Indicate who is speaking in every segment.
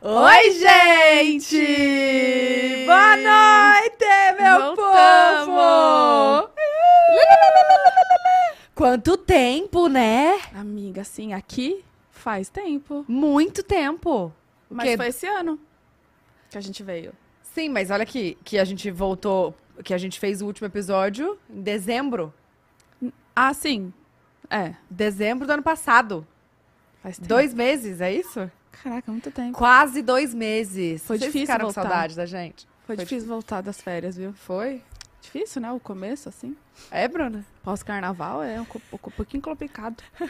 Speaker 1: Oi, gente!
Speaker 2: Boa noite, meu
Speaker 1: Voltamos!
Speaker 2: povo!
Speaker 1: Quanto tempo, né?
Speaker 2: Amiga, assim, aqui faz tempo.
Speaker 1: Muito tempo.
Speaker 2: Mas
Speaker 1: quê?
Speaker 2: foi esse ano que a gente veio.
Speaker 1: Sim, mas olha aqui, que a gente voltou, que a gente fez o último episódio em dezembro.
Speaker 2: Ah, sim. É,
Speaker 1: Dezembro do ano passado.
Speaker 2: faz tempo.
Speaker 1: Dois meses, é isso?
Speaker 2: Caraca, muito tempo.
Speaker 1: Quase dois meses.
Speaker 2: Foi
Speaker 1: Vocês
Speaker 2: difícil
Speaker 1: ficaram
Speaker 2: voltar.
Speaker 1: com saudade da gente?
Speaker 2: Foi difícil voltar das férias, viu?
Speaker 1: Foi?
Speaker 2: Difícil, né? O começo, assim.
Speaker 1: É, Bruna?
Speaker 2: Pós-carnaval é um, co- um pouquinho complicado.
Speaker 1: Ô,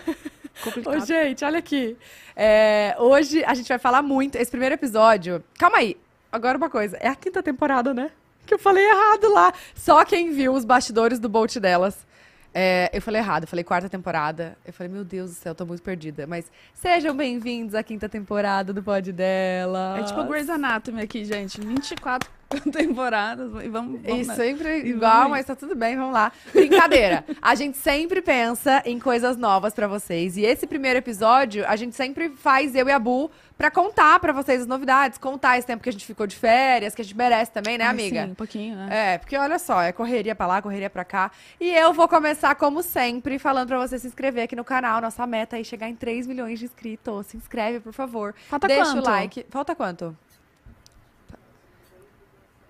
Speaker 2: complicado.
Speaker 1: gente, olha aqui. É, hoje a gente vai falar muito. Esse primeiro episódio. Calma aí. Agora uma coisa. É a quinta temporada, né? Que eu falei errado lá. Só quem viu os bastidores do Bolt delas. É, eu falei errado, eu falei quarta temporada. Eu falei, meu Deus do céu, tô muito perdida. Mas sejam bem-vindos à quinta temporada do Pod dela.
Speaker 2: É tipo Grey's Anatomy aqui, gente. 24 temporadas. E vamos, vamos
Speaker 1: E
Speaker 2: nessa.
Speaker 1: sempre
Speaker 2: E
Speaker 1: igual,
Speaker 2: vamos
Speaker 1: mas tá tudo bem, vamos lá. Brincadeira. A gente sempre pensa em coisas novas pra vocês. E esse primeiro episódio, a gente sempre faz eu e a Bu pra contar pra vocês as novidades, contar esse tempo que a gente ficou de férias, que a gente merece também, né,
Speaker 2: Ah,
Speaker 1: amiga?
Speaker 2: Sim, um pouquinho, né?
Speaker 1: É, porque olha só, é correria pra lá, correria pra cá. E eu vou começar, como sempre, falando pra você se inscrever aqui no canal. Nossa meta é chegar em 3 milhões de inscritos. Se inscreve, por favor.
Speaker 2: Falta
Speaker 1: Deixa
Speaker 2: quanto?
Speaker 1: o like. Falta quanto?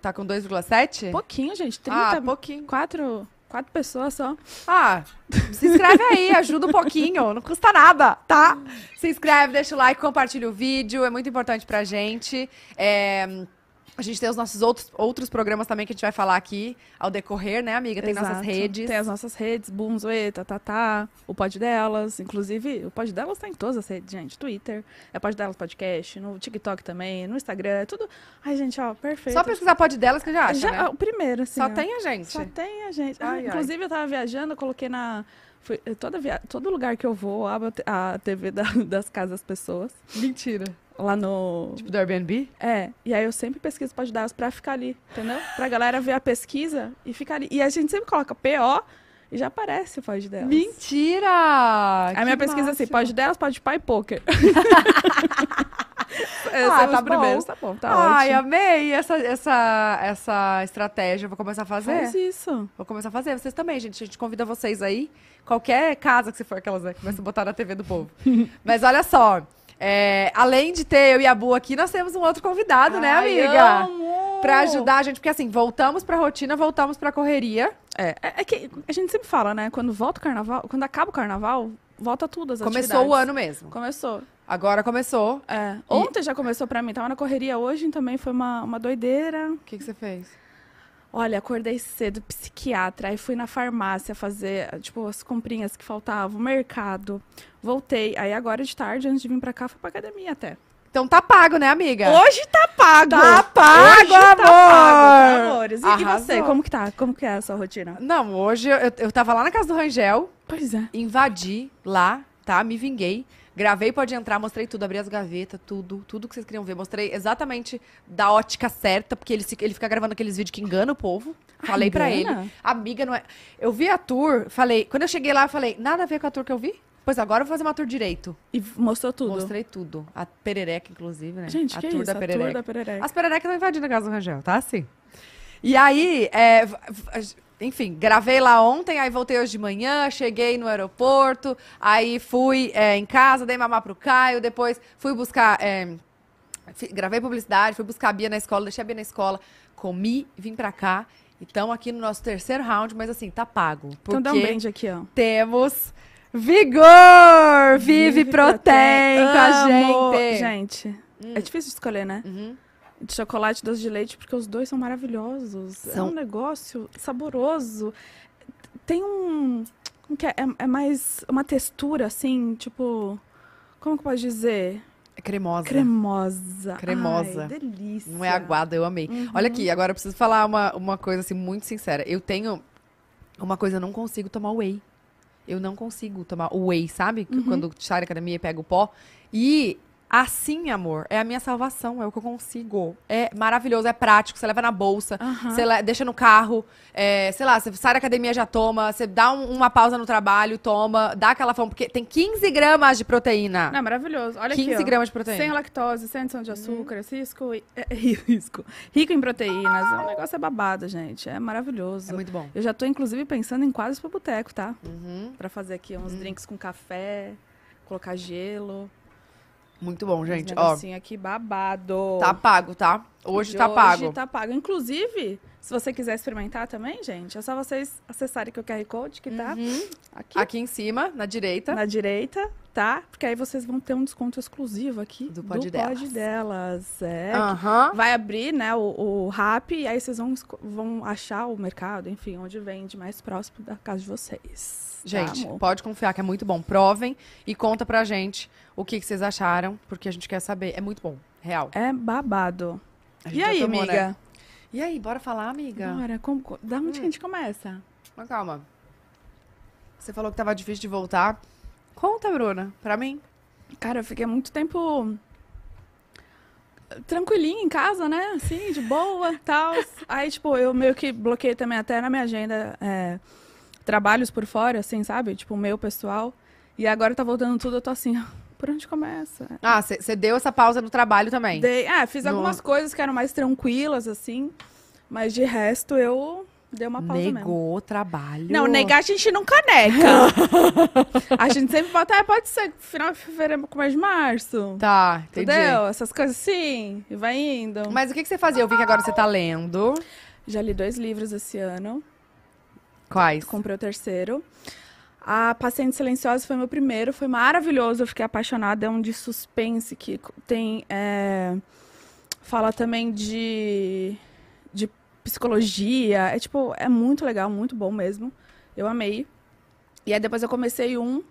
Speaker 1: Tá com 2,7?
Speaker 2: Pouquinho, gente. 30,
Speaker 1: Ah, pouquinho.
Speaker 2: quatro, quatro pessoas só.
Speaker 1: Ah, se inscreve aí, ajuda um pouquinho, não custa nada, tá? Se inscreve, deixa o like, compartilha o vídeo, é muito importante pra gente. É, a gente tem os nossos outros, outros programas também que a gente vai falar aqui ao decorrer, né, amiga? Tem nossas
Speaker 2: Exato.
Speaker 1: redes.
Speaker 2: Tem as nossas redes, Boom, Zoe, Tatatá, tá, o Pod Delas. Inclusive, o Pod Delas tá em todas as redes, gente. Twitter, é Pod Delas Podcast, no TikTok também, no Instagram, é tudo. Ai, gente, ó, perfeito.
Speaker 1: Só pesquisar pode delas que já acha,
Speaker 2: Já-
Speaker 1: né?
Speaker 2: ah, O primeiro, assim.
Speaker 1: Só
Speaker 2: ó.
Speaker 1: tem a gente.
Speaker 2: Só tem a gente. Ah,
Speaker 1: Ai, ai.
Speaker 2: inclusive, eu tava viajando, eu coloquei na. fui- eh, toda via- Todo lugar que eu vou, eu abro a te- a TV da- das casas das pessoas.
Speaker 1: Mentira.
Speaker 2: Lá no.
Speaker 1: Tipo do Airbnb?
Speaker 2: É, e aí eu sempre pesquiso pode dar pra ficar ali, entendeu? Pra galera ver a pesquisa e ficar ali. E a gente sempre coloca PO e já aparece o pode delas.
Speaker 1: Mentira!
Speaker 2: A minha pesquisa é assim, pode delas, pode pai e poker. é,
Speaker 1: Ah,
Speaker 2: são
Speaker 1: tá
Speaker 2: os primeiros,
Speaker 1: bom.
Speaker 2: tá bom, tá
Speaker 1: Ai,
Speaker 2: ótimo.
Speaker 1: amei essa, essa, essa estratégia. Vou começar a fazer.
Speaker 2: Faz isso.
Speaker 1: Vou começar a fazer. Vocês também, gente. A gente convida vocês aí. Qualquer casa que você for, aquelas, né? Começa a botar na TV do povo. Mas olha só. é, além de ter eu e a Bu aqui, nós temos um outro convidado, né,
Speaker 2: Ai,
Speaker 1: amiga?
Speaker 2: amo!
Speaker 1: Pra ajudar a gente. Porque assim, voltamos pra rotina, voltamos pra correria.
Speaker 2: É, é, é que a gente sempre fala, né? Quando volta o carnaval, quando acaba o carnaval, volta tudo as
Speaker 1: Começou o
Speaker 2: atividades.
Speaker 1: ano mesmo.
Speaker 2: Começou.
Speaker 1: Agora começou.
Speaker 2: É. Ontem já começou pra mim, tava na correria hoje também, foi uma, uma doideira.
Speaker 1: O que, que você fez?
Speaker 2: Olha, acordei cedo, psiquiatra, aí fui na farmácia fazer, tipo, as comprinhas que faltavam, mercado. Voltei, aí agora de tarde, antes de vir pra cá, fui pra academia até.
Speaker 1: Então tá pago, né, amiga?
Speaker 2: Hoje tá pago!
Speaker 1: Tá pago,
Speaker 2: Hoje tá
Speaker 1: amor!
Speaker 2: pago, tá, amores. E, e
Speaker 1: Arrasou.
Speaker 2: você, como que tá? Como que é a sua rotina?
Speaker 1: Não, hoje eu, eu tava lá na casa do Rangel.
Speaker 2: Pois é.
Speaker 1: invadi lá, tá? Me vinguei. Gravei, pode entrar, mostrei tudo, abri as gavetas, tudo, tudo que vocês queriam ver. Mostrei exatamente da ótica certa, porque ele, se- ele fica gravando aqueles vídeos que engana o povo. Falei pra ele.
Speaker 2: engana?
Speaker 1: Amiga, não é. Eu vi a tour, falei. Quando eu cheguei lá, eu falei, nada a ver com a tour que eu vi? Pois agora eu vou fazer uma tour direito.
Speaker 2: E mostrou tudo.
Speaker 1: Mostrei tudo. A perereca, inclusive, né?
Speaker 2: Gente, que é isso? A tour da perereca.
Speaker 1: As pererecas estão invadindo a casa do Rangel, tá? Assim. E aí, é, v- v- enfim, gravei lá ontem, aí voltei hoje de manhã, cheguei no aeroporto, aí fui é, em casa, dei mamar pro Caio, depois fui buscar. é, fi- gravei publicidade, fui buscar a Bia na escola, deixei a Bia na escola, comi, vim pra cá. Então, aqui no nosso terceiro round, mas assim, tá pago. Porque
Speaker 2: Então dá um brinde aqui, ó.
Speaker 1: temos Vigor! Vive,
Speaker 2: Vive
Speaker 1: Protein com a
Speaker 2: Amo!
Speaker 1: gente!
Speaker 2: Gente, é difícil de escolher, né?
Speaker 1: Hum. Uhum.
Speaker 2: De chocolate e doce de leite, porque os dois são maravilhosos. É
Speaker 1: São.
Speaker 2: um negócio saboroso. Tem um... Como que é? É, é mais uma textura, assim, tipo... Como que eu posso dizer?
Speaker 1: É cremosa.
Speaker 2: né? Cremosa.
Speaker 1: Cremosa.
Speaker 2: Ai, delícia.
Speaker 1: Não é aguada, eu amei.
Speaker 2: Uhum.
Speaker 1: Olha aqui, agora eu preciso falar uma, uma coisa assim muito sincera. Eu tenho uma coisa, eu não consigo tomar whey.
Speaker 2: Uhum.
Speaker 1: Eu não consigo tomar whey, sabe? Que Quando sai da academia e pega o pó. E Assim, amor, é a minha salvação, é o que eu consigo. É maravilhoso, é prático, você leva na bolsa,
Speaker 2: Aham.
Speaker 1: você le- deixa no carro, é, sei lá, você sai da academia já toma, você dá um- uma pausa no trabalho, toma, dá aquela fome, porque tem 15 gramas de proteína.
Speaker 2: Não, é maravilhoso. Olha
Speaker 1: 15
Speaker 2: aqui, ó.
Speaker 1: gramas de proteína. Uhum.
Speaker 2: Sem lactose, sem adição de açúcar, cisco e- é, risco. Rico em proteínas. O negócio é babado, gente. É maravilhoso.
Speaker 1: É muito bom.
Speaker 2: Eu já tô, inclusive, pensando em quadros pro boteco, tá?
Speaker 1: Uhum.
Speaker 2: Pra fazer aqui uns drinks com café, colocar gelo.
Speaker 1: Muito bom,
Speaker 2: uns
Speaker 1: gente. Ó,
Speaker 2: negocinho aqui babado.
Speaker 1: tá pago, tá? Hoje
Speaker 2: De
Speaker 1: tá pago.
Speaker 2: Hoje tá pago. Inclusive, se você quiser experimentar também, gente, é só vocês acessarem aqui o QR Code que tá
Speaker 1: Uhum.
Speaker 2: aqui
Speaker 1: Aqui em cima, na direita.
Speaker 2: na direita, tá? Porque aí vocês vão ter um desconto exclusivo aqui
Speaker 1: Do Pod Delas. Ah.
Speaker 2: Pod Delas. É,
Speaker 1: Aham.
Speaker 2: Vai abrir, né, o, o RAP, e aí vocês vão, esco- vão achar o mercado, enfim, onde vende mais próximo da casa de vocês. tá,
Speaker 1: Gente,
Speaker 2: amor?
Speaker 1: pode confiar que é muito bom. Provem e conta pra gente o que, que vocês acharam, porque a gente quer saber. É muito bom, real.
Speaker 2: é babado.
Speaker 1: A gente
Speaker 2: E
Speaker 1: já
Speaker 2: aí,
Speaker 1: tomou, né? Hum.
Speaker 2: amiga? é.
Speaker 1: E aí, bora falar, amiga?
Speaker 2: Bora, como, co- da onde que a gente começa?
Speaker 1: Mas calma. Você falou que tava difícil de voltar. Conta, Bruna, pra mim.
Speaker 2: Cara, eu fiquei muito tempo eh, tranquilinha em casa, né? Assim, de boa, tal. Aí, tipo, eu meio que bloqueei também até na minha agenda é, trabalhos por fora, assim, sabe? Tipo, o meu pessoal. E agora tá voltando tudo, eu tô assim, por onde começa?
Speaker 1: Ah, você deu essa pausa no trabalho também.
Speaker 2: Dei, é, fiz
Speaker 1: No-
Speaker 2: algumas coisas que eram mais tranquilas, assim, mas de resto eu dei uma pausa mesmo.
Speaker 1: Negou o trabalho.
Speaker 2: Não, negar a gente nunca nega. a gente sempre bota, "Ah, pode ser final de fevereiro, começo de março.
Speaker 1: Tá, entendi.
Speaker 2: Entendeu? Essas coisas assim, e vai indo.
Speaker 1: Mas o que, que você fazia? Eu vi que agora você tá lendo.
Speaker 2: Já li dois livros esse ano,
Speaker 1: Quais?
Speaker 2: comprei o terceiro. A Paciente Silenciosa foi meu primeiro, foi maravilhoso, eu fiquei apaixonada. É um de suspense que co- tem. é, fala também de, de psicologia. É tipo, é muito legal, muito bom mesmo. Eu amei. E aí depois eu comecei um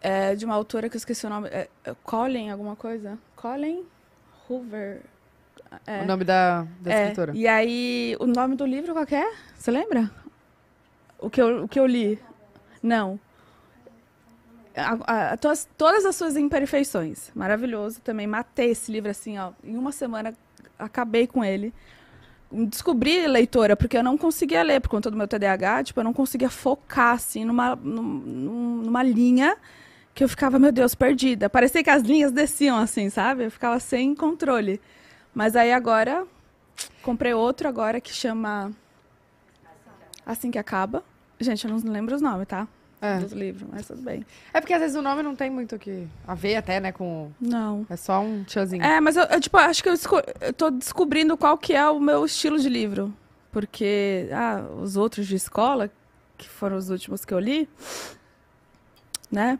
Speaker 2: é, de uma autora que eu esqueci o nome. É, é Colin, alguma coisa? Colin Hoover.
Speaker 1: O nome da, da
Speaker 2: É,
Speaker 1: escritora.
Speaker 2: E aí, o nome do livro qual que é? Você lembra? O que eu, o que eu li? Não. A- a- todas, todas as suas imperfeições. Maravilhoso também. Matei esse livro assim, ó. Em uma semana, acabei com ele. Descobri leitora, porque eu não conseguia ler por conta do meu TDAH. Tipo, eu não conseguia focar, assim, numa, num- num- numa linha que eu ficava, meu Deus, perdida. Parecia que as linhas desciam, assim, sabe? Eu ficava sem controle. Mas aí agora, comprei outro agora que chama Assim que Acaba. Gente, eu não lembro os nomes, tá?
Speaker 1: É.
Speaker 2: Dos livros, mas tudo bem.
Speaker 1: É porque às vezes o nome não tem muito o que a ver até, né, com...
Speaker 2: Não.
Speaker 1: É só um tchauzinho.
Speaker 2: É, mas eu, eu, tipo, acho que eu, esco- eu tô descobrindo qual que é o meu estilo de livro. Porque, ah, os outros de escola, que foram os últimos que eu li, né?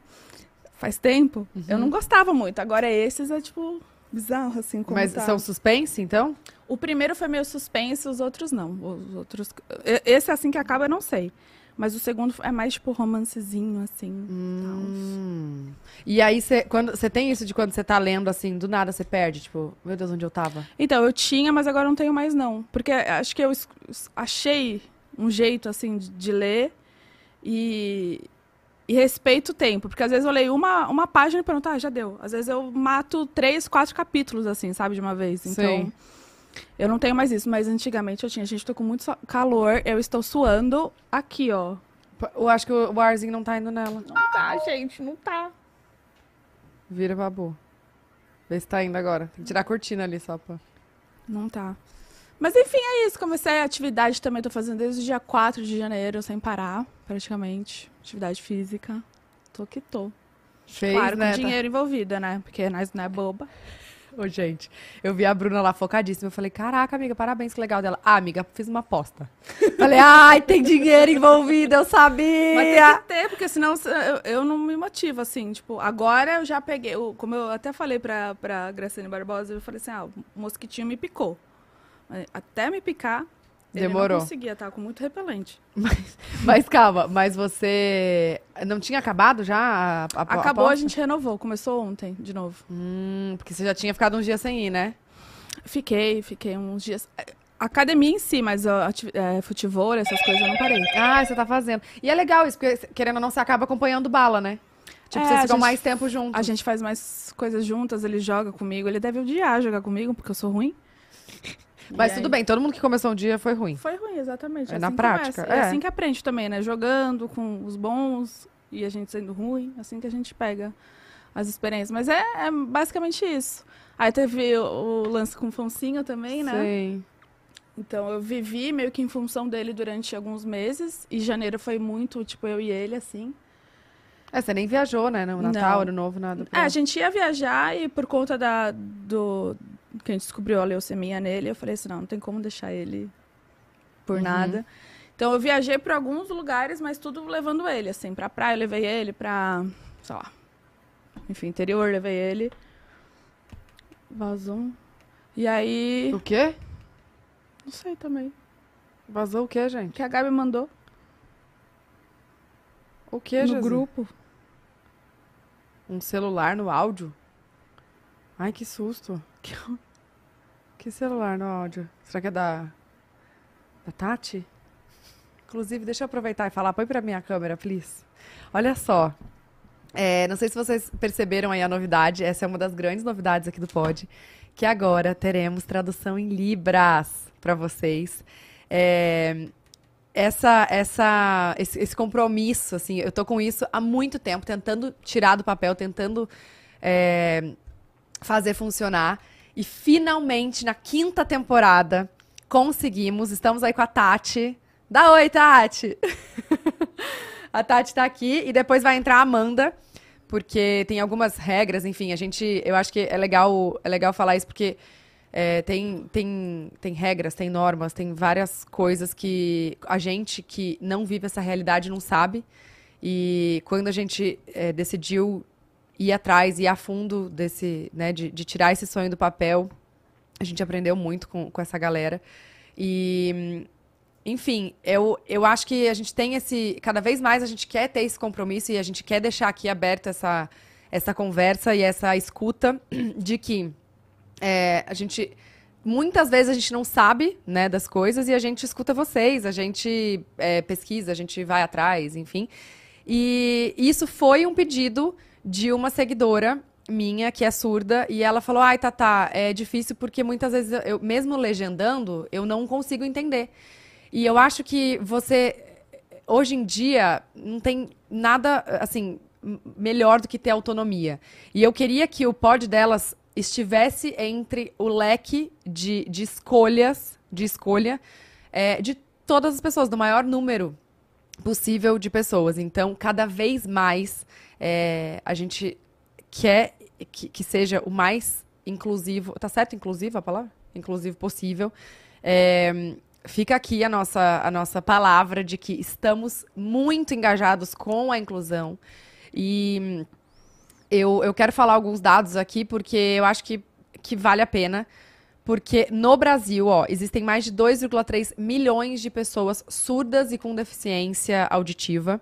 Speaker 2: Faz tempo. Eu
Speaker 1: Uhum.
Speaker 2: não gostava muito. Agora esses é, tipo, bizarro, assim, como
Speaker 1: Mas
Speaker 2: tá.
Speaker 1: são suspense, então?
Speaker 2: O primeiro foi meio suspense, os outros não. Os outros. e- Esse assim que acaba, eu não sei. Mas o segundo é mais tipo romancezinho, assim.
Speaker 1: Hum. E aí, você quando- você tem isso de quando você tá lendo, assim, do nada você perde? Tipo, meu Deus, onde eu tava?
Speaker 2: tal. Então, eu tinha, mas agora eu não tenho mais, não. Porque eh, acho que eu es- achei um jeito, assim, de, de ler e, e respeito o tempo. Porque às vezes eu leio uma, uma página e pronto, ah, já deu. Às vezes eu mato três, quatro capítulos, assim, sabe, de uma vez. Então.
Speaker 1: Sim.
Speaker 2: Eu não tenho mais isso, mas antigamente eu tinha. Gente, tô com muito so- calor, eu estou suando aqui, ó.
Speaker 1: P- Eu acho que o, o arzinho não tá indo nela.
Speaker 2: Não tá, gente, não tá.
Speaker 1: Vira, babu. Vê se tá indo agora. Tem que tirar a cortina ali só pra...
Speaker 2: Não tá. Mas enfim, é isso. Comecei a atividade também, tô fazendo desde o dia 4 de janeiro, sem parar, praticamente. Atividade física. Tô que tô.
Speaker 1: Fez,
Speaker 2: claro,
Speaker 1: né?
Speaker 2: com
Speaker 1: Tá-
Speaker 2: dinheiro envolvido, né? Porque nós não é boba.
Speaker 1: Ô, gente, eu vi a Bruna lá focadíssima. Eu falei, caraca, amiga, parabéns, que legal dela. Ah, amiga, fiz uma aposta. falei, ai, tem dinheiro envolvido, eu sabia.
Speaker 2: Mas tem que ter, porque senão se- eu, eu não me motivo, assim. Tipo, agora eu já peguei. o- Como eu até falei pra, pra Graciane Barbosa, eu falei assim: ah, o mosquitinho me picou. Mas Até me picar, ele
Speaker 1: Demorou.
Speaker 2: não conseguia, tá com muito repelente.
Speaker 1: Mas, mas calma, mas você não tinha acabado já a, a,
Speaker 2: Acabou, a
Speaker 1: aposta?
Speaker 2: gente renovou. Começou ontem, de novo.
Speaker 1: Hum, porque você já tinha ficado uns dias sem ir, né?
Speaker 2: Fiquei, fiquei uns dias. É, Academia em si, mas ó, ati- é, futebol, essas coisas eu não parei.
Speaker 1: Ah, você tá fazendo. E é legal isso, porque querendo ou não, você acaba acompanhando bala, né? Tipo,
Speaker 2: É,
Speaker 1: vocês
Speaker 2: a
Speaker 1: ficam
Speaker 2: gente-
Speaker 1: mais tempo juntos.
Speaker 2: A gente faz mais coisas juntas, ele joga comigo. Ele deve odiar jogar comigo, porque eu sou ruim.
Speaker 1: Mas
Speaker 2: E
Speaker 1: tudo
Speaker 2: aí-
Speaker 1: bem, todo mundo que começou um dia foi ruim.
Speaker 2: Foi ruim, exatamente.
Speaker 1: É
Speaker 2: É
Speaker 1: na
Speaker 2: assim que
Speaker 1: prática,
Speaker 2: começa. É.
Speaker 1: é.
Speaker 2: assim que aprende também, né? Jogando com os bons e a gente sendo ruim, assim que a gente pega as experiências. Mas é, é basicamente isso. Aí teve o, o lance com o Foncinho também, né?
Speaker 1: Sim.
Speaker 2: Então eu vivi meio que em função dele durante alguns meses. E janeiro foi muito, tipo, eu e ele, assim.
Speaker 1: É, você nem viajou, né? No Natal,
Speaker 2: Não.
Speaker 1: Ano Novo, nada.
Speaker 2: É, a gente ia viajar e por conta da, do que a gente descobriu a leucemia nele, eu falei assim, não, não tem como deixar ele por
Speaker 1: Uhum.
Speaker 2: nada. Então eu viajei para alguns lugares, mas tudo levando ele, assim, pra praia eu levei ele, pra, sei lá, enfim, interior eu levei ele. Vazou. E aí,
Speaker 1: O quê?
Speaker 2: não sei também,
Speaker 1: Vazou o quê, gente?
Speaker 2: que a Gabi mandou
Speaker 1: O quê,
Speaker 2: no
Speaker 1: Jesus?
Speaker 2: grupo.
Speaker 1: Um celular no áudio? Ai, que susto. Que, que celular no áudio? Será que é da. da Tati? Inclusive, deixa eu aproveitar e falar. Põe pra minha câmera, please. Olha só. É, não sei se vocês perceberam aí a novidade. Essa é uma das grandes novidades aqui do Pod. Que agora teremos tradução em Libras pra vocês. É, essa, essa, esse, esse compromisso, assim, eu tô com isso há muito tempo, tentando tirar do papel, tentando é, fazer funcionar. E finalmente, na quinta temporada, conseguimos. Estamos aí com a Tati. Dá oi, Tati! a Tati tá aqui e depois vai entrar a Amanda, porque tem algumas regras, enfim, a gente. Eu acho que é legal, é legal falar isso, porque é, tem, tem, tem regras, tem normas, tem várias coisas que a gente que não vive essa realidade não sabe. E quando a gente é, decidiu ir atrás, ir a fundo desse, né, de, de tirar esse sonho do papel, a gente aprendeu muito com, com essa galera. E, enfim, eu, eu acho que a gente tem esse. Cada vez mais a gente quer ter esse compromisso e a gente quer deixar aqui aberta essa, essa conversa e essa escuta de que é, a gente. Muitas vezes a gente não sabe né, das coisas e a gente escuta vocês, a gente é, pesquisa, a gente vai atrás, enfim. E isso foi um pedido de uma seguidora minha que é surda e ela falou: "Ai, Tata, é difícil porque muitas vezes eu- eu mesmo legendando, eu não consigo entender". E eu acho que você hoje em dia não tem nada assim m- melhor do que ter autonomia. E eu queria que o pod delas estivesse entre o leque de, de escolhas, de escolha é, de todas as pessoas, do maior número possível de pessoas. Então, cada vez mais é, a gente quer que, que seja o mais inclusivo. Tá certo, inclusivo a palavra? Inclusivo possível. É, fica aqui a nossa, a nossa palavra de que estamos muito engajados com a inclusão. E hum, eu, eu quero falar alguns dados aqui, porque eu acho que, que vale a pena. Porque no Brasil, ó, existem mais de 2,3 milhões de pessoas surdas e com deficiência auditiva,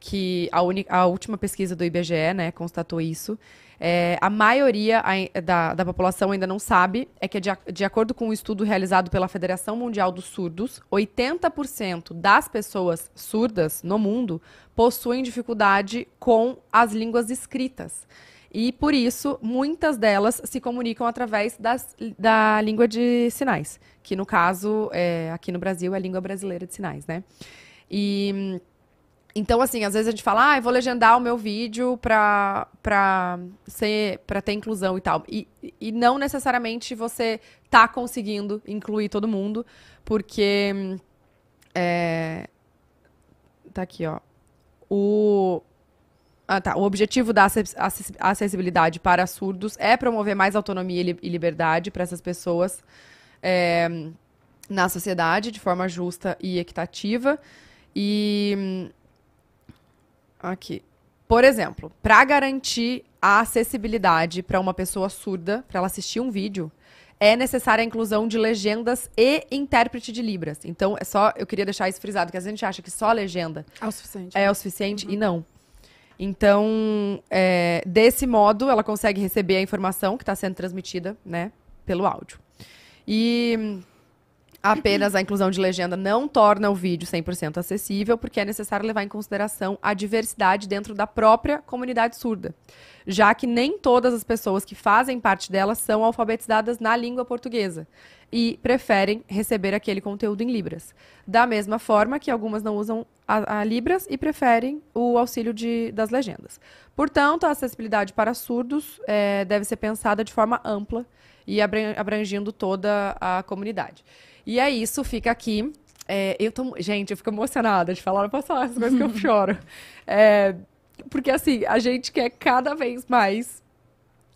Speaker 1: que a, uni- a última pesquisa do IBGE, né, constatou isso. É, a maioria ai- da, da população ainda não sabe, é que de, a- de acordo com um estudo realizado pela Federação Mundial dos Surdos, 80% das pessoas surdas no mundo possuem dificuldade com as línguas escritas. E por isso, muitas delas se comunicam através das- da língua de sinais, que no caso, é, aqui no Brasil, é a língua brasileira de sinais, né? E então, assim, às vezes a gente fala, ah, eu vou legendar o meu vídeo pra, pra, ser, pra ter inclusão e tal. E, e não necessariamente você tá conseguindo incluir todo mundo, porque. hum, é, tá aqui, ó. O, ah, tá. O objetivo da acess- acess- acessibilidade para surdos é promover mais autonomia e li- e liberdade para essas pessoas é, na sociedade de forma justa e equitativa. E. hum, Aqui. Por exemplo, para garantir a acessibilidade para uma pessoa surda, para ela assistir um vídeo, é necessária a inclusão de legendas e intérprete de Libras. Então, é só. Eu queria deixar isso frisado, porque às vezes a gente acha que só a legenda
Speaker 2: É o suficiente.
Speaker 1: é o suficiente e não. Então, é, desse modo, ela consegue tá receber a informação que está sendo transmitida, né, pelo áudio. E Apenas a inclusão de legenda não torna o vídeo 100% acessível, porque é necessário levar em consideração a diversidade dentro da própria comunidade surda, já que nem todas as pessoas que fazem parte dela são alfabetizadas na língua portuguesa e preferem receber aquele conteúdo em Libras. Da mesma forma que algumas não usam a, a Libras e preferem o auxílio de- das legendas. Portanto, a acessibilidade para surdos eh, deve ser pensada de forma ampla e abran- abrangindo toda a comunidade. E é isso, fica aqui. É, eu tô, gente, eu fico emocionada de falar, não posso falar essas coisas que eu choro. É, porque, assim, a gente quer cada vez mais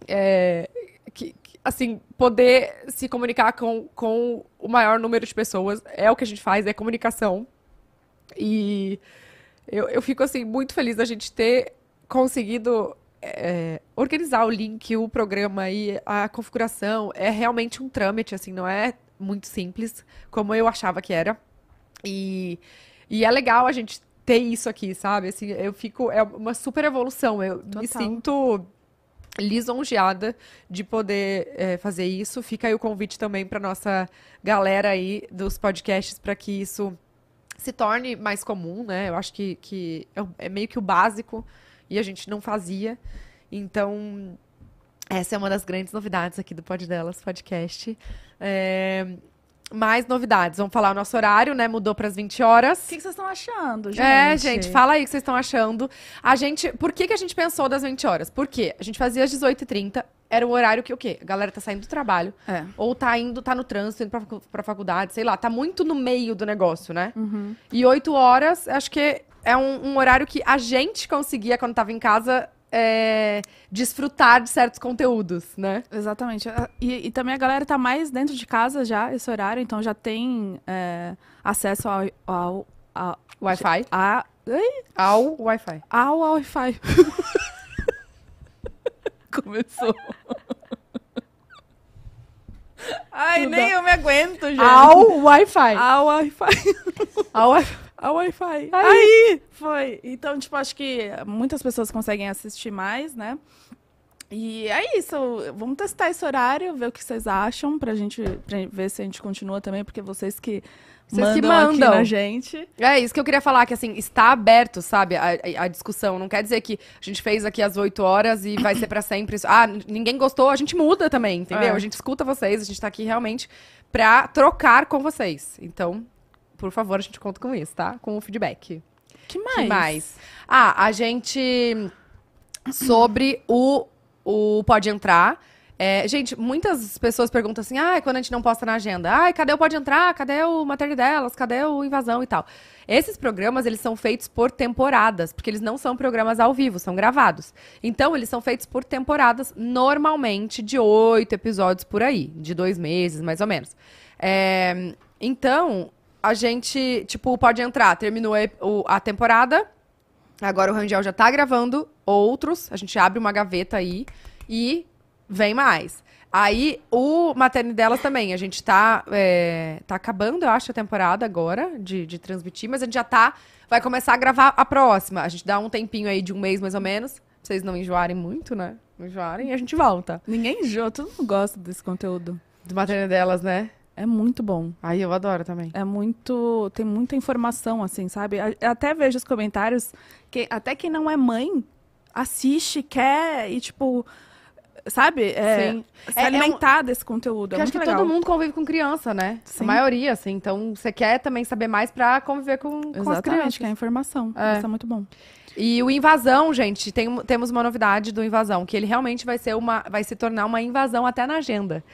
Speaker 1: é, que, que, assim, poder se comunicar com, com o maior número de pessoas. É o que a gente faz, é comunicação. E eu, eu fico, assim, muito feliz da gente ter conseguido é, organizar o link, o programa e a configuração. É realmente um trâmite, assim, não é muito simples, como eu achava que era. E, e é legal a gente ter isso aqui, sabe? Assim, eu fico. É uma super evolução. Eu me
Speaker 2: Total.
Speaker 1: sinto lisonjeada de poder é, fazer isso. Fica aí o convite também para nossa galera aí dos podcasts para que isso se torne mais comum, né? Eu acho que, que é, o- é meio que o básico e a gente não fazia. Então, essa é uma das grandes novidades aqui do Pod Delas podcast. É, mais novidades. Vamos falar o nosso horário, né? Mudou para as 20 horas.
Speaker 2: O que que vocês estão achando, gente?
Speaker 1: É, gente, fala aí o que vocês estão achando. A gente, por que, que a gente pensou das 20 horas? Por quê? A gente fazia às 18h30, era o horário que o quê? A galera tá saindo do trabalho,
Speaker 2: É.
Speaker 1: ou tá indo, tá no trânsito, indo pra, facu- pra faculdade, sei lá, tá muito no meio do negócio, né?
Speaker 2: Uhum.
Speaker 1: E 8 horas, acho que é um, um horário que a gente conseguia, quando tava em casa, é, desfrutar de certos conteúdos, né?
Speaker 2: Exatamente. A- E, e também a galera tá mais dentro de casa já, esse horário, então já tem é, acesso ao, ao, ao,
Speaker 1: Wi-Fi.
Speaker 2: a- ai,
Speaker 1: Ao Wi-Fi.
Speaker 2: ao Wi-Fi. Começou.
Speaker 1: Ai,
Speaker 2: nem
Speaker 1: eu me aguento,
Speaker 2: gente.
Speaker 1: Ao Wi-Fi.
Speaker 2: Ao Wi-Fi.
Speaker 1: Ao Wi-Fi.
Speaker 2: Ao Wi-Fi. Aí. Foi. Então, tipo, acho que muitas pessoas conseguem assistir mais, né? E é isso. Vamos testar esse horário, ver o que vocês acham, pra gente pra ver se a gente continua também, porque vocês que,
Speaker 1: Vocês
Speaker 2: mandam,
Speaker 1: que
Speaker 2: aqui
Speaker 1: mandam.
Speaker 2: na gente.
Speaker 1: É isso que eu queria falar, que assim, está aberto, sabe, a, a- a discussão. Não quer dizer que a gente fez aqui às 8 horas e vai ser pra sempre isso. Ah, n- ninguém gostou, a gente muda também, entendeu?
Speaker 2: É.
Speaker 1: A gente escuta vocês, a gente tá aqui realmente pra trocar com vocês. Então, por favor, a gente conta com isso, tá? Com o feedback.
Speaker 2: Que mais?
Speaker 1: Que mais? Ah, a gente. Sobre o, o Pode Entrar. É, gente, muitas pessoas perguntam assim: ah, quando a gente não posta na agenda, ah, cadê o Pode Entrar? Cadê o Matéria delas? Cadê o Invasão e tal? Esses programas, eles são feitos por temporadas, porque eles não são programas ao vivo, são gravados. Então, eles são feitos por temporadas, normalmente de oito episódios por aí, de dois meses, mais ou menos. É, então, a gente, tipo, pode entrar, terminou a- o- a temporada, Agora o Rangel já tá gravando outros. A gente abre uma gaveta aí e vem mais. Aí o Materne delas também. A gente tá, é, tá acabando, eu acho, a temporada agora de, de transmitir, mas a gente já tá. Vai começar a gravar a próxima. A gente dá um tempinho aí de um mês mais ou menos. Pra vocês não enjoarem muito, né? Não enjoarem e a gente volta.
Speaker 2: Ninguém enjoa, todo mundo gosta desse conteúdo.
Speaker 1: Do Materne delas, né?
Speaker 2: É muito bom.
Speaker 1: Aí eu adoro também.
Speaker 2: É muito. Tem muita informação, assim, sabe? A- Eu até vejo os comentários que até quem não é mãe assiste, quer e, tipo, sabe? É,
Speaker 1: Sim.
Speaker 2: Se
Speaker 1: É- é um-
Speaker 2: alimentar desse conteúdo.
Speaker 1: Porque
Speaker 2: é
Speaker 1: acho
Speaker 2: muito
Speaker 1: que
Speaker 2: legal.
Speaker 1: todo mundo convive com criança, né?
Speaker 2: Sim.
Speaker 1: A maioria, assim. Então você quer também saber mais pra conviver com, com as crianças.
Speaker 2: Exatamente, que é a informação.
Speaker 1: né? É.
Speaker 2: Isso é muito bom.
Speaker 1: E o Invasão, gente, tem- um, temos uma novidade do Invasão, que ele realmente vai ser uma, vai se tornar uma invasão até na agenda.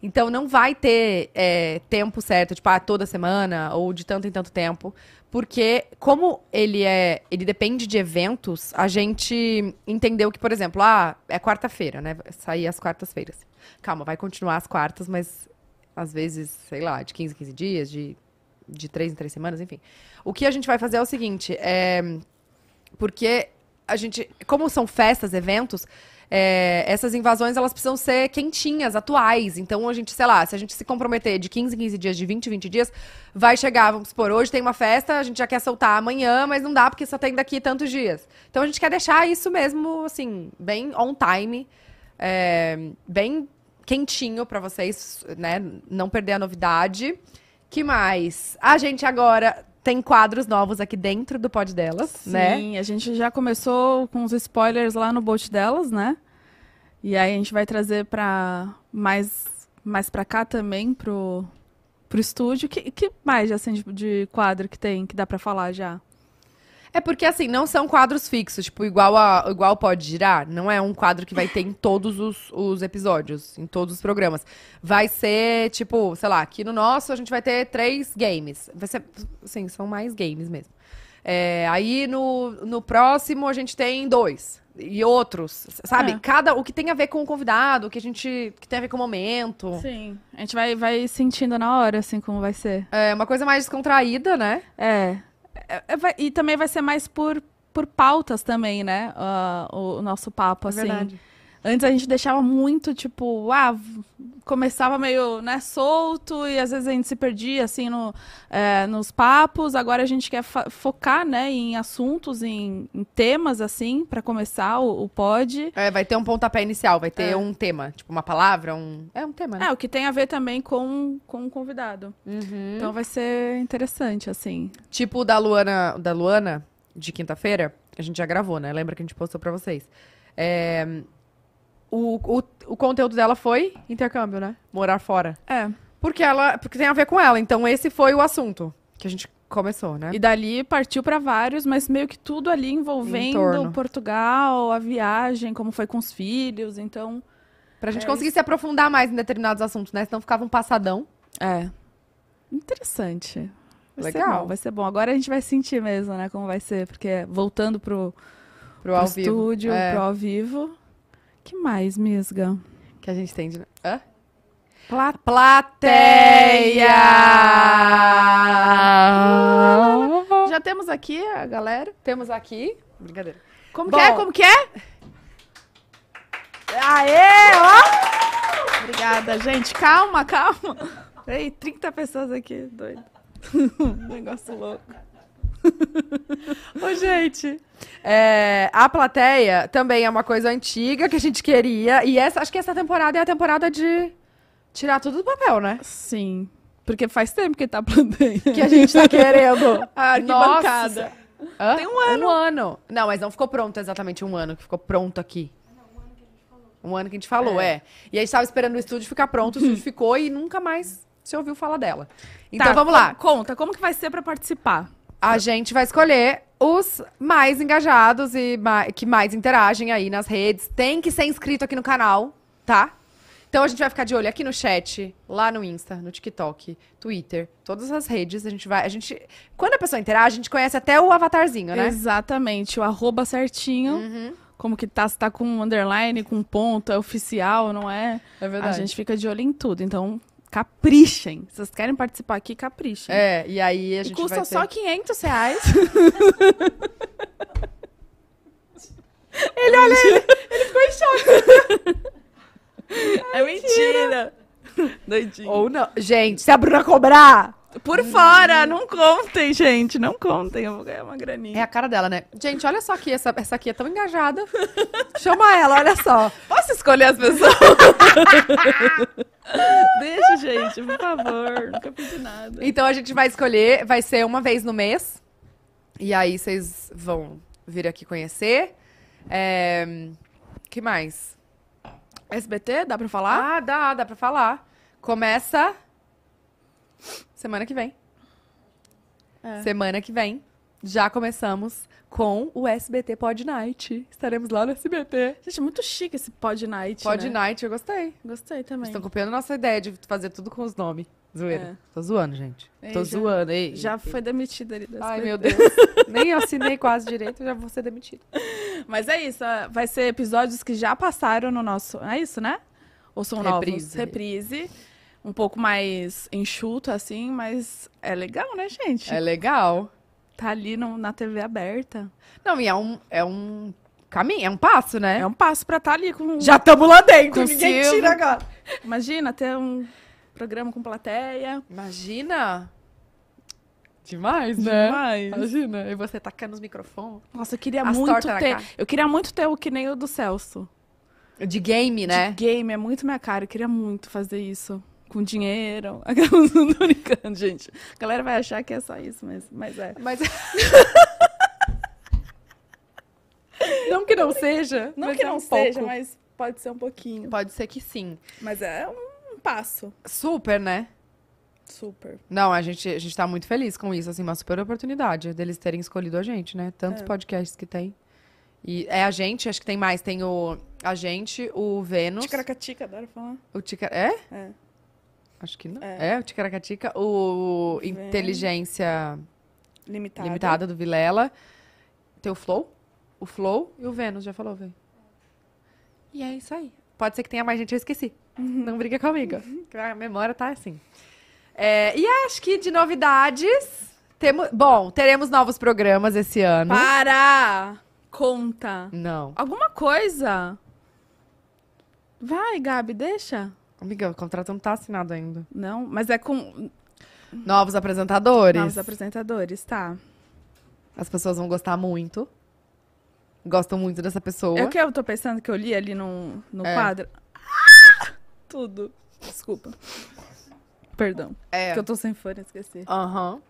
Speaker 1: Então não vai ter é, tempo certo, tipo, ah, toda semana ou de tanto em tanto tempo, porque como ele é, ele depende de eventos, a gente entendeu que, por exemplo, ah, é quarta-feira, né? Vai Sair às quartas-feiras. Calma, vai continuar às quartas, mas às vezes, sei lá, de 15 em 15 dias, de de três em três semanas, enfim. O que a gente vai fazer é o seguinte, é, porque a gente, como são festas, eventos, é, essas invasões elas precisam ser quentinhas, atuais. Então a gente, sei lá, se a gente se comprometer de 15 em 15 dias, de 20 em 20 dias, vai chegar, vamos supor, hoje tem uma festa, a gente já quer soltar amanhã, mas não dá porque só tem daqui tantos dias. Então a gente quer deixar isso mesmo, assim, bem on time, é, bem quentinho pra vocês, né, não perder a novidade. Que mais? A gente agora tem quadros novos aqui dentro do pod delas, né?
Speaker 2: Sim, a gente já começou com os spoilers lá no boat delas, né? E aí a gente vai trazer pra mais, mais pra cá também, pro, pro estúdio. Que, que mais, assim, de, de quadro que tem, que dá pra falar já?
Speaker 1: É porque assim, não são quadros fixos, tipo, igual a igual pode girar, não é um quadro que vai ter em todos os, os episódios, em todos os programas. Vai ser, tipo, sei lá, aqui no nosso a gente vai ter três games. Vai ser, assim, são mais games mesmo. É, aí no, no próximo a gente tem dois. E outros, sabe?
Speaker 2: É.
Speaker 1: Cada. O que tem a ver com o convidado, o que a gente. O que tem a ver com o momento.
Speaker 2: Sim. A gente vai, vai sentindo na hora, assim, como vai ser.
Speaker 1: É uma coisa mais descontraída, né?
Speaker 2: É. É, é, vai- e também vai ser mais por, por pautas também, né? Ah, o, o nosso
Speaker 1: É
Speaker 2: papo, assim. Antes a gente deixava muito, tipo, ah, v- começava meio, né, solto e às vezes a gente se perdia, assim, no, é, nos papos. Agora a gente quer fa- focar, né, em assuntos, em, em temas, assim, pra começar o, o pod.
Speaker 1: É, vai ter um pontapé inicial, vai ter
Speaker 2: É.
Speaker 1: um tema, tipo uma palavra, um. É um tema, né?
Speaker 2: É, o que tem a ver também com, com o convidado.
Speaker 1: Uhum.
Speaker 2: Então vai ser interessante, assim.
Speaker 1: Tipo o da Luana, o da Luana de quinta-feira, a gente já gravou, né? Lembra que a gente postou pra vocês. É, o, o, o conteúdo dela foi intercâmbio, né? Morar fora.
Speaker 2: É.
Speaker 1: Porque ela, porque tem a ver com ela. Então esse foi o assunto que a gente começou, né?
Speaker 2: E dali partiu para vários, mas meio que tudo ali
Speaker 1: Em
Speaker 2: envolvendo
Speaker 1: torno.
Speaker 2: Portugal, a viagem, como foi com os filhos, então.
Speaker 1: Pra gente
Speaker 2: É
Speaker 1: conseguir se aprofundar mais em determinados assuntos, né? Senão ficava um passadão.
Speaker 2: É. Interessante. Vai Ser
Speaker 1: Legal.
Speaker 2: bom, vai ser bom. Agora a gente vai sentir mesmo, né? Como vai ser, porque voltando pro,
Speaker 1: Pro
Speaker 2: pro
Speaker 1: ao vivo.
Speaker 2: estúdio,
Speaker 1: É.
Speaker 2: pro ao vivo. Que mais, Misga?
Speaker 1: Que a gente tem de. né? Hã?
Speaker 2: Plat...
Speaker 1: Plateia!
Speaker 2: Já temos aqui a galera.
Speaker 1: Temos aqui. Brincadeira.
Speaker 2: Como
Speaker 1: Bom.
Speaker 2: que é? Como que é?
Speaker 1: Aê!
Speaker 2: Obrigada, gente. Calma, calma. Ei, 30 pessoas aqui, doido. Um Negócio louco.
Speaker 1: Ô, gente, é, a plateia também é uma coisa antiga que a gente queria. E essa, acho que essa temporada é a temporada de tirar tudo do papel, né?
Speaker 2: Sim. Porque faz tempo que tá plantando. Tá,
Speaker 1: Que a gente tá querendo.
Speaker 2: A arquibancada.
Speaker 1: Hã?
Speaker 2: Tem um ano.
Speaker 1: Um ano. Não, mas não ficou pronto exatamente um ano que ficou pronto aqui. Um ano que a gente falou, é. E a gente tava esperando o estúdio ficar pronto, o estúdio ficou e nunca mais se ouviu falar dela. Então
Speaker 2: Tá,
Speaker 1: vamos lá.
Speaker 2: Conta, como que vai ser pra participar?
Speaker 1: A gente vai escolher os mais engajados e ma- que mais interagem aí nas redes. Tem que ser inscrito aqui no canal, tá? Então a gente vai ficar de olho aqui no chat, lá no Insta, no TikTok, Twitter, todas as redes. A gente vai. A gente, quando a pessoa interage, a gente conhece até o avatarzinho, né?
Speaker 2: Exatamente, o arroba certinho. Como que tá, se tá com underline, com ponto, é oficial, não é?
Speaker 1: É
Speaker 2: A gente fica de olho em tudo, então caprichem. Se vocês querem participar aqui, caprichem.
Speaker 1: É, e aí a
Speaker 2: E
Speaker 1: gente
Speaker 2: custa
Speaker 1: vai ter...
Speaker 2: só 500 reais. É mentira. Doidinho.
Speaker 1: Ou não. Gente, se a Bruna cobrar.
Speaker 2: Por fora, não contem, gente. Não contem, eu vou ganhar uma
Speaker 1: É
Speaker 2: graninha.
Speaker 1: a cara dela, né? Gente, olha só aqui, essa, essa aqui é tão engajada. Chama ela, olha só.
Speaker 2: Posso escolher as pessoas? Deixa, gente, por favor. Nunca pedi nada.
Speaker 1: Então a gente vai escolher, vai ser uma vez no mês. E aí vocês vão vir aqui conhecer. É... que mais?
Speaker 2: SBT, dá pra falar?
Speaker 1: Ah, dá, dá pra falar. Começa semana que vem.
Speaker 2: É.
Speaker 1: Semana que vem. Já começamos com o SBT Pod Night. Estaremos lá no SBT.
Speaker 2: Gente, é muito chique esse Pod Night.
Speaker 1: Pod
Speaker 2: né?
Speaker 1: Night, eu gostei.
Speaker 2: Gostei
Speaker 1: Vocês
Speaker 2: também.
Speaker 1: estão copiando nossa ideia de fazer tudo com os nomes. Zoeira. Tô zoando, gente.
Speaker 2: Ei,
Speaker 1: Tô
Speaker 2: já-
Speaker 1: zoando, É. ei.
Speaker 2: Já foi demitida ali da
Speaker 1: Ai,
Speaker 2: SBT.
Speaker 1: meu Deus. Nem assinei quase direito, já vou ser demitida.
Speaker 2: Mas é isso, é, vai ser episódios que já passaram no nosso. É isso, né? Ou são novos?
Speaker 1: Reprise.
Speaker 2: Reprise. Um pouco mais enxuto, assim, mas é legal, né, gente?
Speaker 1: É legal.
Speaker 2: Tá ali no- na TV aberta.
Speaker 1: Não, e é um, é um caminho, é um passo, né?
Speaker 2: É um passo pra estar ali com.
Speaker 1: Já estamos lá dentro,
Speaker 2: Com
Speaker 1: ninguém
Speaker 2: Silvio.
Speaker 1: tira agora.
Speaker 2: Imagina ter um programa com plateia.
Speaker 1: Imagina. Demais, né?
Speaker 2: Demais.
Speaker 1: Imagina. E você tacando os microfones.
Speaker 2: Nossa, eu queria
Speaker 1: As
Speaker 2: muito
Speaker 1: tortas na
Speaker 2: ter.
Speaker 1: cara.
Speaker 2: Eu queria muito ter o que nem o do Celso.
Speaker 1: De game, né?
Speaker 2: De game, é muito minha cara. Eu queria muito fazer isso. com dinheiro. Aquelas não tô brincando, gente. A galera vai achar que é só isso, mas, mas é.
Speaker 1: Mas. não que não seja.
Speaker 2: Não
Speaker 1: mas
Speaker 2: que
Speaker 1: é
Speaker 2: não tipo,
Speaker 1: um
Speaker 2: seja,
Speaker 1: pouco.
Speaker 2: mas pode ser um pouquinho.
Speaker 1: Pode ser que sim.
Speaker 2: Mas é um passo.
Speaker 1: Super, né?
Speaker 2: Super.
Speaker 1: Não, a gente, a gente tá muito feliz com isso, assim, uma super oportunidade deles terem escolhido a gente, né? Tantos
Speaker 2: É.
Speaker 1: podcasts que tem. E é a gente, acho que tem mais. Tem o a gente, o Vênus.
Speaker 2: Ticaracatica, adoro falar.
Speaker 1: O tica... É?
Speaker 2: É.
Speaker 1: Acho que não. É,
Speaker 2: É.
Speaker 1: o Ticaracatica. O
Speaker 2: Vênus.
Speaker 1: Inteligência
Speaker 2: Limitada.
Speaker 1: Limitada do Vilela. Tem o Flow. O Flow e o Vênus, já falou, velho. E é isso aí. Pode ser que tenha mais gente, eu esqueci. Não briga comigo. que A memória tá assim. É, e acho que de novidades. Temos, bom, teremos novos programas esse ano.
Speaker 2: Para! Conta.
Speaker 1: Não.
Speaker 2: Alguma coisa. Vai, Gabi, deixa.
Speaker 1: Amiga, o contrato não tá assinado ainda.
Speaker 2: Não, mas é com
Speaker 1: Novos apresentadores.
Speaker 2: os apresentadores, tá.
Speaker 1: As pessoas vão gostar muito. Gostam muito dessa pessoa.
Speaker 2: É o que eu tô pensando que eu li ali no, no
Speaker 1: É.
Speaker 2: quadro. Ah! Tudo. Desculpa. Perdão.
Speaker 1: É.
Speaker 2: Que eu tô sem fone, esqueci.
Speaker 1: Aham.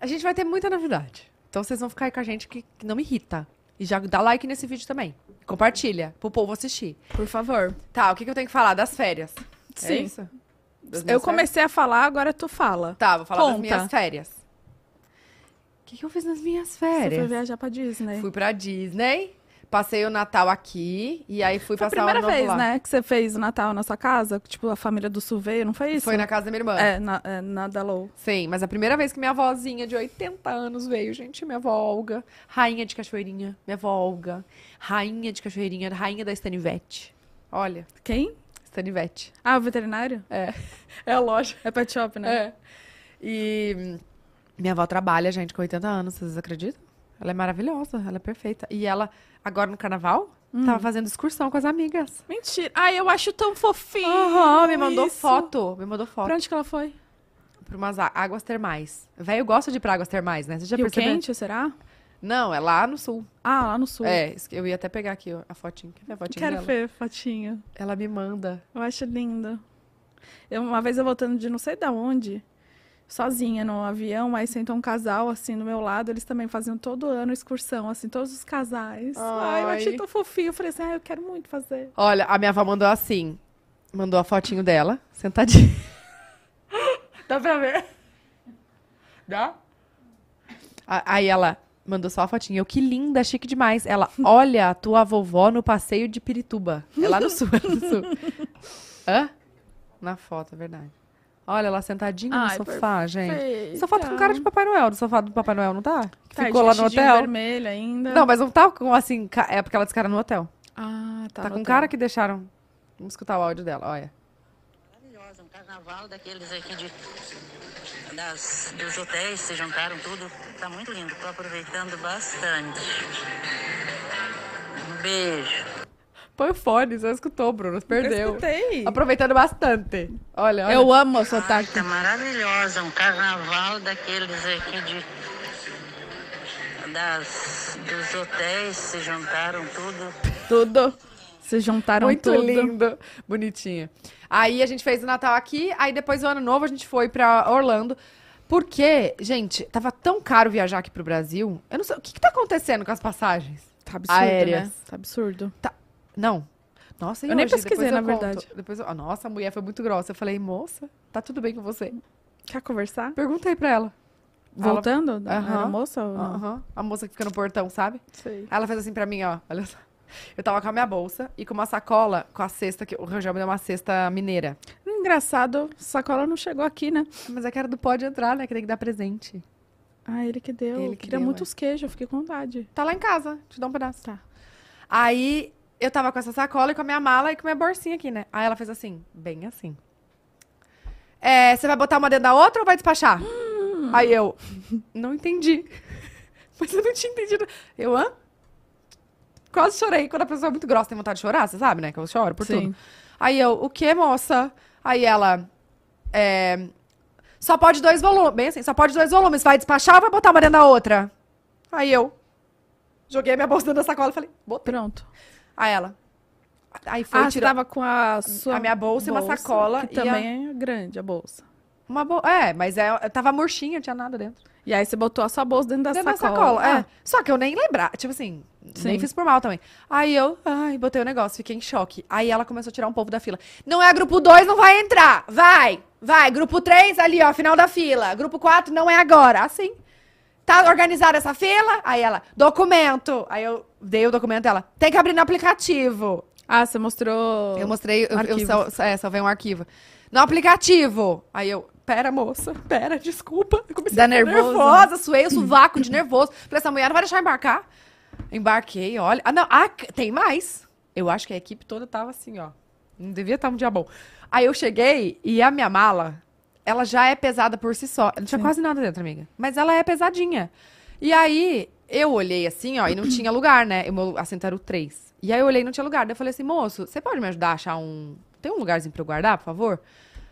Speaker 1: A gente vai ter muita novidade. Então vocês vão ficar aí com a gente que, que não me irrita. E já dá like nesse vídeo também. Compartilha pro povo assistir.
Speaker 2: Por favor.
Speaker 1: Tá, o que, que eu tenho que falar? Das férias. É
Speaker 2: Sim.
Speaker 1: isso? Das minhas
Speaker 2: eu
Speaker 1: férias?
Speaker 2: comecei a falar, agora tu fala.
Speaker 1: Tá, vou falar das
Speaker 2: Conta.
Speaker 1: minhas férias. O que, que eu fiz nas minhas
Speaker 2: Você foi
Speaker 1: férias?
Speaker 2: viajar pra Disney.
Speaker 1: Fui pra Disney, passei o Natal aqui e aí fui
Speaker 2: Foi a
Speaker 1: passar
Speaker 2: primeira
Speaker 1: o ano
Speaker 2: vez,
Speaker 1: lá.
Speaker 2: né, que você fez o Natal na sua casa? Tipo, a família do Suveio, não foi isso?
Speaker 1: Foi na casa da minha irmã.
Speaker 2: É, na, é, na Dalou.
Speaker 1: Sim, mas a primeira vez que minha avózinha de 80 anos veio, gente, minha avó Olga, rainha de cachoeirinha, minha avó Olga, rainha de cachoeirinha, rainha da Stanivete. Olha,
Speaker 2: Quem?
Speaker 1: Stanivete.
Speaker 2: Ah, o veterinário?
Speaker 1: É a loja.
Speaker 2: É pet shop, né?
Speaker 1: É. E hum, minha avó trabalha, gente, com 80 anos, vocês acreditam? Ela é maravilhosa, ela é perfeita. E ela, agora no carnaval,
Speaker 2: Hum.
Speaker 1: tava fazendo excursão com as amigas.
Speaker 2: Mentira. Ai, eu acho tão fofinho.
Speaker 1: Aham, me mandou
Speaker 2: isso.
Speaker 1: foto, me mandou foto.
Speaker 2: Pra onde que ela foi?
Speaker 1: Pra umas á- águas termais. Velho gosta de ir pra águas termais, né? Você já
Speaker 2: Rio
Speaker 1: percebeu?
Speaker 2: Quente, será?
Speaker 1: Não, é lá no sul.
Speaker 2: Ah, lá no sul.
Speaker 1: É, isso que eu ia até pegar aqui ó, a fotinha. Quer ver a fotinha
Speaker 2: Quero
Speaker 1: dela?
Speaker 2: ver fotinho.
Speaker 1: Ela me manda.
Speaker 2: Eu acho linda. Eu, uma vez eu voltando de não sei da onde, sozinha no avião, aí sentou um casal assim do meu lado, eles também faziam todo ano excursão, assim, todos os casais. Ai, eu
Speaker 1: Ai.
Speaker 2: achei tão fofinho. Eu falei assim, ai, eu quero muito fazer.
Speaker 1: Olha, a minha avó mandou assim. Mandou a fotinho dela, sentadinha. Dá pra ver? Dá? A- Aí ela mandou só a fotinha. Eu, que linda, chique demais. Ela, olha a tua vovó no passeio de Pirituba. É lá no sul, é no sul. Hã? Na foto, é verdade. Olha ela sentadinha
Speaker 2: Ai,
Speaker 1: no sofá, gente. Só falta com
Speaker 2: Perfeita.
Speaker 1: cara de Papai Noel. No sofá do Papai Noel, não tá? Que
Speaker 2: Tá,
Speaker 1: ficou lá no
Speaker 2: vestidinho
Speaker 1: hotel.
Speaker 2: vermelho ainda.
Speaker 1: Não, mas não tá com assim. ca- É porque ela descara no hotel.
Speaker 2: Ah, tá.
Speaker 1: Tá,
Speaker 2: no
Speaker 1: com
Speaker 2: hotel.
Speaker 1: cara que deixaram. Vamos escutar o áudio dela, olha.
Speaker 3: Maravilhosa, um carnaval daqueles aqui de, das, dos hotéis, se juntaram tudo. Tá muito lindo, tô aproveitando bastante. Um beijo.
Speaker 1: Põe o fone, você escutou, Bruno.
Speaker 2: Eu
Speaker 1: Perdeu.
Speaker 2: escutei.
Speaker 1: Aproveitando bastante. Olha, olha.
Speaker 2: Eu amo o seu
Speaker 3: Ai,
Speaker 2: ataque.
Speaker 3: tá maravilhosa, um carnaval daqueles aqui de, das, dos hotéis, se juntaram tudo.
Speaker 2: Tudo. Se juntaram
Speaker 1: Muito
Speaker 2: tudo.
Speaker 1: lindo. Bonitinha. Aí a gente fez o Natal aqui, aí depois o ano novo a gente foi pra Orlando. Porque, gente, tava tão caro viajar aqui pro Brasil. Eu não sei, o que que tá acontecendo com as passagens?
Speaker 2: Tá absurdo,
Speaker 1: Aéreas.
Speaker 2: né? Tá absurdo.
Speaker 1: Não. Nossa, e
Speaker 2: Eu nem
Speaker 1: hoje? Depois
Speaker 2: pesquisei,
Speaker 1: eu
Speaker 2: na
Speaker 1: conto.
Speaker 2: verdade.
Speaker 1: Depois eu- Ah, Nossa, a mulher foi muito grossa. Eu falei, moça, tá tudo bem com você?
Speaker 2: Quer conversar?
Speaker 1: Perguntei pra ela.
Speaker 2: Voltando da
Speaker 1: Aham.
Speaker 2: aeromoça ou não?
Speaker 1: Aham. A moça que fica no portão, sabe?
Speaker 2: Sei.
Speaker 1: Aí Ela fez assim pra mim, ó. Olha só. Eu tava com a minha bolsa e com uma sacola, com a cesta, que o Rangel me deu uma cesta mineira.
Speaker 2: Engraçado, sacola não chegou aqui, né?
Speaker 1: Mas é que era do pode entrar, né? Que tem que dar presente.
Speaker 2: Ah, ele que deu.
Speaker 1: Ele
Speaker 2: Ele
Speaker 1: que
Speaker 2: queria
Speaker 1: deu, é.
Speaker 2: muito os queijos, eu fiquei com vontade.
Speaker 1: Tá lá em casa, te dá um pedaço.
Speaker 2: Tá.
Speaker 1: Aí eu tava com essa sacola e com a minha mala e com a minha bolsinha aqui, né? Aí ela fez assim, bem assim. É, você vai botar uma dentro da outra ou vai despachar? Aí eu, não entendi. Mas eu não tinha entendido. Eu, hã? Quase chorei. Quando a pessoa é muito grossa, tem vontade de chorar, você sabe, né? Que eu choro por
Speaker 2: Sim.
Speaker 1: tudo. Aí eu, o que, moça? Aí ela, é, só pode dois volumes. Bem assim, só pode dois volumes. Vai despachar ou vai botar uma dentro da outra? Aí eu, joguei minha bolsa dentro da sacola e falei, botei.
Speaker 2: Pronto.
Speaker 1: Aí ela, Aí foi
Speaker 2: Ah, você
Speaker 1: tirar
Speaker 2: tava com a sua
Speaker 1: a minha bolsa e uma sacola
Speaker 2: Que
Speaker 1: e a-
Speaker 2: também é grande, a bolsa.
Speaker 1: uma bo... É, mas é, tava murchinha, não tinha nada dentro.
Speaker 2: E aí você botou a sua bolsa dentro da
Speaker 1: dentro
Speaker 2: sacola.
Speaker 1: da sacola.
Speaker 2: Ah,
Speaker 1: É. Só que eu nem lembrava. Tipo assim,
Speaker 2: Sim.
Speaker 1: nem fiz por mal também. Aí eu, ai, botei o negócio, fiquei em choque. Aí ela começou a tirar um povo da fila. Não é grupo 2, não vai entrar. Vai, vai. Grupo 3 ali, ó, final da fila. Grupo 4 não é agora. Assim. Tá organizada essa fila? Aí ela, documento. Aí eu dei o documento ela, tem que abrir no aplicativo.
Speaker 2: Ah, você mostrou.
Speaker 1: Eu mostrei, eu, eu
Speaker 2: Arquivos.
Speaker 1: sal, é, salvei um arquivo. No aplicativo. Aí eu, pera, moça, pera, desculpa. Eu comecei
Speaker 2: Dá
Speaker 1: a ficar
Speaker 2: nervoso, né?
Speaker 1: nervosa, suei o sovaco de nervoso. Falei, essa mulher não vai deixar embarcar. Embarquei, olha. Ah, não, ah, c- tem mais. Eu acho que a equipe toda tava assim, ó. Não devia estar um dia bom. Aí eu cheguei e a minha mala, ela já é pesada por si só. Não tinha quase nada dentro, amiga. Mas ela é pesadinha. E aí, eu olhei assim, ó, e não tinha lugar, né? O meu assento era o 3. E aí eu olhei e não tinha lugar. Daí eu falei assim, moço, você pode me ajudar a achar um. Tem um lugarzinho pra eu guardar, por favor?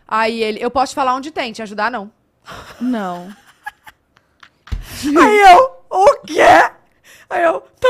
Speaker 1: Aí ele, eu posso te falar onde tem, te ajudar não.
Speaker 2: Não.
Speaker 1: Aí eu, o quê? Aí eu, tá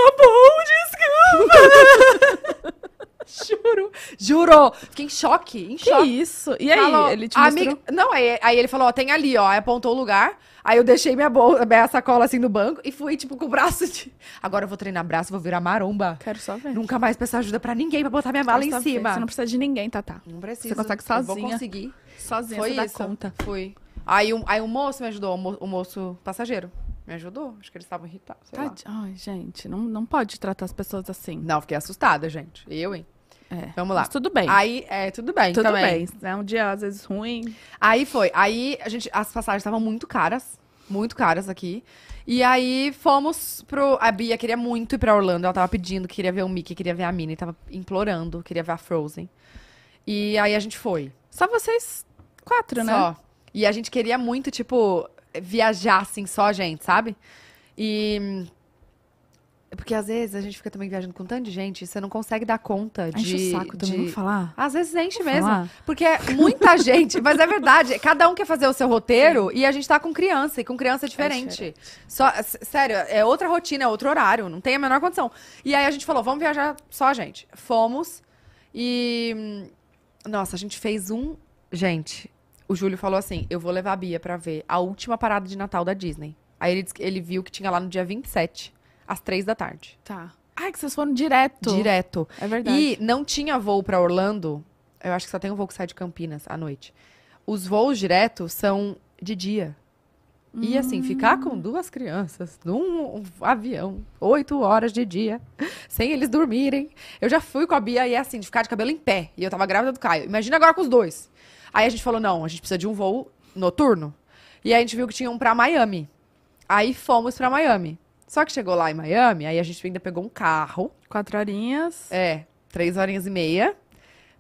Speaker 1: bom, desculpa. Juro. Juro. Fiquei em choque, em
Speaker 2: Que
Speaker 1: choque.
Speaker 2: isso? E aí,
Speaker 1: Falou,
Speaker 2: ele te
Speaker 1: "Amiga-"
Speaker 2: mostrou?
Speaker 1: Não, aí, aí ele falou, ó, tem ali, ó. Aí apontou o lugar. Aí eu deixei minha, bolsa, minha sacola assim no banco e fui, tipo, com o braço de... Agora eu vou treinar braço, vou virar maromba.
Speaker 2: Quero só ver.
Speaker 1: Nunca mais peço ajuda pra ninguém pra botar minha mala em
Speaker 2: Quero só ver.
Speaker 1: cima.
Speaker 2: Você não precisa de ninguém, tá, Tatá.
Speaker 1: Não preciso.
Speaker 2: Você consegue
Speaker 1: eu vou
Speaker 2: sozinha.
Speaker 1: conseguir.
Speaker 2: Sozinha
Speaker 1: Foi
Speaker 2: você
Speaker 1: isso.
Speaker 2: dá conta.
Speaker 1: Fui. Aí um, aí um moço me ajudou, um mo- um moço passageiro. Me ajudou. Acho que eles estavam irritados, sei lá.
Speaker 2: Tadi- Tá Ai, gente, não, não pode tratar as pessoas assim.
Speaker 1: Não, fiquei assustada, gente. Eu, hein?
Speaker 2: É.
Speaker 1: Vamos lá.
Speaker 2: Mas tudo bem.
Speaker 1: Aí, é, tudo bem
Speaker 2: tudo
Speaker 1: também.
Speaker 2: bem. É um dia, às vezes, ruim.
Speaker 1: Aí foi. Aí a gente, as passagens estavam muito caras. Muito caras aqui. E aí fomos pro. A Bia queria muito ir pra Orlando. Ela tava pedindo, queria ver o Mickey, queria ver a Minnie. Tava implorando, queria ver a Frozen. E aí a gente foi.
Speaker 2: Só vocês quatro, né?
Speaker 1: Só. E a gente queria muito, tipo, viajar assim, só a gente, sabe? E. hum, Porque às vezes a gente fica também viajando com tanta gente e você não consegue dar conta de.
Speaker 2: Enche o saco também,
Speaker 1: de-
Speaker 2: vamos falar?
Speaker 1: Às vezes enche
Speaker 2: Vamos
Speaker 1: mesmo.
Speaker 2: falar?
Speaker 1: Porque é muita gente, mas é verdade, cada um quer fazer o seu roteiro e a gente tá com criança, e com criança é diferente. Só, s- sério, é outra rotina, é outro horário, não tem a menor condição. E aí a gente falou, vamos viajar só a gente. Fomos e. hum, Nossa, a gente fez um. Gente, o Júlio falou assim: eu vou levar a Bia pra ver a última parada de Natal da Disney. Aí ele, disse que ele viu que tinha lá no dia 27, às três da tarde.
Speaker 2: Tá. Ai, que vocês foram direto.
Speaker 1: Direto.
Speaker 2: É verdade.
Speaker 1: E não tinha voo pra Orlando. Eu acho que só tem um voo que sai de Campinas à noite. Os voos diretos são de dia. E assim, ficar com duas crianças num avião, oito horas de dia, sem eles dormirem. Eu já fui com a Bia e é assim, de ficar de cabelo em pé. E eu tava grávida do Caio. Imagina agora com os dois. Aí a gente falou: não, a gente precisa de um voo noturno. E aí a gente viu que tinha um pra Miami. Aí fomos pra Miami. Só que chegou lá em Miami, aí a gente ainda pegou um carro.
Speaker 2: Quatro horinhas.
Speaker 1: É, três horinhas e meia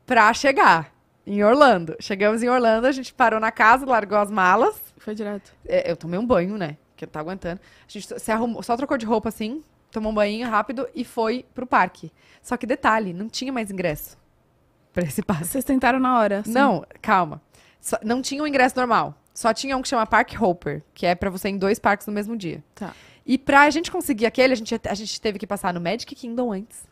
Speaker 1: pra chegar em Orlando. Chegamos em Orlando, a gente parou na casa, largou as malas.
Speaker 2: Foi direto.
Speaker 1: É, eu tomei um banho, né? Que eu não tá aguentando. A gente se arrumou, só trocou de roupa assim, tomou um banho rápido e foi pro parque. Só que detalhe, não tinha mais ingresso pra esse passe.
Speaker 2: Vocês tentaram na hora. assim.
Speaker 1: Não, calma. Só- não tinha um ingresso normal. Só tinha um que chama Park Hopper, que é pra você ir em dois parques no mesmo dia.
Speaker 2: Tá.
Speaker 1: E pra gente conseguir aquele, a gente, a gente teve que passar no Magic Kingdom antes.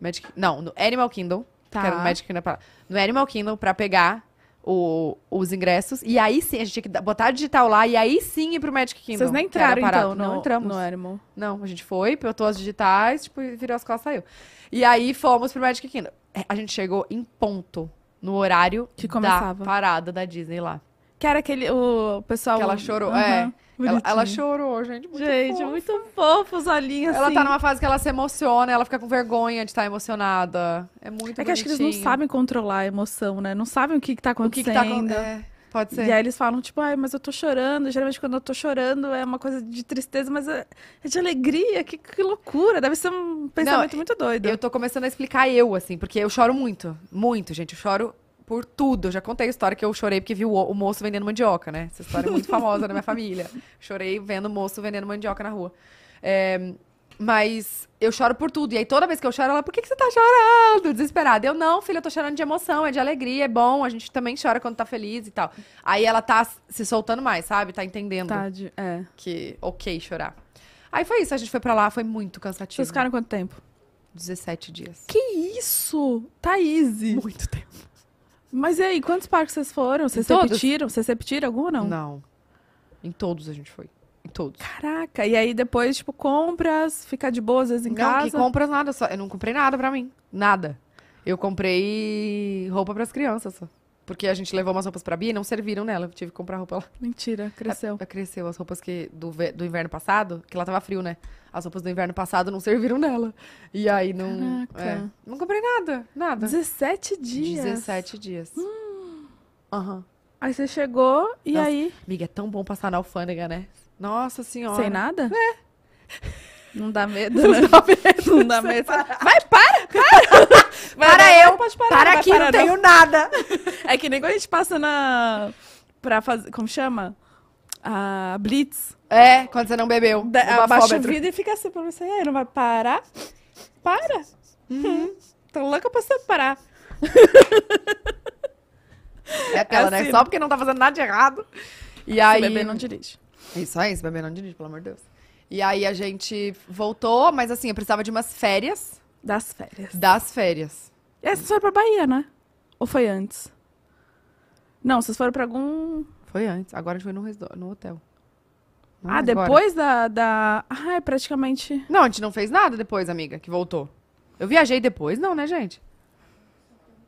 Speaker 1: Magic, não, no Animal Kingdom.
Speaker 2: Tá.
Speaker 1: Que era o Magic Kingdom. pra- No Animal Kingdom pra pegar o- os ingressos. E aí sim, a gente tinha que da- botar digital lá e aí sim ir pro Magic Kingdom.
Speaker 2: Vocês nem
Speaker 1: que era
Speaker 2: entraram,
Speaker 1: parado.
Speaker 2: então, no,
Speaker 1: Não entramos.
Speaker 2: no Animal.
Speaker 1: Não, a gente foi, pilotou as digitais, tipo, e virou as costas, saiu. E aí fomos pro Magic Kingdom. É, A gente chegou em ponto no horário
Speaker 2: Que
Speaker 1: da
Speaker 2: começava.
Speaker 1: parada da Disney lá.
Speaker 2: Que era aquele, o pessoal...
Speaker 1: Que ela chorou,
Speaker 2: Aham,
Speaker 1: é. Ela, ela
Speaker 2: bonitinho.
Speaker 1: chorou, gente. Muito
Speaker 2: Gente,
Speaker 1: fofo.
Speaker 2: muito fofo os olhinhos,
Speaker 1: Ela
Speaker 2: assim.
Speaker 1: tá numa fase que ela se emociona, ela fica com vergonha de estar emocionada. É muito
Speaker 2: É que acho que eles não
Speaker 1: bonitinho.
Speaker 2: sabem controlar a emoção, né? Não sabem o que, que tá
Speaker 1: o que, que tá
Speaker 2: acontecendo.
Speaker 1: acontecendo. É, pode ser.
Speaker 2: E aí eles falam, tipo, ai, mas eu tô chorando. Geralmente quando eu tô chorando é uma coisa de tristeza, mas é é de alegria. Que, que loucura. Deve ser um pensamento muito doido.
Speaker 1: Eu tô começando a explicar eu, assim, porque eu choro muito. Muito, gente. Eu choro por tudo. Eu já contei a história que eu chorei porque vi o, o moço vendendo mandioca, né? Essa história é muito famosa na minha família. Chorei vendo o moço vendendo mandioca na rua. É, mas eu choro por tudo. E aí toda vez que eu choro, ela, por que, que você tá chorando? Desesperada. Eu, não, filha, eu tô chorando de emoção, é de alegria, é bom. A gente também chora quando tá feliz e tal. Aí ela tá se soltando mais, sabe? Tá entendendo
Speaker 2: Tá, de- é.
Speaker 1: que ok chorar. Aí foi isso, a gente foi pra lá, foi muito cansativo.
Speaker 2: Vocês ficaram quanto tempo?
Speaker 1: 17 dias.
Speaker 2: Que isso, Thaís.
Speaker 1: Muito tempo.
Speaker 2: Mas e aí, quantos parques vocês foram? Vocês
Speaker 1: Todos.
Speaker 2: repetiram? Vocês repetiram algum ou não?
Speaker 1: Não. Em todos a gente foi. Em todos.
Speaker 2: Caraca, e aí depois, tipo, compras, ficar de boas às vezes em
Speaker 1: não, que
Speaker 2: casa.
Speaker 1: compras nada. Só, eu não comprei nada pra mim. Nada. Eu comprei roupa pras crianças só. Porque a gente levou umas roupas pra Bia e não serviram nela. Eu tive que comprar roupa lá.
Speaker 2: Mentira, cresceu.
Speaker 1: Ela Cresceu as roupas que do, ve- do inverno passado, que lá tava frio, né? As roupas do inverno passado não serviram nela. E aí não. é,
Speaker 2: Caraca.
Speaker 1: não comprei nada. Nada.
Speaker 2: 17 dias.
Speaker 1: 17 dias. Aham.
Speaker 2: Aí você chegou e
Speaker 1: Nossa,
Speaker 2: aí.
Speaker 1: Amiga, é tão bom passar na alfândega, né? Nossa senhora.
Speaker 2: Sem nada? É. Não dá medo, né? Não dá medo. Vai, para! Para!
Speaker 1: Para
Speaker 2: Vai,
Speaker 1: eu!
Speaker 2: não pode parar,
Speaker 1: para
Speaker 2: não vai
Speaker 1: aqui, não
Speaker 2: parar,
Speaker 1: tenho nada!
Speaker 2: É que nem quando a gente passa na. Pra fazer. Como chama? A Blitz.
Speaker 1: É, quando você não bebeu.
Speaker 2: Da-
Speaker 1: o
Speaker 2: abaixa o
Speaker 1: bafômetro.
Speaker 2: vidro e fica assim pra você. E aí, não vai parar? Para! Hum, Tô louca pra você parar.
Speaker 1: É aquela,
Speaker 2: É assim.
Speaker 1: né? Só porque não tá fazendo nada de errado. E
Speaker 2: Aí...
Speaker 1: aí.
Speaker 2: Bebê não dirige.
Speaker 1: Isso aí, esse bebê não dirige, pelo amor de Deus. E aí a gente voltou, mas assim, eu precisava de umas férias
Speaker 2: Das férias.
Speaker 1: das férias.
Speaker 2: E aí, vocês foram pra Bahia, né? Ou foi antes? Não, vocês foram pra algum.
Speaker 1: Foi antes. Agora a gente foi no, resort- no hotel. Não, é
Speaker 2: ah,
Speaker 1: agora.
Speaker 2: depois da, da. Ah, é praticamente.
Speaker 1: Não, a gente não fez nada depois, amiga, que voltou. Eu viajei depois, não, né, gente?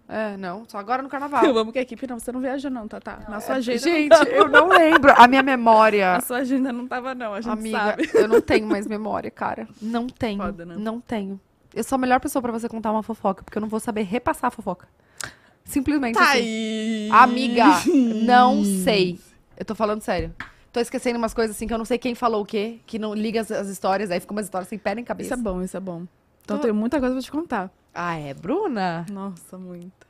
Speaker 1: É, não. Só agora no carnaval.
Speaker 2: Eu amo que a equipe não, você não viaja, não, tá? tá. Na sua agenda. não
Speaker 1: Gente,
Speaker 2: tava.
Speaker 1: eu não lembro. A minha memória.
Speaker 2: Na sua agenda não tava, não, a gente
Speaker 1: Amiga, tipo
Speaker 2: sabe.
Speaker 1: eu não tenho mais memória, cara. Não tenho.
Speaker 2: Foda, né?
Speaker 1: Não tenho. Eu sou a melhor pessoa pra você contar uma fofoca, porque eu não vou saber repassar a fofoca. Simplesmente assim.
Speaker 2: Tá aí.
Speaker 1: Amiga, não sei. Eu tô falando sério. Tô esquecendo umas coisas assim que eu não sei quem falou o quê, que não liga as, as histórias, aí fica umas histórias sem pé nem
Speaker 2: Isso
Speaker 1: cabeça.
Speaker 2: é bom, isso é bom. Então
Speaker 1: Tô-
Speaker 2: tenho muita coisa pra te contar.
Speaker 1: Ah, é, Bruna?
Speaker 2: Nossa, muita.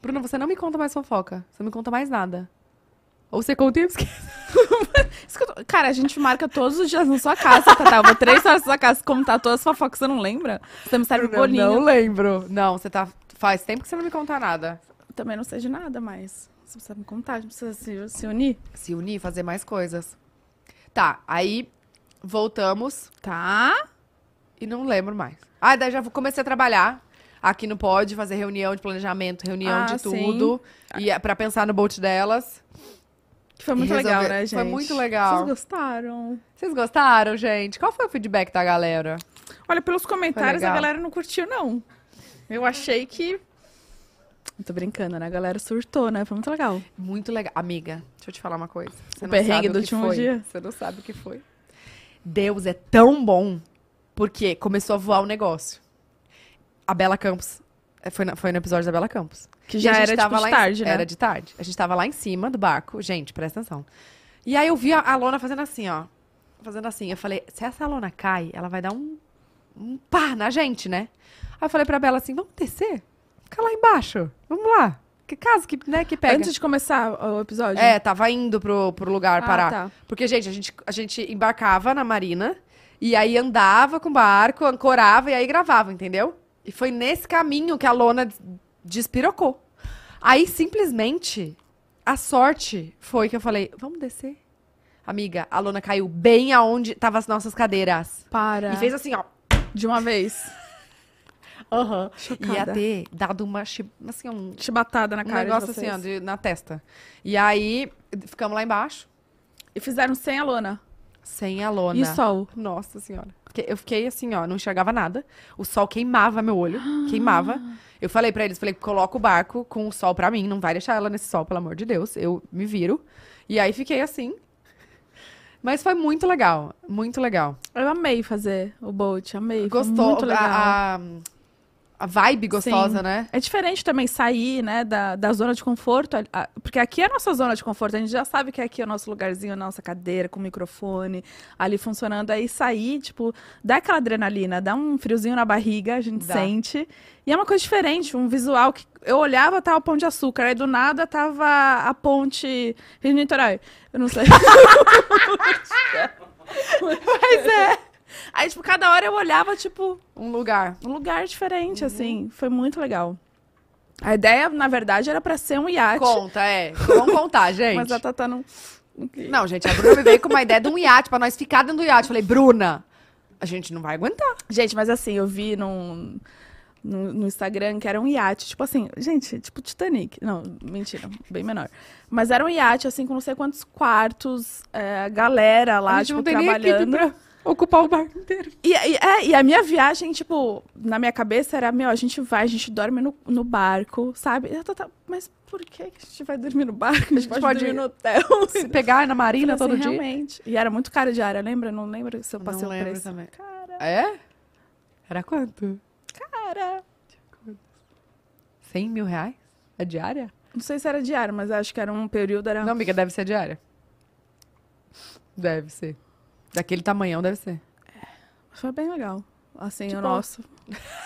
Speaker 1: Bruna, você não me conta mais fofoca. Você não me conta mais nada. Ou você conta e eu esqueço.
Speaker 2: Isso que eu tô- Cara, a gente marca todos os dias na sua casa, Tatá. Eu vou três horas na sua casa contar todas as fofocas, você não lembra? Você me serve
Speaker 1: Eu
Speaker 2: bolinho.
Speaker 1: não lembro. Não, você tá. Faz tempo que você não me conta nada.
Speaker 2: Também não sei de nada, mas você precisa me contar, a gente precisa se, se unir.
Speaker 1: se unir, fazer mais coisas. Tá, aí voltamos
Speaker 2: Tá?
Speaker 1: e não lembro mais. Ah, daí já comecei a trabalhar aqui no Pod, fazer reunião de planejamento, reunião
Speaker 2: Ah,
Speaker 1: de
Speaker 2: sim.
Speaker 1: tudo. E é pra pensar no bolt delas.
Speaker 2: Que foi muito
Speaker 1: E resolver-
Speaker 2: legal, né, gente?
Speaker 1: foi muito legal.
Speaker 2: Vocês gostaram?
Speaker 1: Vocês gostaram, gente? Qual foi o feedback da galera?
Speaker 2: Olha, pelos comentários, a
Speaker 1: legal.
Speaker 2: galera não curtiu, não. Eu achei que. Eu tô brincando, né? A galera surtou, né? Foi muito legal.
Speaker 1: Muito legal. Amiga, deixa eu te falar uma coisa. Você
Speaker 2: O
Speaker 1: não
Speaker 2: perrengue
Speaker 1: sabe
Speaker 2: do
Speaker 1: o que
Speaker 2: último
Speaker 1: foi.
Speaker 2: dia.
Speaker 1: Você não sabe o que foi. Deus é tão bom porque começou a voar o negócio. A Bela Campos. é, Foi, na- foi no episódio da Bela Campos.
Speaker 2: Que
Speaker 1: E
Speaker 2: já
Speaker 1: a gente
Speaker 2: era tipo,
Speaker 1: tava
Speaker 2: de
Speaker 1: lá em-
Speaker 2: tarde, né?
Speaker 1: Era de tarde. A gente tava lá em cima do barco. Gente, presta atenção. E aí eu vi a, a lona fazendo assim, ó. Fazendo assim. Eu falei, se essa lona cai, ela vai dar um, um pá na gente, né? Aí eu falei pra Bela assim, vamos descer? Fica lá embaixo. Vamos lá. Que caso que, né, que pega.
Speaker 2: Antes de começar o episódio?
Speaker 1: É, tava indo pro, pro lugar
Speaker 2: Ah,
Speaker 1: parar.
Speaker 2: tá.
Speaker 1: Porque, gente, a gente, a gente embarcava na marina e aí andava com o barco, ancorava e aí gravava, entendeu? E foi nesse caminho que a lona des- despirocou. Aí, simplesmente, a sorte foi que eu falei, vamos descer. Amiga, a lona caiu bem aonde estavam as nossas cadeiras.
Speaker 2: Para.
Speaker 1: E fez assim, ó.
Speaker 2: De uma vez.
Speaker 1: Ia
Speaker 2: Chocada.
Speaker 1: ter dado uma, chi- assim, um,
Speaker 2: Chibatada na
Speaker 1: um
Speaker 2: cara de
Speaker 1: negócio
Speaker 2: vocês.
Speaker 1: assim, ó, de- na testa. E aí, ficamos lá embaixo,
Speaker 2: E fizeram sem a lona.
Speaker 1: sem a lona.
Speaker 2: E sol.
Speaker 1: Nossa senhora. Fiquei- Eu fiquei assim, ó, não enxergava nada. O sol queimava meu olho, queimava. Eu falei pra eles, falei, coloca o barco com o sol pra mim, não vai deixar ela nesse sol, pelo amor de Deus. Eu me viro. E aí fiquei assim. Mas foi muito legal, muito legal.
Speaker 2: Eu amei fazer o Bolt, amei. Foi
Speaker 1: Gostou
Speaker 2: muito
Speaker 1: a-
Speaker 2: legal.
Speaker 1: a, a vibe gostosa,
Speaker 2: Sim.
Speaker 1: né?
Speaker 2: É diferente também sair, né, da, da zona de conforto, a- a- porque aqui é a nossa zona de conforto, a gente já sabe que aqui é o nosso lugarzinho, a nossa cadeira com microfone ali funcionando, aí sair, tipo, dá aquela adrenalina, dá um friozinho na barriga, a gente
Speaker 1: Dá.
Speaker 2: sente, e é uma coisa diferente, um visual que eu olhava, tava o Pão de Açúcar, aí do nada tava a ponte Rio de Niterói, eu não sei. Mas é... Aí, tipo, cada hora eu olhava, tipo,
Speaker 1: Um lugar.
Speaker 2: um lugar
Speaker 1: Uhum.
Speaker 2: diferente, assim. Foi muito legal. A ideia, na verdade, era pra ser um iate.
Speaker 1: Conta, é. Vamos contar, gente.
Speaker 2: mas é a Tatá não.
Speaker 1: Não, gente, a Bruna me veio com uma ideia de um iate pra nós ficar dentro do iate. Falei, Bruna, a gente não vai aguentar.
Speaker 2: Gente, mas assim, eu vi num. no, no Instagram, que era um iate, tipo assim, gente, tipo Titanic. Não, mentira, bem menor. Mas era um iate, assim, com não sei quantos quartos, é, galera lá,
Speaker 1: a gente
Speaker 2: tipo,
Speaker 1: não tem nem
Speaker 2: trabalhando.
Speaker 1: equipe pra ocupar o barco inteiro.
Speaker 2: E, e- é, e a minha viagem, tipo, na minha cabeça era, meu, a gente vai, a gente dorme no, no barco, sabe? E eu tava, mas por que que a gente vai dormir no barco? A gente pode,
Speaker 1: pode
Speaker 2: dormir no hotel.
Speaker 1: Se pegar na marina
Speaker 2: Falei
Speaker 1: todo
Speaker 2: assim,
Speaker 1: dia.
Speaker 2: Realmente. E era muito caro de área, lembra? Não lembro se eu
Speaker 1: Não
Speaker 2: passei o
Speaker 1: lembro
Speaker 2: preço.
Speaker 1: também.
Speaker 2: Cara,
Speaker 1: É? Era quanto?
Speaker 2: cara.
Speaker 1: 100 mil reais? É diária?
Speaker 2: Não sei se era diário, mas acho que era um período, era...
Speaker 1: Não, amiga, deve ser diária. Deve ser. Daquele tamanhão deve ser.
Speaker 2: Foi bem legal. Assim,
Speaker 1: Tipo-
Speaker 2: o nosso.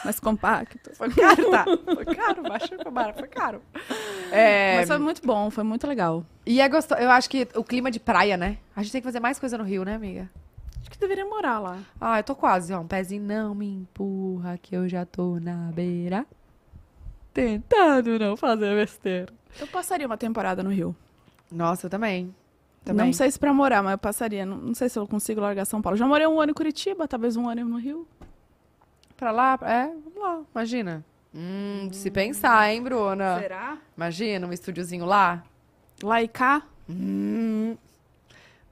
Speaker 2: Mais compacto.
Speaker 1: Foi caro, tá? Foi caro, baixa Mara, foi caro.
Speaker 2: Mas foi muito bom, foi muito legal.
Speaker 1: É, E é gostoso. Eu acho que o clima de praia, né? A gente tem que fazer mais coisa no Rio, né, amiga?
Speaker 2: Acho que deveria morar lá.
Speaker 1: Ah, eu tô quase, ó. Um pezinho não me empurra, que eu já tô na beira. Tentando não fazer besteira.
Speaker 2: Eu passaria uma temporada no Rio.
Speaker 1: Nossa, eu também. Também.
Speaker 2: Não sei se pra morar, mas eu passaria. Não, não sei se eu consigo largar São Paulo. Já morei um ano em Curitiba, talvez um ano no Rio.
Speaker 1: Pra lá, é, vamos lá, imagina. Hum, de se pensar, hein, Bruna?
Speaker 2: Será?
Speaker 1: Imagina um estúdiozinho lá.
Speaker 2: Lá e cá.
Speaker 1: Hum.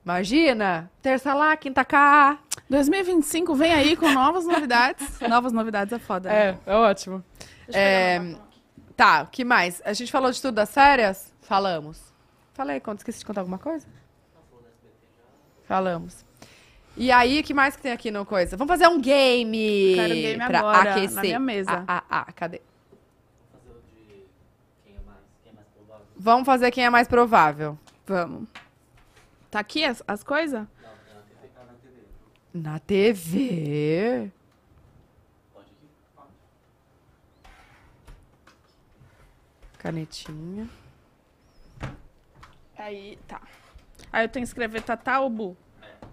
Speaker 1: Imagina, terça lá, quinta cá.
Speaker 2: 2025 vem aí com novas novidades. novas novidades é foda. né?
Speaker 1: é ótimo. É, tá, o que mais? A gente falou de tudo das férias? Falamos. Falei, quando esqueci de contar alguma coisa? Falamos. E aí, o que mais que tem aqui no coisa? Vamos fazer um game.
Speaker 2: Quero um game
Speaker 1: pra
Speaker 2: agora, na
Speaker 1: aquecer.
Speaker 2: minha mesa.
Speaker 1: Ah, ah, ah, cadê?
Speaker 4: fazer o de quem é mais, quem é mais provável.
Speaker 1: Vamos fazer quem é mais provável.
Speaker 2: Vamos. Tá aqui as, as coisas?
Speaker 4: Não, é na TV, tá na TV.
Speaker 1: Na TV?
Speaker 4: Pode ir.
Speaker 1: Canetinha.
Speaker 2: Aí, tá. Aí eu tenho que escrever Tatá ou Bu?
Speaker 4: É, Ou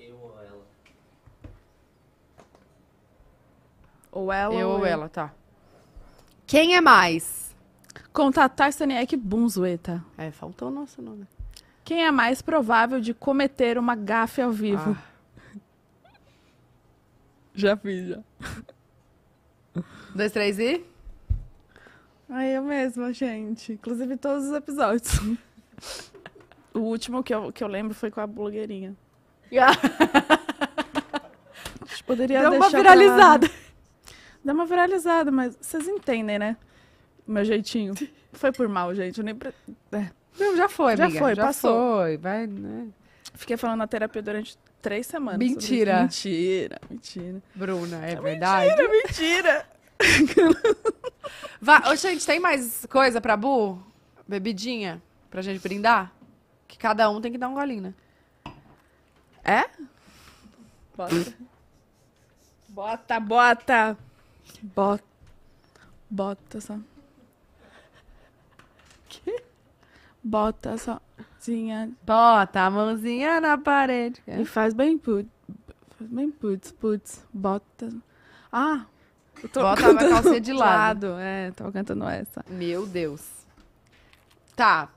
Speaker 4: eu ou ela.
Speaker 2: Ou ela
Speaker 1: eu ou ela, tá. Quem é mais?
Speaker 2: Com Tatá Staniek Bunzueta.
Speaker 1: É, faltou o nosso nome.
Speaker 2: Quem é mais provável de cometer uma gafe ao vivo? Ah, Já fiz, já.
Speaker 1: Um, dois, três e?
Speaker 2: Ai, Ah, eu mesma, gente. Inclusive todos os episódios. o último que eu, que eu lembro foi com a blogueirinha. A gente poderia
Speaker 1: Deu uma
Speaker 2: deixar pra lá, né?
Speaker 1: viralizada.
Speaker 2: Deu uma viralizada, mas vocês entendem, né? Meu jeitinho. Foi por mal, gente. Eu nem pre- é.
Speaker 1: Não, já foi,
Speaker 2: Já
Speaker 1: amiga.
Speaker 2: foi, passou.
Speaker 1: foi, vai, né?
Speaker 2: Fiquei falando na terapia durante três semanas. sobre isso.
Speaker 1: Mentira.
Speaker 2: Mentira, mentira.
Speaker 1: Bruna, é verdade?
Speaker 2: É mentira.
Speaker 1: Vai, ô, gente, tem mais coisa pra Bu? Bebidinha? Pra gente brindar? Que cada um tem que dar um golinho, né?
Speaker 2: É? Bota. Bota, bota. Bota. Bota só. Que? Bota sozinha
Speaker 1: Bota a mãozinha na parede.
Speaker 2: e faz bem putz. Faz bem putz, putz. Bota. Ah! Eu tô
Speaker 1: Bota a calcinha de
Speaker 2: pro
Speaker 1: lado.
Speaker 2: É, tô cantando essa.
Speaker 1: Meu Deus. Tá.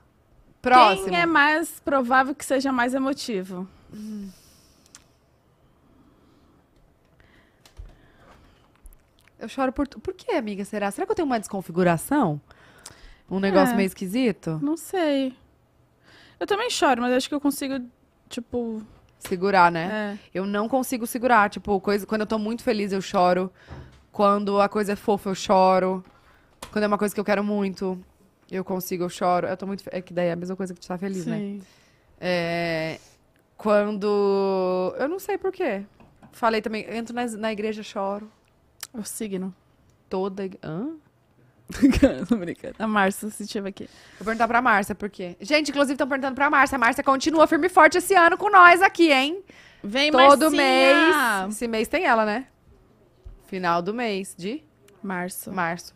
Speaker 1: Próximo.
Speaker 2: Quem é mais provável que seja mais emotivo?
Speaker 1: Eu choro por. tu- Por que, amiga? Será? Será que eu tenho uma desconfiguração? Um negócio
Speaker 2: É.
Speaker 1: meio esquisito?
Speaker 2: Não sei. Eu também choro, mas acho que eu consigo, tipo.
Speaker 1: Segurar, né?
Speaker 2: É.
Speaker 1: Eu não consigo segurar. Tipo, coisa... quando eu tô muito feliz, eu choro. Quando a coisa é fofa, eu choro. Quando é uma coisa que eu quero muito, eu consigo, eu choro. Eu tô muito. fe- É que daí é a mesma coisa que tu tá feliz, né?
Speaker 2: Sim.
Speaker 1: É, Quando. Eu não sei por quê. Falei também, entro nas- na igreja, choro.
Speaker 2: É O signo.
Speaker 1: Toda. ig- Hã?
Speaker 2: Tô brincando. A Márcia, se tiver aqui.
Speaker 1: Vou perguntar pra Márcia por quê. Gente, inclusive estão perguntando pra Márcia. A Márcia continua firme e forte esse ano com nós aqui, hein?
Speaker 2: Vem,
Speaker 1: Todo
Speaker 2: Marcinha!
Speaker 1: mês. Esse mês tem ela, né? Final do mês de
Speaker 2: Março.
Speaker 1: março.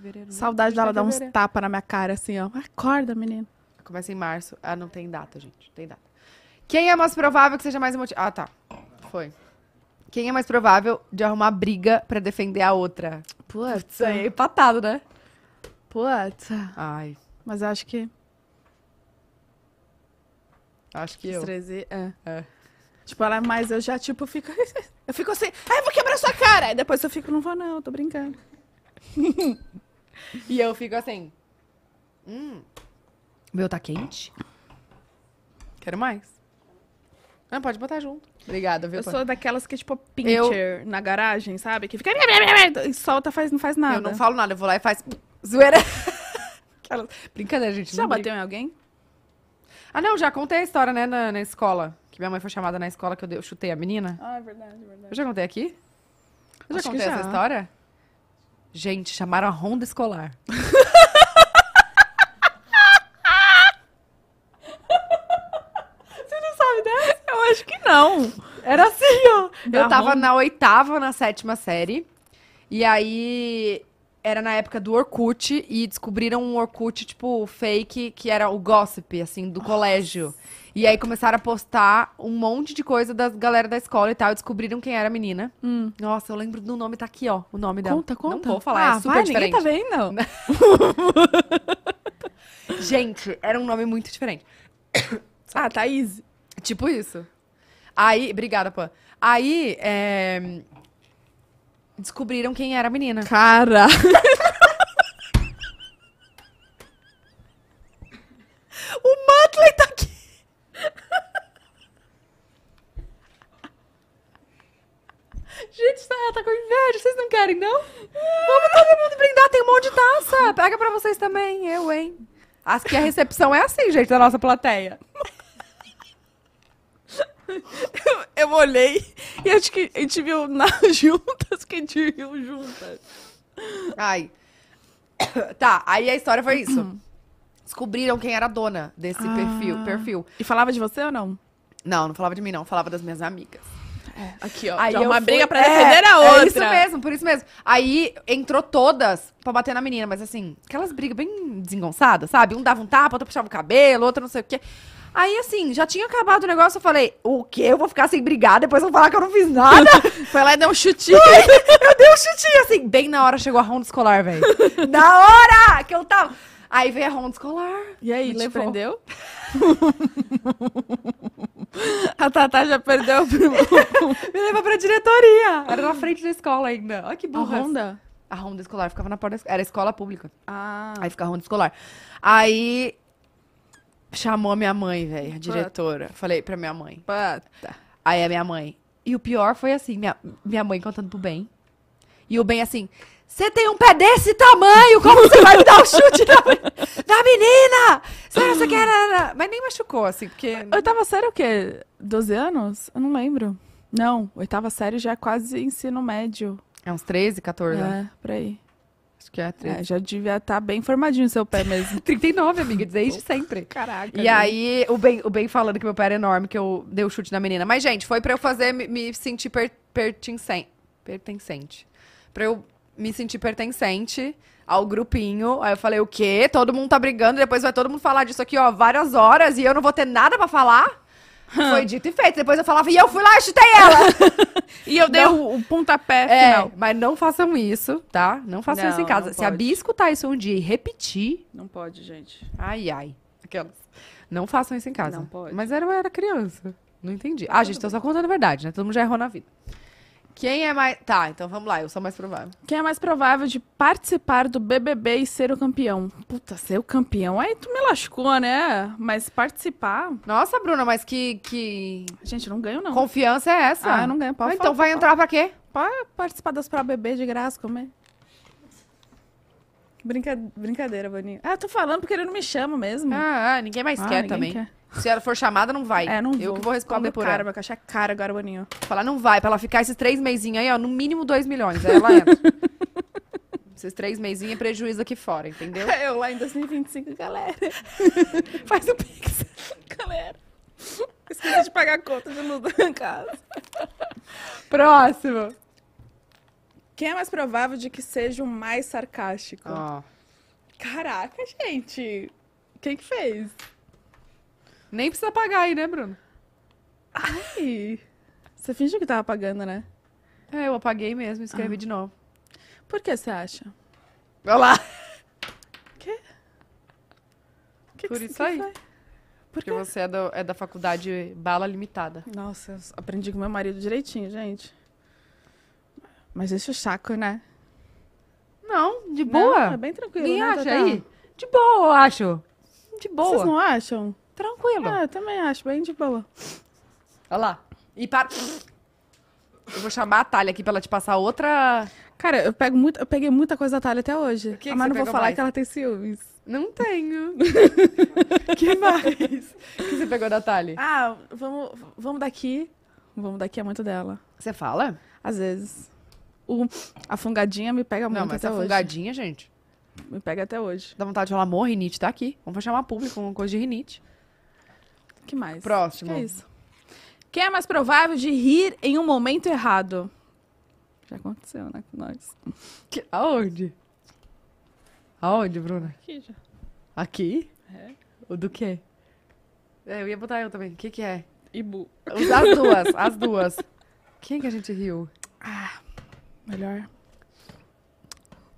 Speaker 1: né?
Speaker 2: Saudade dela dar uns
Speaker 1: Fevereiro.
Speaker 2: tapas na minha cara, assim, ó. Acorda, menino.
Speaker 1: Começa em março. Ah, não tem data, gente. Não tem data. Quem é mais provável que seja mais emotivo? Ah, tá. Foi. Quem é mais provável de arrumar briga pra defender a outra? Isso
Speaker 2: Puta.
Speaker 1: aí é empatado, né?
Speaker 2: Puta.
Speaker 1: Ai,
Speaker 2: Mas eu acho que...
Speaker 1: acho que
Speaker 2: os
Speaker 1: eu.
Speaker 2: 13, é.
Speaker 1: É.
Speaker 2: Tipo, ela é mais... Eu já, tipo, fico... Eu fico assim... Ai, eu vou quebrar sua cara! Aí depois eu fico... Não vou, não. Tô brincando.
Speaker 1: E eu fico assim. Hum. O meu tá quente? Quero mais. Ah, pode botar junto. Obrigada, viu?
Speaker 2: Eu
Speaker 1: Pan?
Speaker 2: sou daquelas que, tipo, pincher na garagem, sabe? Que fica. E solta, faz, não faz nada.
Speaker 1: Eu não falo nada, eu vou lá e faz. Zoeira. Aquelas- Brincadeira, gente.
Speaker 2: Já
Speaker 1: não brinca.
Speaker 2: bateu em alguém?
Speaker 1: Ah, não, já contei a história, né, na, na escola. Que minha mãe foi chamada na escola que eu, dei- eu chutei a menina.
Speaker 2: Ah, é verdade, é
Speaker 1: Eu
Speaker 2: verdade.
Speaker 1: já contei aqui? Eu já
Speaker 2: Acho que
Speaker 1: contei
Speaker 2: já.
Speaker 1: essa história? Gente, chamaram a ronda escolar.
Speaker 2: Você não sabe dessa? Eu acho que não.
Speaker 1: Era assim, ó.
Speaker 2: Da
Speaker 1: eu tava
Speaker 2: Honda.
Speaker 1: na oitava, ou na sétima série. E aí. Era na época do Orkut e descobriram um Orkut, tipo, fake, que era o gossip, assim, do colégio. E aí começaram a postar um monte de coisa das galera da escola e tal. E descobriram quem era a menina.
Speaker 2: Hum,
Speaker 1: Nossa, eu lembro do nome, tá aqui, ó. O nome dela.
Speaker 2: Conta, conta.
Speaker 1: Não vou falar,
Speaker 2: ah,
Speaker 1: é super
Speaker 2: vai,
Speaker 1: diferente.
Speaker 2: ninguém tá vendo.
Speaker 1: Gente, era um nome muito diferente.
Speaker 2: Ah, Thaís.
Speaker 1: Tipo isso. Aí, obrigada, Pan. Aí, é, descobriram quem era a menina.
Speaker 2: Cara.
Speaker 1: O Matley tá aqui. Gente, tá, tá com inveja. Vocês não querem, não? Vamos todo mundo brindar. Tem um monte de taça. Pega pra vocês também. Eu, hein? Acho que a recepção é assim, gente, da nossa plateia.
Speaker 2: Eu olhei e acho que a gente viu na, juntas que a gente viu juntas.
Speaker 1: Ai. Tá, aí a história foi isso. Descobriram quem era a dona desse perfil, perfil.
Speaker 2: E falava de você ou não?
Speaker 1: Não, não falava de mim, não. Falava das minhas amigas.
Speaker 2: É, Aqui, ó.
Speaker 1: Aí
Speaker 2: já
Speaker 1: eu
Speaker 2: uma
Speaker 1: fui-
Speaker 2: briga pra
Speaker 1: é,
Speaker 2: defender a outra.
Speaker 1: É isso mesmo, por isso mesmo. Aí entrou todas pra bater na menina, mas assim, aquelas brigas bem desengonçadas, sabe? Um dava um tapa, outro puxava o cabelo, outro não sei o quê. Aí, assim, já tinha acabado o negócio, eu falei, o quê? Eu vou ficar sem brigar, depois vão falar que eu não fiz nada.
Speaker 2: Foi lá e deu um chutinho.
Speaker 1: eu dei um chutinho, assim, bem na hora chegou a ronda escolar, velho. na hora que eu tava... Aí veio a ronda escolar.
Speaker 2: E aí,
Speaker 1: Me
Speaker 2: te
Speaker 1: levou.
Speaker 2: prendeu? a Tatá já perdeu o primeiro.
Speaker 1: Me levou pra diretoria. Era na frente da escola ainda. Olha que burra. A ronda escolar ficava na porta da escola. Era escola pública.
Speaker 2: Ah.
Speaker 1: Aí ficava ronda escolar. Aí chamou a minha mãe, velho, a diretora. Falei pra minha mãe.
Speaker 2: Pata.
Speaker 1: Aí a minha mãe. E o pior foi assim, minha, minha mãe contando pro bem. E o bem assim, você tem um pé desse tamanho, como você vai me dar um chute na, na menina? Você não sei o que era. Mas nem machucou, assim, porque.
Speaker 2: Oitava série é o quê? 12 anos? Eu não lembro. Não, oitava série já é quase ensino médio.
Speaker 1: É uns 13, 14. né?
Speaker 2: É, por aí.
Speaker 1: Acho que é 13.
Speaker 2: É, já devia estar bem formadinho o seu pé mesmo.
Speaker 1: 39, amiga, desde sempre.
Speaker 2: Caraca.
Speaker 1: E aí, o Ben, o ben falando que meu pé era enorme, que eu dei o chute na menina. Mas, gente, foi pra eu fazer me, me sentir per, pertincen- pertencente. Pra eu me sentir pertencente ao grupinho. Aí eu falei, o quê? Todo mundo tá brigando, depois vai todo mundo falar disso aqui, ó, várias horas, e eu não vou ter nada pra falar?
Speaker 2: Hum.
Speaker 1: Foi dito e feito. Depois eu falava, e eu fui lá e chutei ela!
Speaker 2: E eu dei
Speaker 1: Não.
Speaker 2: o, o pontapé
Speaker 1: É,
Speaker 2: final.
Speaker 1: mas não façam isso, tá? Não façam
Speaker 2: Não,
Speaker 1: isso em
Speaker 2: não
Speaker 1: casa. Se a
Speaker 2: pode.
Speaker 1: Bia escutar isso um dia e repetir,
Speaker 2: Não pode, gente.
Speaker 1: Ai, ai. Aquelas. Não façam isso em casa.
Speaker 2: Não pode.
Speaker 1: Mas era, eu era criança. Não entendi. Ah, gente, tô só contando a verdade, né? Todo mundo já errou na vida. Quem é mais. Tá, então vamos lá, eu sou mais provável.
Speaker 2: Quem é mais provável de participar do BBB e ser o campeão? Puta, ser o campeão? Aí tu me lascou, né? Mas participar?
Speaker 1: Nossa, Bruna, mas que, que
Speaker 2: Gente, eu não ganho, não.
Speaker 1: confiança é essa?
Speaker 2: Ah, eu não ganho. Pode
Speaker 1: Ah, Então
Speaker 2: falar,
Speaker 1: vai
Speaker 2: pode
Speaker 1: entrar pra quê?
Speaker 2: Pode participar das provas BBB de graça, comer. Brinca... Brincadeira, Boninho. Ah, eu tô falando porque ele não me chama mesmo.
Speaker 1: Ah, ah, ninguém mais
Speaker 2: Hum. Ah,
Speaker 1: quer
Speaker 2: ninguém
Speaker 1: também.
Speaker 2: quer.
Speaker 1: Se ela for chamada, não vai.
Speaker 2: É, não
Speaker 1: eu que vou responder
Speaker 2: Cobra
Speaker 1: por
Speaker 2: cara,
Speaker 1: ela.
Speaker 2: Meu cachê é cara agora, Boninho.
Speaker 1: Falar, não vai, pra ela ficar esses três meizinhos aí, ó, no mínimo dois milhões. Aí ela entra. esses três meizinhos é prejuízo aqui fora, entendeu?
Speaker 2: Eu lá em 2025, galera. Faz o Pix. galera. Esqueci de pagar a conta de luz da casa.
Speaker 1: Próximo.
Speaker 2: Quem é mais provável de que seja o mais sarcástico?
Speaker 1: Ó.
Speaker 2: Caraca, gente. Quem que fez?
Speaker 1: Nem precisa pagar aí, né, Bruno?
Speaker 2: Ai. Você fingiu que tava pagando, né?
Speaker 1: É, eu apaguei mesmo, escrevi de novo.
Speaker 2: Por que você acha?
Speaker 1: Ah. Olha lá.
Speaker 2: Que
Speaker 1: Por
Speaker 2: que
Speaker 1: isso
Speaker 2: que
Speaker 1: aí.
Speaker 2: foi? Por
Speaker 1: Porque
Speaker 2: quê?
Speaker 1: você é, do- é da faculdade Bala Limitada.
Speaker 2: Nossa, eu aprendi com meu marido direitinho, gente. Mas isso é chaco, né?
Speaker 1: Não, tá De
Speaker 2: Não, é
Speaker 1: boa?
Speaker 2: bem tranquilo,
Speaker 1: Me
Speaker 2: né,
Speaker 1: acha
Speaker 2: Tatá?
Speaker 1: aí? De boa, eu acho. De
Speaker 2: Vocês
Speaker 1: boa. Tá
Speaker 2: não acham?
Speaker 1: Tranquilo.
Speaker 2: Ah, eu também acho, bem de boa.
Speaker 1: Olha lá. E para. Eu vou chamar a Thalia aqui pra ela te passar outra.
Speaker 2: Cara, eu, pego muito, eu peguei muita coisa da Thalia até hoje.
Speaker 1: que que você
Speaker 2: mas não vou
Speaker 1: pegou
Speaker 2: falar
Speaker 1: mais?
Speaker 2: que ela tem ciúmes.
Speaker 1: Não tenho. que mais? O que você pegou da Thalia?
Speaker 2: Ah, vamos, vamos daqui. Vamos daqui é muito dela.
Speaker 1: Você fala?
Speaker 2: Às vezes. O, a fungadinha me pega muito
Speaker 1: Não, mas
Speaker 2: até
Speaker 1: essa
Speaker 2: hoje.
Speaker 1: fungadinha, gente.
Speaker 2: Me pega até hoje.
Speaker 1: Dá vontade de falar, amor, rinite tá aqui. Vamos chamar público, uma coisa de rinite.
Speaker 2: que mais?
Speaker 1: Próximo.
Speaker 2: Que é isso. Quem é mais provável de rir em um momento errado? Já aconteceu, né, com nós.
Speaker 1: Que- Aonde? Aonde, Bruna?
Speaker 2: Aqui já.
Speaker 1: Aqui? É. O do quê? É, eu ia botar eu também. O que que é?
Speaker 2: Ibu.
Speaker 1: Os- As duas, as duas. Quem que a gente riu?
Speaker 2: Melhor.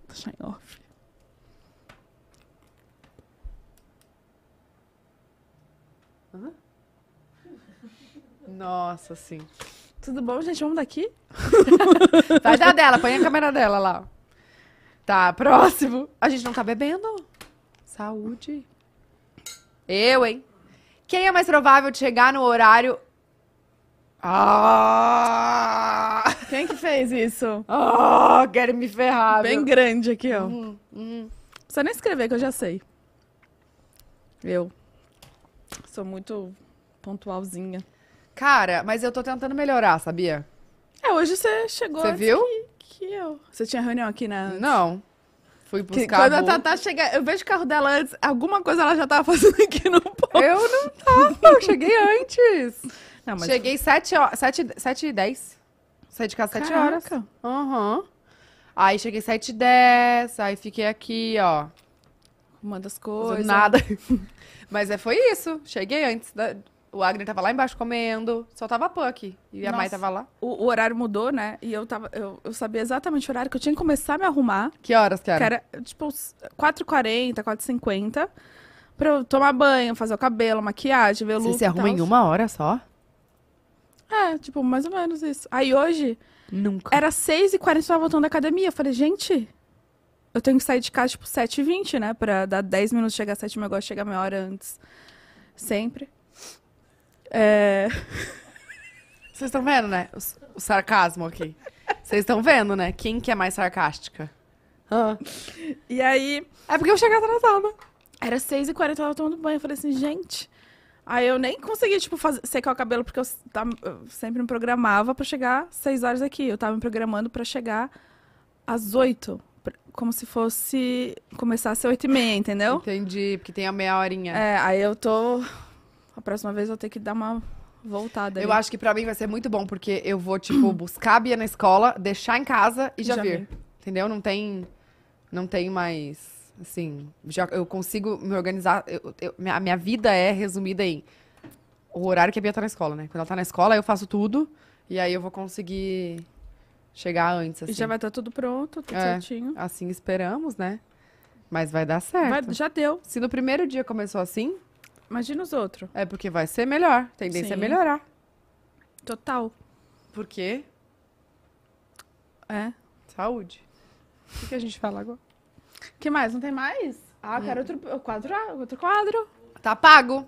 Speaker 2: Deixar em off.
Speaker 1: Nossa, sim.
Speaker 2: Tudo bom, gente? Vamos daqui?
Speaker 1: Vai dar dela, põe a câmera dela lá. Tá, próximo. A gente não tá bebendo? Saúde. Eu, hein? Quem é mais provável de chegar no horário? Ah!
Speaker 2: Quem que fez isso?
Speaker 1: Ah, querem me ferrar,
Speaker 2: Bem
Speaker 1: meu.
Speaker 2: grande aqui, ó. Não
Speaker 1: Uhum,
Speaker 2: precisa nem escrever, que eu já sei. Eu. Sou muito pontualzinha.
Speaker 1: Cara, mas eu tô tentando melhorar, sabia?
Speaker 2: É, hoje você chegou
Speaker 1: Você
Speaker 2: antes
Speaker 1: viu?
Speaker 2: que eu. Você tinha reunião aqui na...
Speaker 1: Não. Fui
Speaker 2: Que
Speaker 1: buscar.
Speaker 2: quando a
Speaker 1: voo.
Speaker 2: Tatá chega, eu vejo o carro dela antes, alguma coisa ela já tava fazendo aqui no ponto.
Speaker 1: Eu não tava, eu cheguei antes.
Speaker 2: Não, Ah, mas
Speaker 1: Cheguei sete horas. Sete, sete e dez. Saí de casa sete horas.
Speaker 2: Caraca.
Speaker 1: Aham. Aí cheguei 7 e 10, aí fiquei aqui, ó.
Speaker 2: Uma das
Speaker 1: Fazendo
Speaker 2: coisas.
Speaker 1: nada. Mas é, foi isso. Cheguei antes. Da... O Agner tava lá embaixo comendo. Só tava a Puck. E a Mai
Speaker 2: Nossa.
Speaker 1: tava lá.
Speaker 2: O, o horário mudou, né? E eu, tava, eu, eu sabia exatamente o horário que eu tinha que começar a me arrumar.
Speaker 1: Que horas que
Speaker 2: Que
Speaker 1: era?
Speaker 2: era, tipo, uns 4h40, 4h50. Pra eu tomar banho, fazer o cabelo, maquiagem, ver o look
Speaker 1: Você se
Speaker 2: e
Speaker 1: arruma em
Speaker 2: tal.
Speaker 1: uma hora só?
Speaker 2: É, tipo, mais ou menos isso. Aí hoje,
Speaker 1: Nunca.
Speaker 2: era 6h40, eu tava voltando da academia. Eu falei, gente, eu tenho que sair de casa, tipo, 7h20, né? Pra dar 10 minutos, chegar às 7h, eu gosto de chegar meia hora antes. Sempre. É...
Speaker 1: Vocês estão vendo, né? O, s- o sarcasmo aqui. Vocês estão vendo, né? Quem que é mais sarcástica? Hã?
Speaker 2: E aí,
Speaker 1: É porque eu cheguei atrasada.
Speaker 2: Era 6h40, eu tava tomando banho. Eu falei assim, gente. Aí eu nem consegui, tipo, fazer, secar o cabelo, porque eu, s- tava- eu sempre me programava pra chegar 6 horas aqui. Eu tava me programando pra chegar às 8. pra- Como se fosse. Começasse às 8h30, entendeu?
Speaker 1: Entendi, porque tem a meia horinha.
Speaker 2: É, aí eu tô. A próxima vez eu vou ter que dar uma voltada.
Speaker 1: Eu
Speaker 2: ali.
Speaker 1: acho que pra mim vai ser muito bom, porque eu vou, tipo, buscar a Bia na escola, deixar em casa e já,
Speaker 2: Já
Speaker 1: vir. Entendeu? Não tem. Não tem mais. Assim, já, eu consigo me organizar. eu- eu- minha- a minha vida é resumida em o horário que a Bia tá na escola, né? Quando ela tá na escola, eu faço tudo e aí eu vou conseguir chegar antes, assim.
Speaker 2: E já vai estar tudo pronto, tudo
Speaker 1: É.
Speaker 2: certinho.
Speaker 1: Assim esperamos, né? Mas vai dar
Speaker 2: Vai-
Speaker 1: certo.
Speaker 2: já deu.
Speaker 1: Se no primeiro dia começou assim,
Speaker 2: Imagina os outros.
Speaker 1: é porque vai ser melhor. A tendência é
Speaker 2: Sim.
Speaker 1: melhorar.
Speaker 2: Total.
Speaker 1: Porque
Speaker 2: É.
Speaker 1: saúde. O que que a gente fala agora?
Speaker 2: que mais? Não tem mais? Ah, quero outro quadro. ah, Outro quadro.
Speaker 1: Tá pago.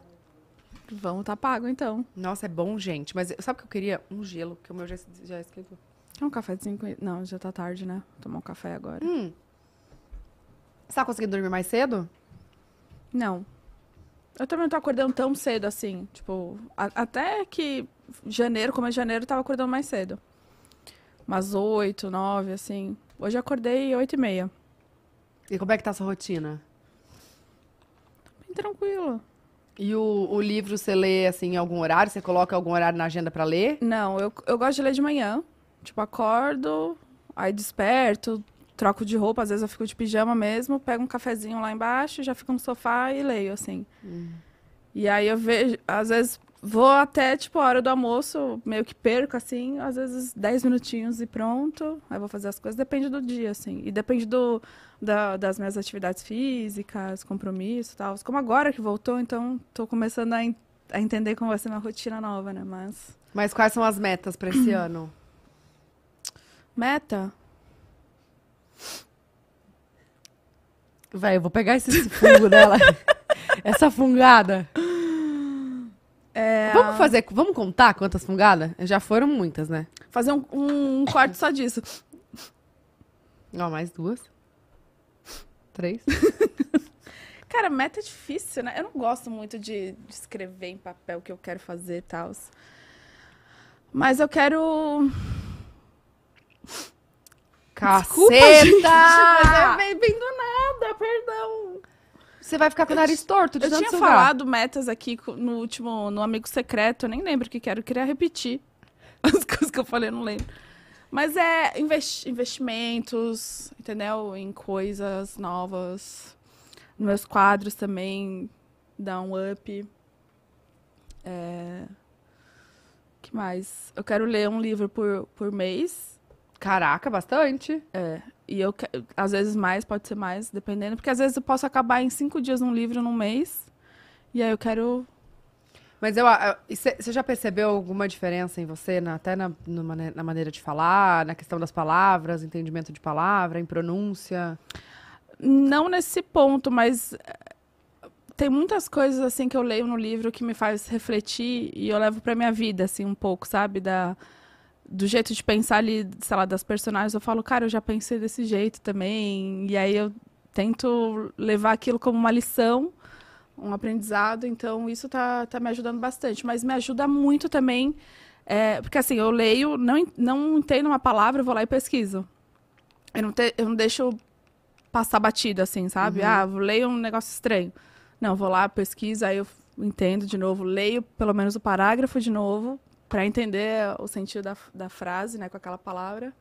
Speaker 2: Vamos tá pago, então.
Speaker 1: Nossa, é bom, gente. Mas eu- sabe o que eu queria? Um gelo, porque o meu já, es- já esquentou.
Speaker 2: Quer um cafezinho com... Não, já tá tarde, né? Vou Tomar um café agora.
Speaker 1: Hum. Você tá conseguindo dormir mais cedo?
Speaker 2: Não. Eu também não tô acordando tão cedo assim. Tipo, a- até que janeiro, começo de janeiro, eu tava acordando mais cedo. Umas oito, nove, assim. Hoje eu acordei oito e meia.
Speaker 1: E como é que tá a sua rotina?
Speaker 2: Bem tranquilo.
Speaker 1: E o, o livro você lê, assim, em algum horário? Você coloca algum horário na agenda pra ler?
Speaker 2: Não, eu, eu gosto de ler de manhã. Tipo, acordo, aí desperto, troco de roupa, às vezes eu fico de pijama mesmo, pego um cafezinho lá embaixo, já fico no sofá e leio, assim. E aí eu vejo, às vezes vou até, tipo, a hora do almoço, meio que perco, assim, às vezes 10 minutinhos e pronto, aí vou fazer as coisas, depende do dia, assim. E depende do, da- das minhas atividades físicas, compromisso e tal. Como agora que voltou, então tô começando a, en- a entender como vai ser minha rotina nova, né? Mas...
Speaker 1: Mas quais são as metas pra esse ano?
Speaker 2: Meta?
Speaker 1: Véi, eu vou pegar esse, esse fungo dela. Essa fungada. Vamos fazer, vamos contar quantas fungadas? Já foram muitas, né?
Speaker 2: Fazer um, um corte só disso.
Speaker 1: Ó, mais duas. Três.
Speaker 2: Cara, meta é difícil, né? Eu não gosto muito de, de escrever em papel o que eu quero fazer e tal. Mas eu quero. Desculpa, gente, mas é
Speaker 1: Caceta!
Speaker 2: bem- bem do nada, perdão.
Speaker 1: Você vai ficar com o nariz torto de
Speaker 2: Eu
Speaker 1: tanto
Speaker 2: tinha
Speaker 1: sugar.
Speaker 2: falado metas aqui co- no último, no Amigo Secreto, eu nem lembro o que que era, eu queria repetir as coisas que eu falei, eu não lembro. Mas é investi- investimentos, entendeu? Em coisas novas. Nos meus quadros também, dar um up. É, que mais? Eu quero ler um livro por, por mês.
Speaker 1: Caraca, bastante.
Speaker 2: E eu, que- às vezes mais, pode ser mais, dependendo. Porque às vezes eu posso acabar em cinco dias num livro, num mês. E aí eu quero
Speaker 1: Mas eu, você já percebeu alguma diferença em você, na- até na, no mane- na maneira de falar, na questão das palavras, entendimento de palavra, em pronúncia?
Speaker 2: Não nesse ponto, mas eh, tem muitas coisas assim que eu leio no livro que me faz refletir e eu levo pra minha vida assim um pouco, sabe, da do jeito de pensar ali, sei lá, das personagens, eu falo, cara, eu já pensei desse jeito também. E aí eu tento levar aquilo como uma lição, um aprendizado, então isso tá, tá me ajudando bastante, mas me ajuda muito também eh, porque assim, eu leio, não, en- não entendo uma palavra, eu vou lá e pesquiso. Eu não, te- eu não deixo passar batido, assim, sabe? Ah, vou- leio um negócio estranho. Não, vou lá, pesquiso, aí eu entendo de novo, leio pelo menos o parágrafo de novo, para entender o sentido da, da frase, né, com aquela palavra.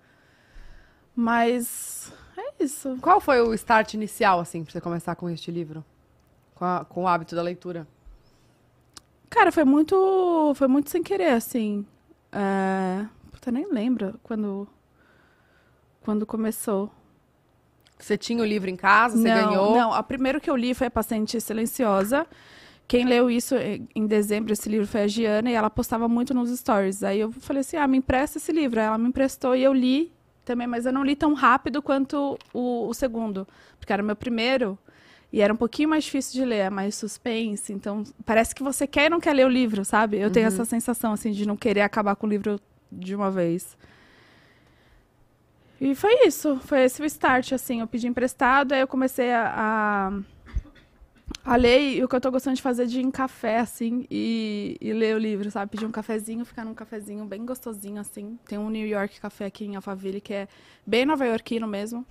Speaker 2: Mas é isso.
Speaker 1: Qual foi o start inicial, assim, pra você começar com este livro? Com, a- com o hábito da leitura?
Speaker 2: Cara, foi muito, foi muito sem querer, assim. É... Puta, nem lembro quando, quando começou.
Speaker 1: Você tinha o livro em casa, você
Speaker 2: não,
Speaker 1: ganhou?
Speaker 2: Não, a primeiro que eu li foi a Paciente Silenciosa. Quem leu isso eh, em dezembro, esse livro foi a Giana, e ela postava muito nos stories. Aí eu falei assim: ah, me empresta esse livro. Aí Ela me emprestou e eu li também, mas eu não li tão rápido quanto o, o segundo, porque era o meu primeiro. E era um pouquinho mais difícil de ler, é mais suspense. Então, parece que você quer e não quer ler o livro, sabe? Eu
Speaker 1: Uhum.
Speaker 2: tenho essa sensação, assim, de não querer acabar com o livro de uma vez. E foi isso, foi esse o start, assim, eu pedi emprestado, aí eu comecei a, a, a ler, e o que eu tô gostando de fazer é de ir em café, assim, e, e ler o livro, sabe? Pedir um cafezinho, ficar num cafezinho bem gostosinho, assim. Tem um New York Café aqui em Alphaville, que é bem nova-iorquino mesmo,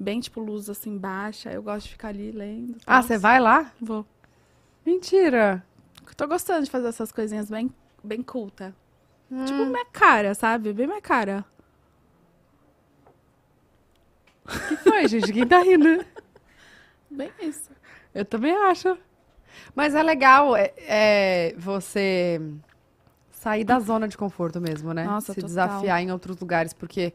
Speaker 2: bem, tipo, luz, assim, baixa, eu gosto de ficar ali lendo.
Speaker 1: Ah,
Speaker 2: tal.
Speaker 1: você vai lá?
Speaker 2: Vou.
Speaker 1: Mentira!
Speaker 2: Eu tô gostando de fazer essas coisinhas bem, bem culta.
Speaker 1: Hum.
Speaker 2: Tipo, minha cara, sabe? Bem minha cara.
Speaker 1: que foi, gente? Quem tá rindo?
Speaker 2: Bem isso.
Speaker 1: Eu também acho. Mas é legal é, é, você sair da zona de conforto mesmo, né?
Speaker 2: Nossa,
Speaker 1: Se
Speaker 2: total.
Speaker 1: desafiar em outros lugares, porque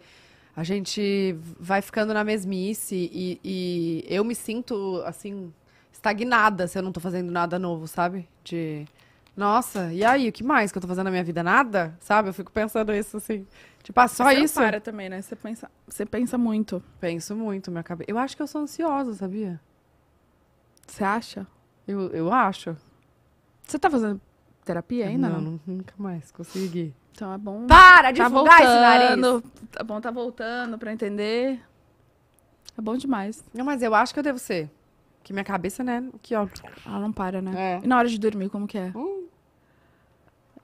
Speaker 1: a gente vai ficando na mesmice e, e eu me sinto, assim, estagnada se eu não tô fazendo nada novo, sabe? De, nossa, e aí, o que mais que eu tô fazendo na minha vida? Nada? Sabe? Eu fico pensando isso, assim. Tipo, ah, só
Speaker 2: Você não
Speaker 1: isso?
Speaker 2: para também, né? Você pensa, você pensa muito.
Speaker 1: Penso muito, minha cabeça. Eu acho que eu sou ansiosa, sabia?
Speaker 2: Você acha?
Speaker 1: Eu, eu acho.
Speaker 2: Você tá fazendo terapia ainda?
Speaker 1: não, nu- nunca mais consegui.
Speaker 2: Então é bom.
Speaker 1: Para de
Speaker 2: tá
Speaker 1: fugar esse nariz!
Speaker 2: voltando. Tá bom, tá voltando pra entender. É bom demais.
Speaker 1: Não, mas eu acho que eu devo ser. Que minha cabeça, né? Que ó.
Speaker 2: Ela não para, né?
Speaker 1: É.
Speaker 2: E na hora de dormir, como que é?
Speaker 1: Hum.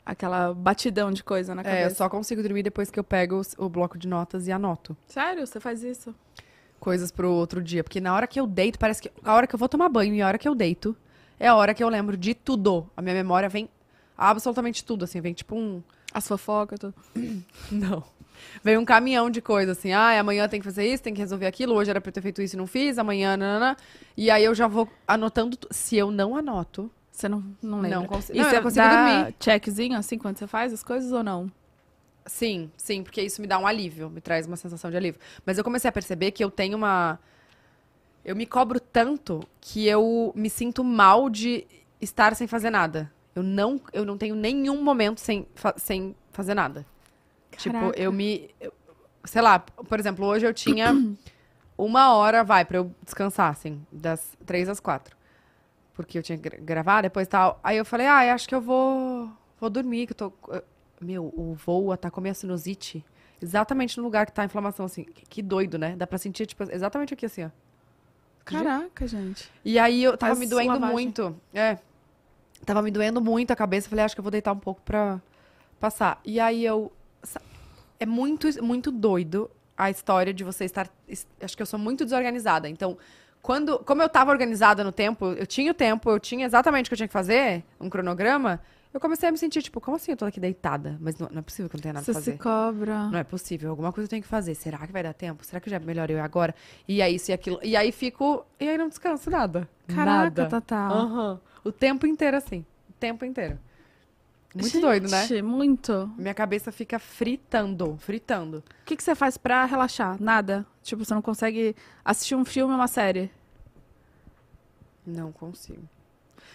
Speaker 2: Aquela batidão de coisa na
Speaker 1: É, eu
Speaker 2: cabeça.
Speaker 1: só consigo dormir depois que eu pego os- o bloco de notas e anoto
Speaker 2: Sério? Você faz isso?
Speaker 1: coisas pro outro dia. Porque na hora que eu deito, parece que a hora que eu vou tomar banho e a hora que eu deito é a hora que eu lembro de tudo. A minha memória vem absolutamente tudo, assim. Vem tipo um.
Speaker 2: As fofocas, tudo.
Speaker 1: Não. Veio um caminhão de coisa, assim. Ah, amanhã tem que fazer isso, tem que resolver aquilo. Hoje era pra eu ter feito isso e não fiz. Amanhã, nanana. E aí eu já vou anotando. tu- Se eu não anoto,
Speaker 2: Você não, não lembra?
Speaker 1: Não consigo-
Speaker 2: E
Speaker 1: não, eu
Speaker 2: você
Speaker 1: não consigo
Speaker 2: dá
Speaker 1: dormir.
Speaker 2: checkzinho, assim, quando você faz as coisas ou não?
Speaker 1: Sim, sim, porque isso me dá um alívio, me traz uma sensação de alívio. Mas eu comecei a perceber que eu tenho uma. Eu me cobro tanto que eu me sinto mal de estar sem fazer nada. Eu não, eu não tenho nenhum momento sem, fa- sem fazer nada. Tipo,
Speaker 2: Caraca.
Speaker 1: eu me. eu- sei lá, por exemplo, hoje eu tinha uma hora, vai, pra eu descansar, assim, das três às quatro. Porque eu tinha que gra- gravar, depois tal. Aí eu falei, ah, eu acho que eu vou, vou dormir, que eu tô... eu- Meu, o voo atacou minha sinusite. Exatamente no lugar que tá a inflamação, assim. Que, que doido, né? Dá pra sentir, tipo, exatamente aqui, assim, ó.
Speaker 2: Caraca, gente.
Speaker 1: E aí eu tava
Speaker 2: Faz
Speaker 1: me doendo
Speaker 2: lavagem.
Speaker 1: muito. É. Tava me doendo muito a cabeça. Falei, acho que eu vou deitar um pouco pra passar. E aí eu. sa- É muito, muito doido a história de você estar. es- Acho que eu sou muito desorganizada. Então, quando. Como eu tava organizada no tempo, eu tinha o tempo, eu tinha exatamente o que eu tinha que fazer, um cronograma. Eu comecei a me sentir, tipo, como assim eu tô aqui deitada? Mas não, não é possível que eu não tenha nada
Speaker 2: Você
Speaker 1: pra fazer.
Speaker 2: se cobra.
Speaker 1: Não é possível, alguma coisa eu tenho que fazer. Será que vai dar tempo? Será que já é melhor eu ir agora? E aí, se aquilo. E aí fico. E aí não descanso nada.
Speaker 2: Caraca,
Speaker 1: nada.
Speaker 2: Tatá.
Speaker 1: Aham. O tempo inteiro assim. O tempo inteiro. Muito doido, né?
Speaker 2: Gente, Muito.
Speaker 1: Minha cabeça fica fritando, fritando.
Speaker 2: O que, que você faz pra relaxar? Nada. Tipo, você não consegue assistir um filme, uma série.
Speaker 1: Não consigo.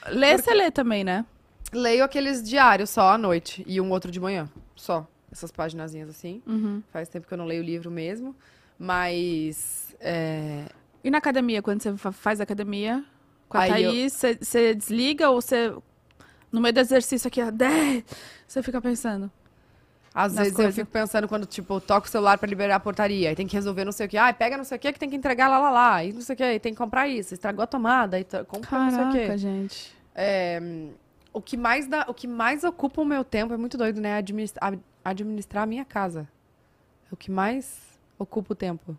Speaker 2: Ler, você lê também, né?
Speaker 1: Leio aqueles diários só à noite e um outro de manhã. Só. Essas paginazinhas assim. Faz tempo que eu não leio livro mesmo. Mas. é,
Speaker 2: E na academia, quando você fa- faz academia com a
Speaker 1: Aí eu-
Speaker 2: Thaís, você, você desliga ou você. No meio do exercício aqui, ó, 10, você fica pensando.
Speaker 1: Às
Speaker 2: nas
Speaker 1: vezes eu
Speaker 2: coisas.
Speaker 1: fico pensando quando, tipo, toco o celular pra liberar a portaria, aí tem que resolver não sei o que, ah, pega não sei o que que tem que entregar lá, lá, lá, e não sei o que, aí tem que comprar isso, estragou a tomada, aí tá- compra não sei o
Speaker 2: Caraca,
Speaker 1: que.
Speaker 2: gente.
Speaker 1: O que mais dá, o que mais ocupa o meu tempo é muito doido, né? Administ- ad- administrar a minha casa. É o que mais ocupa o tempo.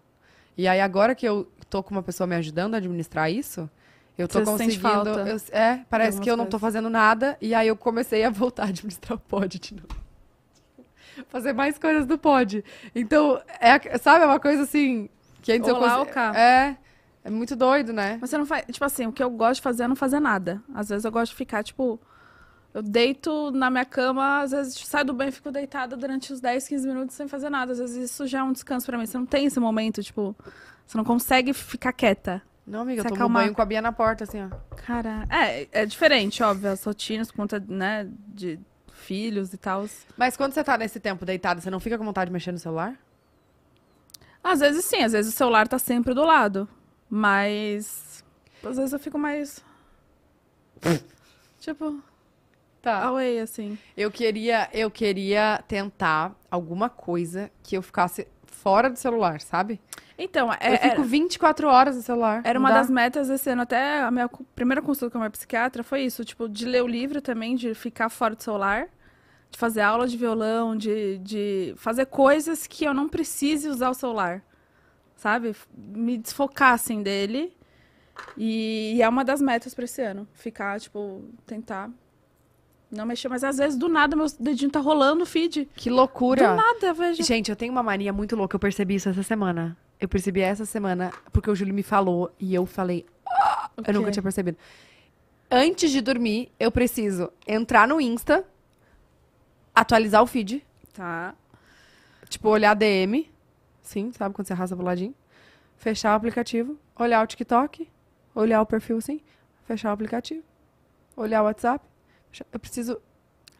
Speaker 1: E aí agora que eu tô com uma pessoa me ajudando a administrar isso, eu tô
Speaker 2: Você sente
Speaker 1: conseguindo,
Speaker 2: falta
Speaker 1: eu- é, parece
Speaker 2: algumas
Speaker 1: que eu não tô
Speaker 2: coisas.
Speaker 1: fazendo nada e aí eu comecei a voltar a administrar o pod de novo. fazer mais coisas do pod. Então, é, a- sabe, é uma coisa assim, que antes eu
Speaker 2: Olá,
Speaker 1: conse-
Speaker 2: o cá.
Speaker 1: É, é muito doido, né?
Speaker 2: Mas você não faz. Tipo assim, o que eu gosto de fazer é não fazer nada. Às vezes eu gosto de ficar, tipo. Eu deito na minha cama, às vezes saio do banho e fico deitada durante uns 10, 15 minutos sem fazer nada. Às vezes isso já é um descanso pra mim. Você não tem esse momento, tipo. Você não consegue ficar quieta.
Speaker 1: Não, amiga, eu
Speaker 2: Se
Speaker 1: tomo
Speaker 2: acalmar.
Speaker 1: banho com a Bia na porta, assim, ó.
Speaker 2: Cara, é, é diferente, óbvio, as rotinas por conta, né, de filhos e tal.
Speaker 1: Mas quando você tá nesse tempo deitada, você não fica com vontade de mexer no celular?
Speaker 2: Às vezes sim, às vezes o celular tá sempre do lado, mas às vezes eu fico mais tipo,
Speaker 1: Tá.
Speaker 2: away assim.
Speaker 1: Eu queria, eu queria tentar alguma coisa que eu ficasse fora do celular, sabe?
Speaker 2: Então,
Speaker 1: eu
Speaker 2: é,
Speaker 1: fico
Speaker 2: era,
Speaker 1: 24 horas no celular.
Speaker 2: era
Speaker 1: não
Speaker 2: uma
Speaker 1: dá?
Speaker 2: das metas esse ano, até a minha cu- primeira consulta com a minha psiquiatra foi isso, tipo, de ler o livro também, de ficar fora do celular, de fazer aula de violão, de, de fazer coisas que eu não precise usar o celular, sabe? F- Me desfocar, assim, dele. E, e é uma das metas pra esse ano, ficar, tipo, tentar não mexer. Mas às vezes, do nada, meu dedinho tá rolando o feed.
Speaker 1: Que
Speaker 2: Do
Speaker 1: loucura.
Speaker 2: nada, veja.
Speaker 1: Gente, eu tenho uma mania muito louca, eu percebi isso essa semana. Eu percebi essa semana porque o Júlio me falou e eu falei, "Ah!" eu nunca tinha percebido. Antes de dormir, eu preciso entrar no Insta, atualizar o feed,
Speaker 2: Tá.
Speaker 1: tipo olhar DM, sim, sabe quando você arrasta pro ladinho? Fechar o aplicativo, olhar o TikTok, olhar o perfil assim, fechar o aplicativo, olhar o WhatsApp. fechar- Eu preciso.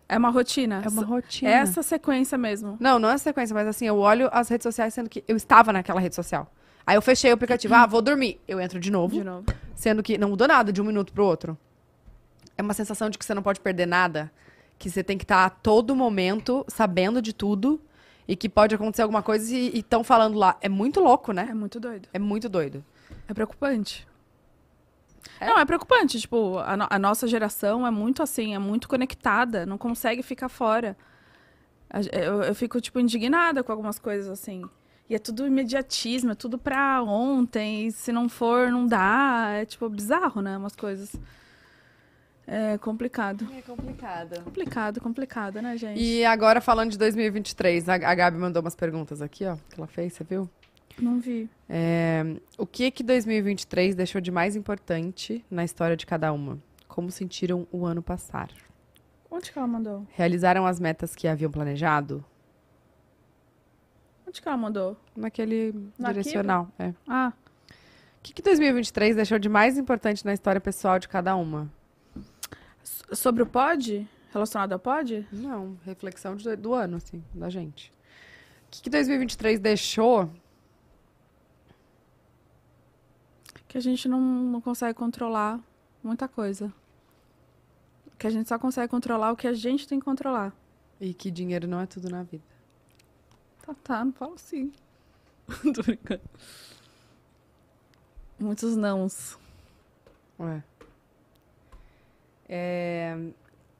Speaker 2: É uma rotina.
Speaker 1: É uma rotina.
Speaker 2: Essa sequência mesmo.
Speaker 1: Não, não é sequência, mas assim, eu olho as redes sociais sendo que eu estava naquela rede social. Aí eu fechei o aplicativo, ah, vou dormir. Eu entro de novo,
Speaker 2: De novo.
Speaker 1: sendo que não mudou nada de um minuto pro outro. É uma sensação de que você não pode perder nada, que você tem que estar a todo momento sabendo de tudo e que pode acontecer alguma coisa e estão falando lá. É muito louco, né?
Speaker 2: É muito doido.
Speaker 1: É muito doido.
Speaker 2: É preocupante. Não, é preocupante. Tipo, a, no- a nossa geração é muito assim, é muito conectada, não consegue ficar fora. A ge- Eu, eu fico, tipo, indignada com algumas coisas assim. E é tudo imediatismo, é tudo pra ontem, e se não for, não dá. É, tipo, bizarro, né? Umas coisas. É complicado.
Speaker 1: É complicado.
Speaker 2: Complicado, complicado, né, gente?
Speaker 1: E agora falando de 2023, a a Gabi mandou umas perguntas aqui, ó, que ela fez, você viu?
Speaker 2: Não vi.
Speaker 1: O que que 2023 deixou de mais importante na história de cada uma? Como sentiram o ano passar?
Speaker 2: Onde que ela mandou?
Speaker 1: Realizaram as metas que haviam planejado?
Speaker 2: Onde que ela mandou?
Speaker 1: Naquele
Speaker 2: No
Speaker 1: direcional, é.
Speaker 2: Ah,
Speaker 1: O que que 2023 deixou de mais importante na história pessoal de cada uma?
Speaker 2: so- sobre o pod? Relacionado ao pod?
Speaker 1: Não, reflexão de- do ano, assim, da gente. O que que 2023 deixou
Speaker 2: que a gente não, não consegue controlar muita coisa. Que a gente só consegue controlar o que a gente tem que controlar.
Speaker 1: E que dinheiro não é tudo na vida.
Speaker 2: Tá, tá, não falo sim. Tô brincando. Muitos nãos.
Speaker 1: É.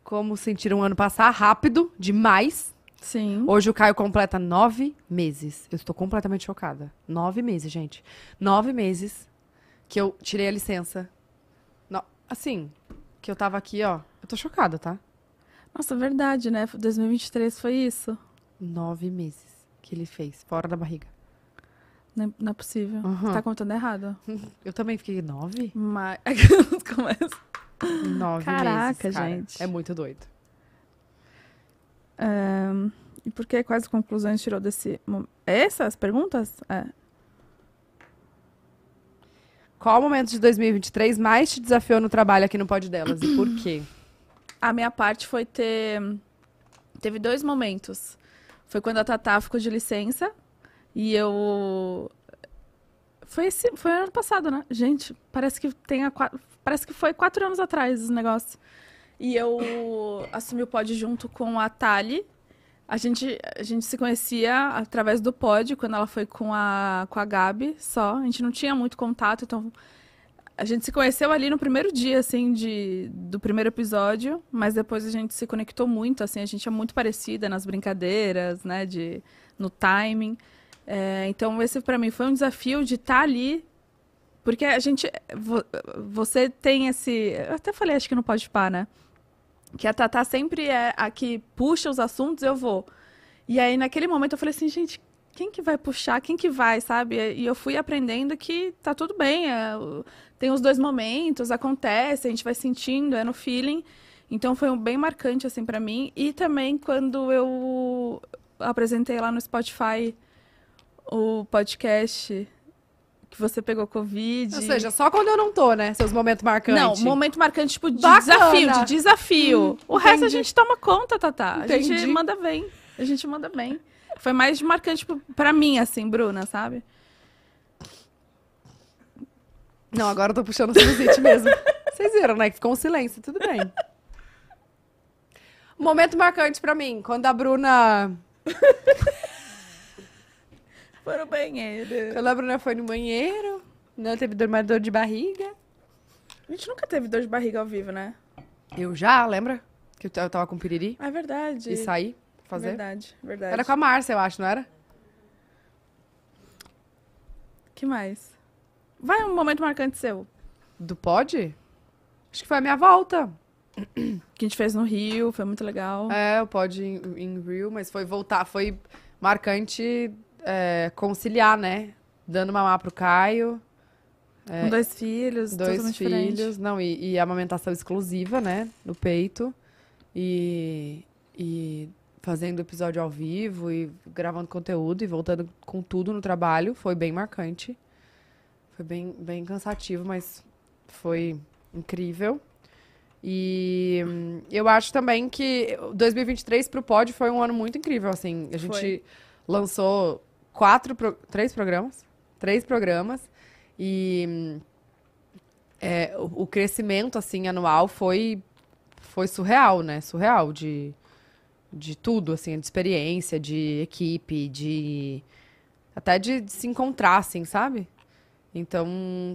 Speaker 1: Como sentir um ano passar rápido demais.
Speaker 2: Sim.
Speaker 1: Hoje o Caio completa nove meses. Eu estou completamente chocada. Nove meses, gente. Nove meses que eu tirei a licença. No- Assim, que eu tava aqui, ó. Eu tô chocada, tá?
Speaker 2: Nossa, verdade, né? 2023 foi isso?
Speaker 1: Nove meses que ele fez, fora da barriga.
Speaker 2: Não é, não é possível.
Speaker 1: Aham.
Speaker 2: Você tá contando errado.
Speaker 1: Eu também fiquei nove?
Speaker 2: Mas. é Começa.
Speaker 1: Nove
Speaker 2: Caraca,
Speaker 1: meses, cara.
Speaker 2: gente.
Speaker 1: É muito doido.
Speaker 2: E por que? Quais conclusões tirou desse. mo- Essas perguntas? É.
Speaker 1: Qual momento de 2023 mais te desafiou no trabalho aqui no Pod Delas e por quê?
Speaker 2: A minha parte foi ter. Teve dois momentos. Foi quando a Tatá ficou de licença e eu. Foi, esse... foi ano passado, né? Gente, parece que tem a qua- parece que foi quatro anos atrás esse negócio. E eu assumi o pod junto com a Tali. A gente, a gente se conhecia através do pod, quando ela foi com a, com a Gabi só. A gente não tinha muito contato, então a gente se conheceu ali no primeiro dia, assim, de, do primeiro episódio, mas depois a gente se conectou muito, assim, a gente é muito parecida nas brincadeiras, né, de, no timing. É, então, esse pra mim foi um desafio de estar ali, porque a gente, vo- você tem esse, eu até falei, acho que não pode parar, né, que a Tatá sempre é a que puxa os assuntos, eu vou. E aí, naquele momento, eu falei assim, gente, quem que vai puxar, quem que vai, sabe? E eu fui aprendendo que tá tudo bem, é, o- tem os dois momentos, acontece, a gente vai sentindo, é no feeling. Então foi um bem marcante assim pra mim e também quando eu apresentei lá no Spotify o podcast que você pegou Covid.
Speaker 1: Ou seja, só quando eu não tô, né? Seus momentos marcantes.
Speaker 2: Não, momento marcante, Hum, tipo, de
Speaker 1: Bacana.
Speaker 2: desafio, de desafio. o resto a
Speaker 1: entendi.
Speaker 2: gente toma conta, Tatá. A gente
Speaker 1: Entendi.
Speaker 2: manda bem. A gente manda bem. Foi mais marcante tipo, pra mim, assim, Bruna, sabe?
Speaker 1: Não, agora eu tô puxando sinusite mesmo. Vocês viram, né? Que ficou um silêncio, tudo bem. Momento marcante pra mim, quando a Bruna.
Speaker 2: Foi no banheiro.
Speaker 1: Quando a Bruna foi no banheiro, não teve dor- dor de barriga.
Speaker 2: A gente nunca teve dor de barriga ao vivo, né?
Speaker 1: Eu já, lembra? Que eu t- eu tava com piriri
Speaker 2: É verdade. É
Speaker 1: e saí pra fazer.
Speaker 2: Verdade, verdade.
Speaker 1: Era com a Márcia, eu acho, não era?
Speaker 2: Que mais? Vai um momento marcante seu.
Speaker 1: Do pod? Acho que foi a minha volta.
Speaker 2: Que a gente fez no Rio, foi muito legal.
Speaker 1: É, o pod em, em Rio, mas foi voltar, foi marcante é, conciliar, né? Dando mamar pro Caio.
Speaker 2: Com dois filhos,
Speaker 1: É. Dois
Speaker 2: totalmente diferente.
Speaker 1: filhos, não, e, e amamentação exclusiva, né? No peito. E, e fazendo episódio ao vivo, e gravando conteúdo, e voltando com tudo no trabalho. Foi bem marcante. Foi bem, bem cansativo, mas foi incrível. E hum, eu acho também que 2023 pro Pod foi um ano muito incrível, assim. A gente
Speaker 2: Foi.
Speaker 1: lançou quatro, pro- três programas, três programas e hum, é, o, o crescimento assim anual foi foi surreal, né? Surreal de de tudo, assim, de experiência, de equipe, de até de, de se encontrar, assim, sabe? Então,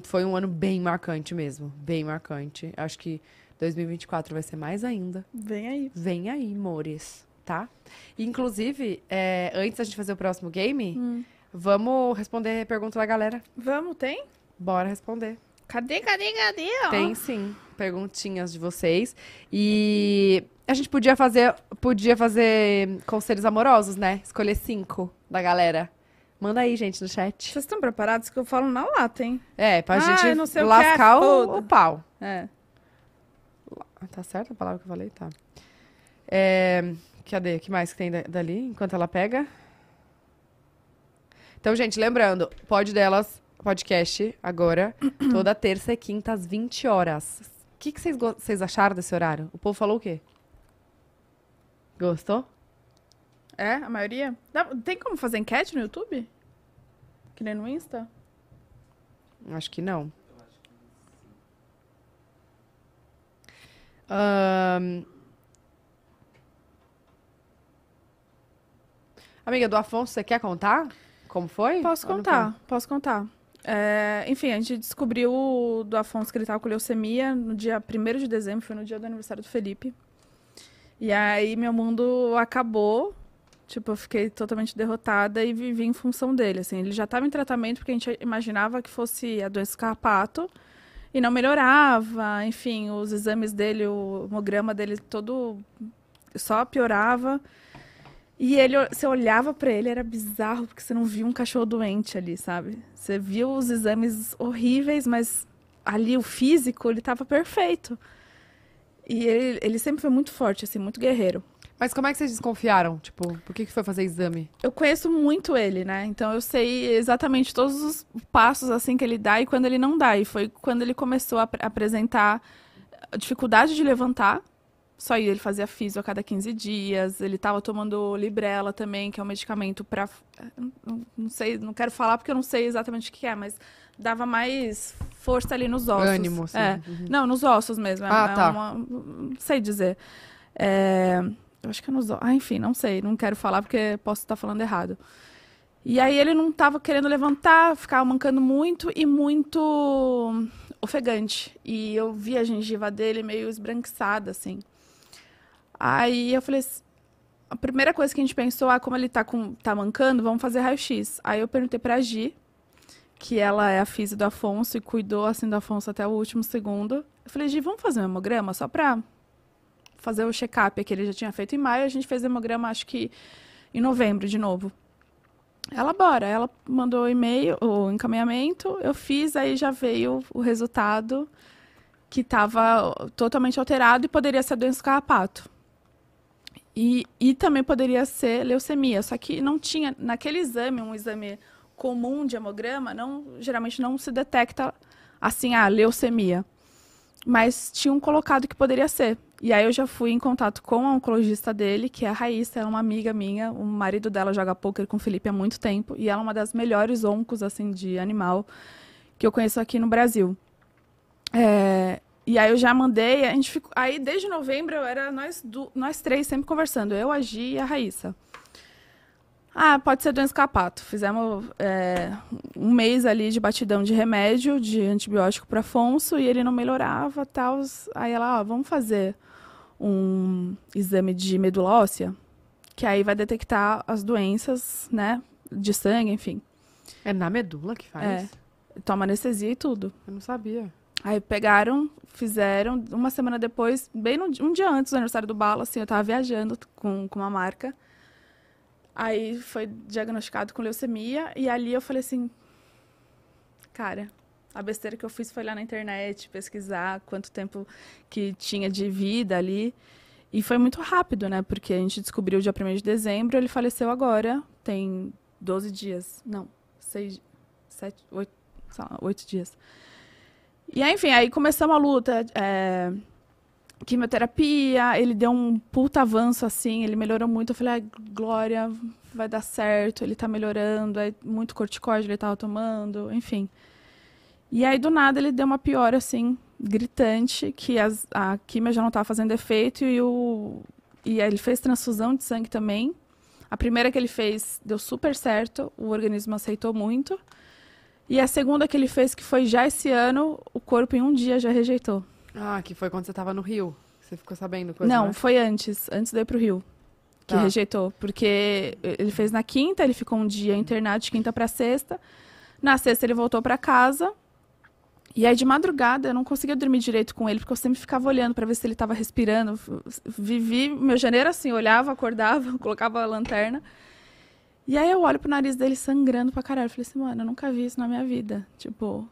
Speaker 1: foi um ano bem marcante mesmo, bem marcante. Acho que 2024 vai ser mais ainda.
Speaker 2: Vem aí.
Speaker 1: Vem aí, mores, tá? Inclusive, é, antes da gente fazer o próximo game, vamos responder a pergunta da galera.
Speaker 2: Vamos, tem?
Speaker 1: Bora responder.
Speaker 2: Cadê, cadê, cadê? ó?
Speaker 1: Tem sim, perguntinhas de vocês. E a gente podia fazer, podia fazer conselhos amorosos, né? Escolher cinco da galera. Manda aí, gente, no chat.
Speaker 2: Vocês estão preparados? Que eu falo na lata, hein?
Speaker 1: É, pra
Speaker 2: Ah, eu não
Speaker 1: gente
Speaker 2: sei o que é,
Speaker 1: lascar o,
Speaker 2: foda.
Speaker 1: o pau.
Speaker 2: É.
Speaker 1: Ah, Tá certa a palavra que eu falei? Tá. É, cadê? O que mais que tem da- dali? Enquanto ela pega. Então, gente, lembrando, pode delas, podcast agora, toda terça e quinta às 20 horas. O que que vocês go- vocês acharam desse horário? O povo falou o quê? Gostou?
Speaker 2: É, a maioria? Dá- Tem como fazer enquete no YouTube? Que nem no Insta?
Speaker 1: Acho que não.
Speaker 4: Eu acho
Speaker 1: Ahn. Amiga do Afonso, você quer contar? Como foi?
Speaker 2: Posso
Speaker 1: Ou não
Speaker 2: contar, posso contar. É, enfim, a gente descobriu o- do Afonso que ele estava com leucemia no dia 1 de dezembro, foi no dia do aniversário do Felipe. E aí meu mundo acabou, tipo, eu fiquei totalmente derrotada e vivi em função dele, assim. Ele já estava em tratamento porque a gente imaginava que fosse a doença do carrapato e não melhorava, enfim, os exames dele, o hemograma dele todo só piorava. E ele, você olhava pra ele, era bizarro, porque você não via um cachorro doente ali, sabe? Você viu os exames horríveis, mas ali o físico, ele tava perfeito. E ele, ele sempre foi muito forte, assim, muito guerreiro.
Speaker 1: Mas como é que vocês desconfiaram? Tipo, por que, que foi fazer exame?
Speaker 2: Eu conheço muito ele, né? Então eu sei exatamente todos os passos assim que ele dá e quando ele não dá. E foi quando ele começou a ap- apresentar dificuldade de levantar. Só aí ele fazia físio a cada 15 dias. Ele tava tomando Librela também, que é um medicamento para não, não sei, não quero falar porque eu não sei exatamente o que é, mas dava mais força ali nos ossos.
Speaker 1: Ânimo, assim.
Speaker 2: É. Não, nos ossos mesmo. É-
Speaker 1: Ah,
Speaker 2: é
Speaker 1: tá.
Speaker 2: uma- não sei dizer. É, eu acho que é nos ossos. Ah, enfim, não sei. Não quero falar porque posso estar falando errado. E aí ele não estava querendo levantar, ficava mancando muito e muito ofegante. E eu vi a gengiva dele meio esbranquiçada, assim. Aí eu falei, assim, a primeira coisa que a gente pensou, ah, como ele tá, com, tá mancando, vamos fazer raio-x. Aí eu perguntei pra Gi, que ela é a física do Afonso e cuidou assim do Afonso até o último segundo. Eu falei, Gi, vamos fazer um hemograma só pra fazer o check-up que ele já tinha feito em maio. A gente fez hemograma, acho que em novembro de novo. Ela, bora. Ela mandou o e-mail, o encaminhamento, eu fiz, aí já veio o resultado que estava totalmente alterado e poderia ser doença do carrapato. E, e também poderia ser leucemia, só que não tinha, naquele exame, um exame comum de hemograma, não, geralmente não se detecta assim, a leucemia. Mas tinham colocado que poderia ser. E aí eu já fui em contato com a oncologista dele, que é a Raíssa, é uma amiga minha, o marido dela joga poker com o Felipe há muito tempo, e ela é uma das melhores oncos, assim, de animal que eu conheço aqui no Brasil. É, e aí eu já mandei, a gente ficou, aí desde novembro eu era nós, du- nós três sempre conversando, eu, a Gi e a Raíssa. Ah, pode ser doença do carrapato. Fizemos é, um mês ali de batidão de remédio, de antibiótico para Afonso, e ele não melhorava, tal. Aí ela, ó, vamos fazer um exame de medula óssea, que aí vai detectar as doenças, né, de sangue, enfim.
Speaker 1: É na medula que faz?
Speaker 2: É. Toma anestesia e tudo.
Speaker 1: Eu não sabia.
Speaker 2: Aí pegaram, fizeram, uma semana depois, bem no di- um dia antes do aniversário do Bala, assim, eu tava viajando t- com, com uma marca. Aí foi diagnosticado com leucemia, e ali eu falei assim, cara, a besteira que eu fiz foi lá na internet, pesquisar quanto tempo que tinha de vida ali. E foi muito rápido, né? Porque a gente descobriu dia 1 de dezembro, ele faleceu agora, tem 12 dias, não, 6, 7, 8, sei lá, 8 dias. E aí, enfim, aí começamos a luta. é, quimioterapia, ele deu um puta avanço, assim, ele melhorou muito. Eu falei, ah, Glória, vai dar certo, ele tá melhorando. Aí, muito corticóide ele tava tomando, enfim. E aí, do nada, ele deu uma piora, assim, gritante, que as- a quimio já não tava fazendo efeito e o... E aí ele fez transfusão de sangue também. A primeira que ele fez deu super certo, o organismo aceitou muito. E a segunda que ele fez, que foi já esse ano, o corpo em um dia já rejeitou.
Speaker 1: Ah, que foi quando você tava no Rio. Você ficou sabendo coisa,
Speaker 2: Não,
Speaker 1: né?
Speaker 2: foi antes, antes de eu ir pro Rio, que
Speaker 1: Tá.
Speaker 2: rejeitou. Porque ele fez na quinta, ele ficou um dia internado de quinta pra sexta. Na sexta ele voltou pra casa. E aí de madrugada eu não conseguia dormir direito com ele, porque eu sempre ficava olhando pra ver se ele tava respirando. F- Vivi meu janeiro assim, olhava, acordava, colocava a lanterna. E aí eu olho pro nariz dele sangrando pra caralho. Eu falei assim, mano, eu nunca vi isso na minha vida. Tipo,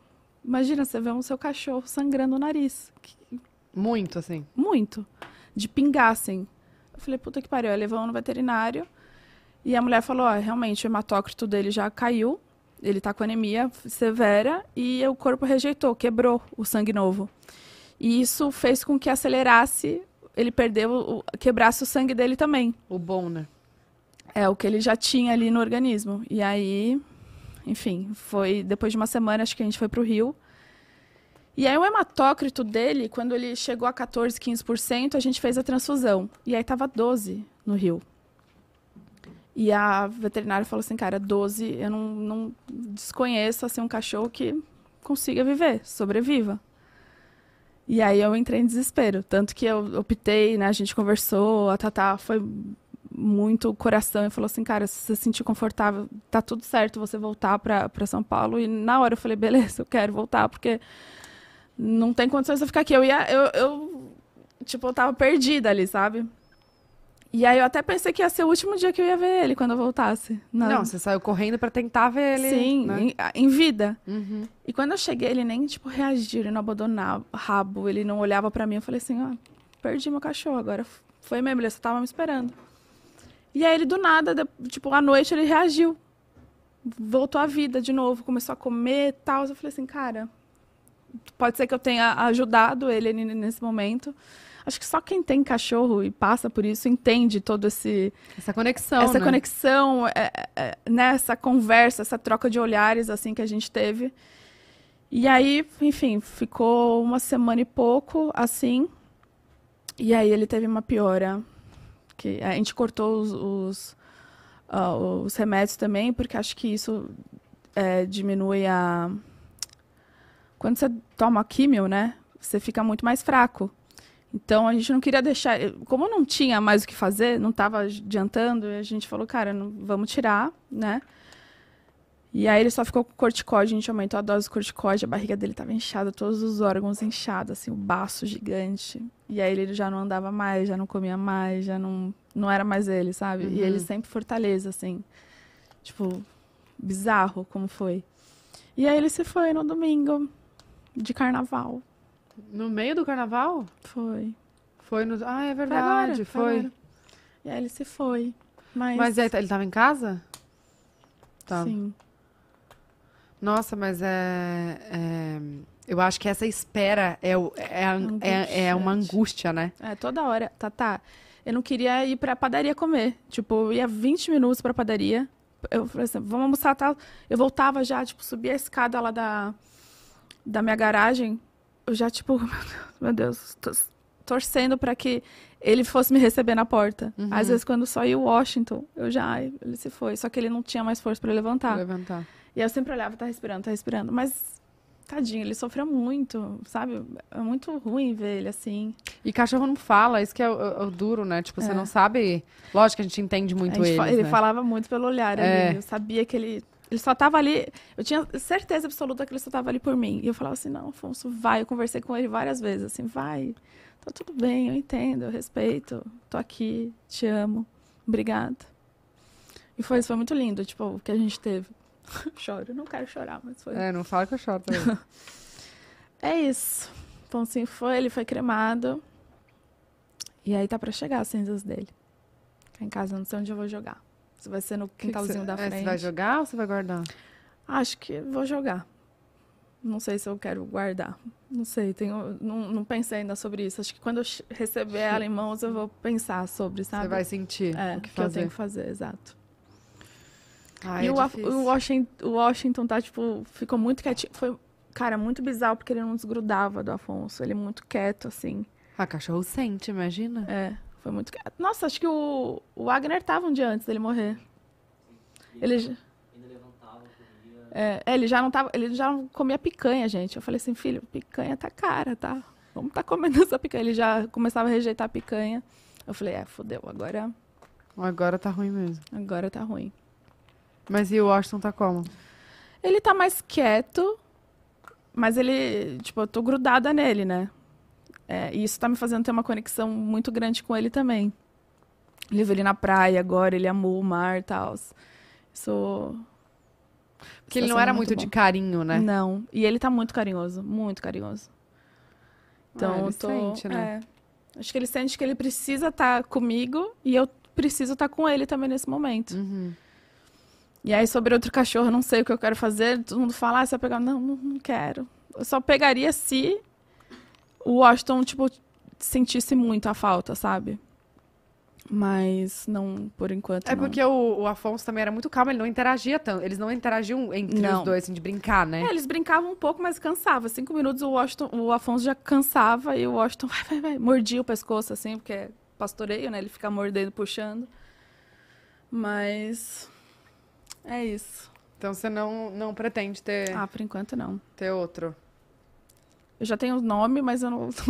Speaker 2: imagina, você vê o seu cachorro sangrando o nariz. Que-
Speaker 1: Muito, assim.
Speaker 2: muito. De pingar, assim. Eu falei, puta que pariu. Aí levamos no veterinário. E a mulher falou, ó, realmente, o hematócrito dele já caiu. Ele tá com anemia severa. E o corpo rejeitou, quebrou o sangue novo. E isso fez com que acelerasse... Ele perdeu, o- quebrasse o sangue dele também.
Speaker 1: O bom, né?
Speaker 2: É, o que ele já tinha ali no organismo. E aí, enfim, foi depois de uma semana, acho que a gente foi pro Rio. E aí o hematócrito dele, quando ele chegou a 14, 15%, a gente fez a transfusão. E aí tava 12 no rio. E a veterinária falou assim, cara, 12, eu não, não desconheço assim, um cachorro que consiga viver, sobreviva. E aí eu entrei em desespero. Tanto que eu optei, né? A gente conversou, a Tatá foi muito coração e falou assim, cara, se você se sentir confortável, tá tudo certo você voltar para São Paulo. E na hora eu falei, beleza, eu quero voltar, porque não tem condições de eu ficar aqui. Eu ia, eu, eu, tipo, eu tava perdida ali, sabe? E aí eu até pensei que ia ser o último dia que eu ia ver ele quando eu voltasse. na-
Speaker 1: Não, você saiu correndo pra tentar ver ele.
Speaker 2: Sim,
Speaker 1: né?
Speaker 2: em, em vida.
Speaker 1: Uhum.
Speaker 2: E quando eu cheguei, ele nem, tipo, reagiu, ele não abandonava o rabo, ele não olhava pra mim. Eu falei assim, ó, perdi meu cachorro, agora f- foi mesmo, ele só tava me esperando. E aí ele, do nada, de- tipo, à noite ele reagiu. Voltou à vida de novo, começou a comer e tal. Eu falei assim, cara, pode ser que eu tenha ajudado ele n- nesse momento. Acho que só quem tem cachorro e passa por isso entende todo esse
Speaker 1: Essa conexão.
Speaker 2: essa
Speaker 1: né?
Speaker 2: conexão, é, é, é, né, essa conversa, essa troca de olhares assim que a gente teve. E aí, enfim, ficou uma semana e pouco assim. E aí ele teve uma piora. Que a gente cortou os, os, ah, os remédios também, porque acho que isso é, diminui a. Quando você toma químio, né? Você fica muito mais fraco. Então a gente não queria deixar. Como não tinha mais o que fazer, não estava adiantando, a gente falou, cara, não- vamos tirar, né? E aí ele só ficou com corticóide, a gente aumentou a dose do corticóide, a barriga dele estava inchada, todos os órgãos inchados, assim, o baço gigante. E aí ele já não andava mais, já não comia mais, já não, não era mais ele, sabe? E ele sempre fortaleza, assim. Tipo, bizarro como foi. E aí ele se foi no domingo de carnaval.
Speaker 1: No meio do carnaval?
Speaker 2: Foi.
Speaker 1: Foi no. Ah, é
Speaker 2: Foi agora,
Speaker 1: verdade, foi.
Speaker 2: agora. E aí ele se foi. Mas,
Speaker 1: Mas aí, ele tava em casa? Tá.
Speaker 2: sim.
Speaker 1: Nossa, mas é, é- Eu acho que essa espera é, o- é, a- é, é uma angústia, né?
Speaker 2: É, toda hora. Tá, tá. Eu não queria ir pra padaria comer. Tipo, eu ia 20 minutos pra padaria. Eu falei assim, vamos almoçar, tá? Eu voltava já, tipo, subia a escada lá da, da minha garagem. Eu já, tipo, meu Deus, tô torcendo pra que ele fosse me receber na porta.
Speaker 1: Uhum.
Speaker 2: Às vezes, quando só ia o Washington, eu já, ai, ele se foi. Só que ele não tinha mais força pra levantar.
Speaker 1: Levantar.
Speaker 2: E eu sempre olhava, tá respirando, tá respirando. Mas, tadinho, ele sofreu muito, sabe? É muito ruim ver ele assim.
Speaker 1: E cachorro não fala, isso que é o, o- o duro, né? Tipo, você não sabe. Lógico que a gente entende
Speaker 2: É. A
Speaker 1: muito
Speaker 2: gente fa-
Speaker 1: eles,
Speaker 2: ele
Speaker 1: né?
Speaker 2: falava muito pelo olhar
Speaker 1: É.
Speaker 2: ali. Eu sabia que ele. Ele só tava ali. Eu tinha certeza absoluta que ele só tava ali por mim. E eu falava assim: não, Afonso, vai. Eu conversei com ele várias vezes, assim, vai. Tá tudo bem, eu entendo, eu respeito. Tô aqui, te amo. Obrigada. E foi isso, foi muito lindo, tipo, o que a gente teve. Choro, não quero chorar, mas foi.
Speaker 1: É, não fala que eu choro também.
Speaker 2: É isso. Então, assim, foi, ele foi cremado. E aí tá pra chegar as cinzas dele. Tá em casa, não sei onde eu vou jogar. Se vai ser no quintalzinho
Speaker 1: Você-
Speaker 2: da
Speaker 1: é,
Speaker 2: frente.
Speaker 1: Você vai jogar ou você vai guardar?
Speaker 2: Acho que vou jogar. Não sei se eu quero guardar. Não sei, tenho, não, não pensei ainda sobre isso. Acho que quando eu che- receber ela em mãos, eu vou pensar sobre, sabe?
Speaker 1: Você vai sentir
Speaker 2: É,
Speaker 1: o que
Speaker 2: eu
Speaker 1: fazer.
Speaker 2: tenho que fazer, exato.
Speaker 1: Ai,
Speaker 2: e
Speaker 1: é
Speaker 2: o, Af-
Speaker 1: difícil.
Speaker 2: o Washington, o Washington tá, tipo, ficou muito quietinho. Foi, cara, muito bizarro, porque ele não desgrudava do Afonso. Ele é muito quieto, assim.
Speaker 1: Ah, cachorro sente, imagina.
Speaker 2: É, foi muito. ca- Nossa, acho que o, o Wagner tava um dia antes dele morrer. Ele, j-
Speaker 4: Ainda levantava, corria.
Speaker 2: é, é, ele já não tava, ele já não comia picanha, gente. Eu falei assim, filho, picanha tá cara, tá? Vamos tá comendo essa picanha. Ele já começava a rejeitar a picanha. Eu falei, é, fodeu, agora,
Speaker 1: Agora tá ruim mesmo.
Speaker 2: agora tá ruim.
Speaker 1: Mas e o Washington tá como?
Speaker 2: Ele tá mais quieto, mas ele, tipo, eu tô grudada nele, né? É, e isso tá me fazendo ter uma conexão muito grande com ele também. Levei ele na praia agora, ele amou o mar e tal. Isso.
Speaker 1: Porque ele não era muito, de carinho, né?
Speaker 2: Não. E ele tá muito carinhoso, muito carinhoso. Então,
Speaker 1: Ah, ele
Speaker 2: eu tô.
Speaker 1: sente, né?
Speaker 2: é. acho que ele sente que ele precisa estar comigo e eu preciso estar com ele também nesse momento.
Speaker 1: Uhum.
Speaker 2: E aí, sobre outro cachorro, eu não sei o que eu quero fazer. Todo mundo fala, ah, você vai pegar. Não, não, não quero. Eu só pegaria se o Washington, tipo, sentisse muito a falta, sabe? Mas não, por enquanto.
Speaker 1: É
Speaker 2: não.
Speaker 1: porque o, o Afonso também era muito calmo, ele não interagia tanto. Eles não interagiam entre os
Speaker 2: Não.
Speaker 1: dois, assim, de brincar, né?
Speaker 2: É, eles brincavam um pouco, mas cansava. Cinco minutos o Washington, o Afonso já cansava e o Washington vai, vai, vai, mordia o pescoço assim, porque é pastoreio, né? Ele fica mordendo, puxando. Mas é isso.
Speaker 1: Então você não, não pretende ter,
Speaker 2: Ah, por enquanto não.
Speaker 1: ter outro.
Speaker 2: Eu já tenho o nome, mas eu não.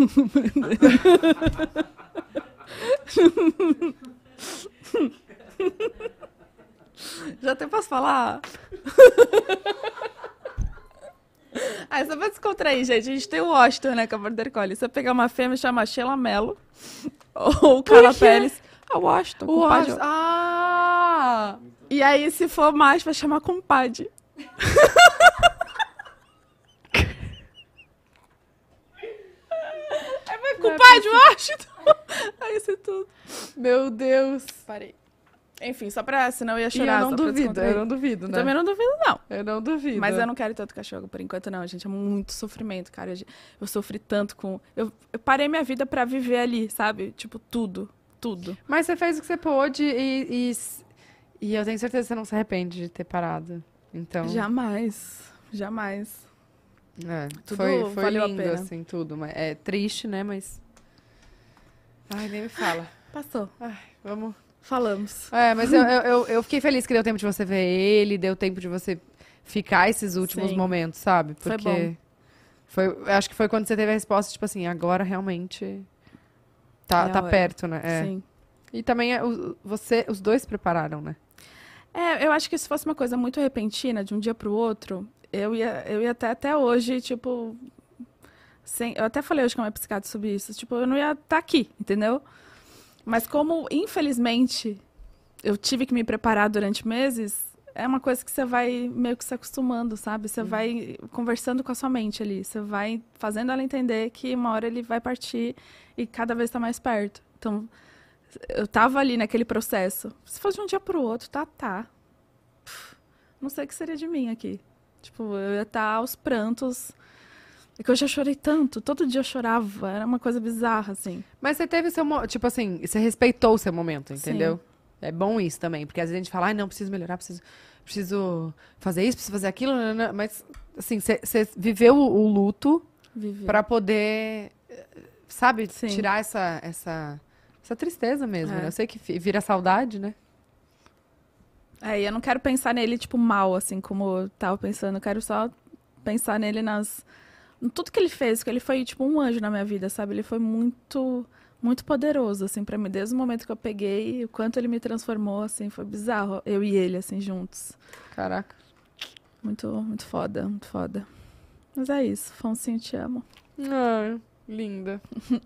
Speaker 2: já até posso falar? ah, é só pra descontrair, gente. A gente tem o Washington, né? Com a Border Collie. Se eu pegar uma fêmea, chama Sheila Mello. Ou Carla
Speaker 1: quê?
Speaker 2: Pérez. Ah, Washington.
Speaker 1: O
Speaker 2: compadre.
Speaker 1: Ars- Ah!
Speaker 2: E aí, se for mais, vai chamar compadre. é meu compadre Washington. Aí isso é tudo.
Speaker 1: Meu Deus!
Speaker 2: Parei. Enfim, só pra, senão eu ia
Speaker 1: E
Speaker 2: chorar.
Speaker 1: eu não
Speaker 2: só pra
Speaker 1: duvido,
Speaker 2: descontrair.
Speaker 1: eu não duvido,
Speaker 2: Eu
Speaker 1: né?
Speaker 2: também não duvido, não.
Speaker 1: Eu não duvido.
Speaker 2: Mas eu não quero ter outro cachorro por enquanto, não, gente. É muito sofrimento, cara. Eu, eu sofri tanto com. Eu, eu parei minha vida pra viver ali, sabe? Tipo, tudo. Tudo.
Speaker 1: Mas você fez o que você pôde e, e, s- e eu tenho certeza que você não se arrepende de ter parado. Então,
Speaker 2: Jamais. Jamais.
Speaker 1: é,
Speaker 2: Tudo
Speaker 1: foi, foi
Speaker 2: valeu a
Speaker 1: lindo,
Speaker 2: pena.
Speaker 1: assim, tudo. Mas É triste, né? Mas. Ai, nem me fala.
Speaker 2: Passou.
Speaker 1: Vamos.
Speaker 2: Falamos.
Speaker 1: É, mas eu, eu, eu- eu fiquei feliz que deu tempo de você ver ele, deu tempo de você ficar esses últimos
Speaker 2: Sim.
Speaker 1: momentos, sabe?
Speaker 2: Foi
Speaker 1: Porque.
Speaker 2: bom.
Speaker 1: foi- acho que foi quando você teve a resposta, tipo assim, agora realmente. Tá,
Speaker 2: É a
Speaker 1: tá
Speaker 2: hora.
Speaker 1: perto, né? É.
Speaker 2: Sim.
Speaker 1: E também é, o- você, os dois prepararam, né?
Speaker 2: É, eu acho que se fosse uma coisa muito repentina, de um dia pro outro, eu ia, eu ia até, até hoje, tipo. Sem, eu até falei hoje com a minha psiquiatra sobre isso. Tipo, eu não ia estar aqui, entendeu? Mas como, infelizmente, eu tive que me preparar durante meses, é uma coisa que você vai meio que se acostumando, sabe? Você vai conversando com a sua mente ali. Você vai fazendo ela entender que uma hora ele vai partir e cada vez tá mais perto. Então, eu tava ali naquele processo. Se fosse de um dia pro outro, tá, tá. Pff, Não sei o que seria de mim aqui. Tipo, eu ia estar aos prantos. É que eu já chorei tanto. Todo dia eu chorava. Era uma coisa bizarra, assim.
Speaker 1: Mas você teve seu. mo- Tipo assim, você respeitou o seu momento, entendeu? É bom isso também, porque às vezes a gente fala, ai, não, preciso melhorar, preciso, preciso fazer isso, preciso fazer aquilo, nananã", mas assim, você- você viveu o, o luto
Speaker 2: Vivi.
Speaker 1: pra poder, eh, sabe,
Speaker 2: Sim.
Speaker 1: tirar essa, essa, essa tristeza mesmo,
Speaker 2: É.
Speaker 1: né? Eu sei que fi- vira saudade, né?
Speaker 2: É, e eu não quero pensar nele, tipo, mal, assim, como eu tava pensando. Eu quero só pensar nele nas... em Tudo que ele fez, que ele foi, tipo, um anjo na minha vida, sabe? Ele foi muito, muito poderoso, assim, pra mim. Desde o momento que eu peguei, o quanto ele me transformou, assim, foi bizarro. Eu e ele, assim, juntos.
Speaker 1: Caraca.
Speaker 2: Muito, muito foda, muito foda. Mas é isso. Foncinho, te amo.
Speaker 1: Ai, linda.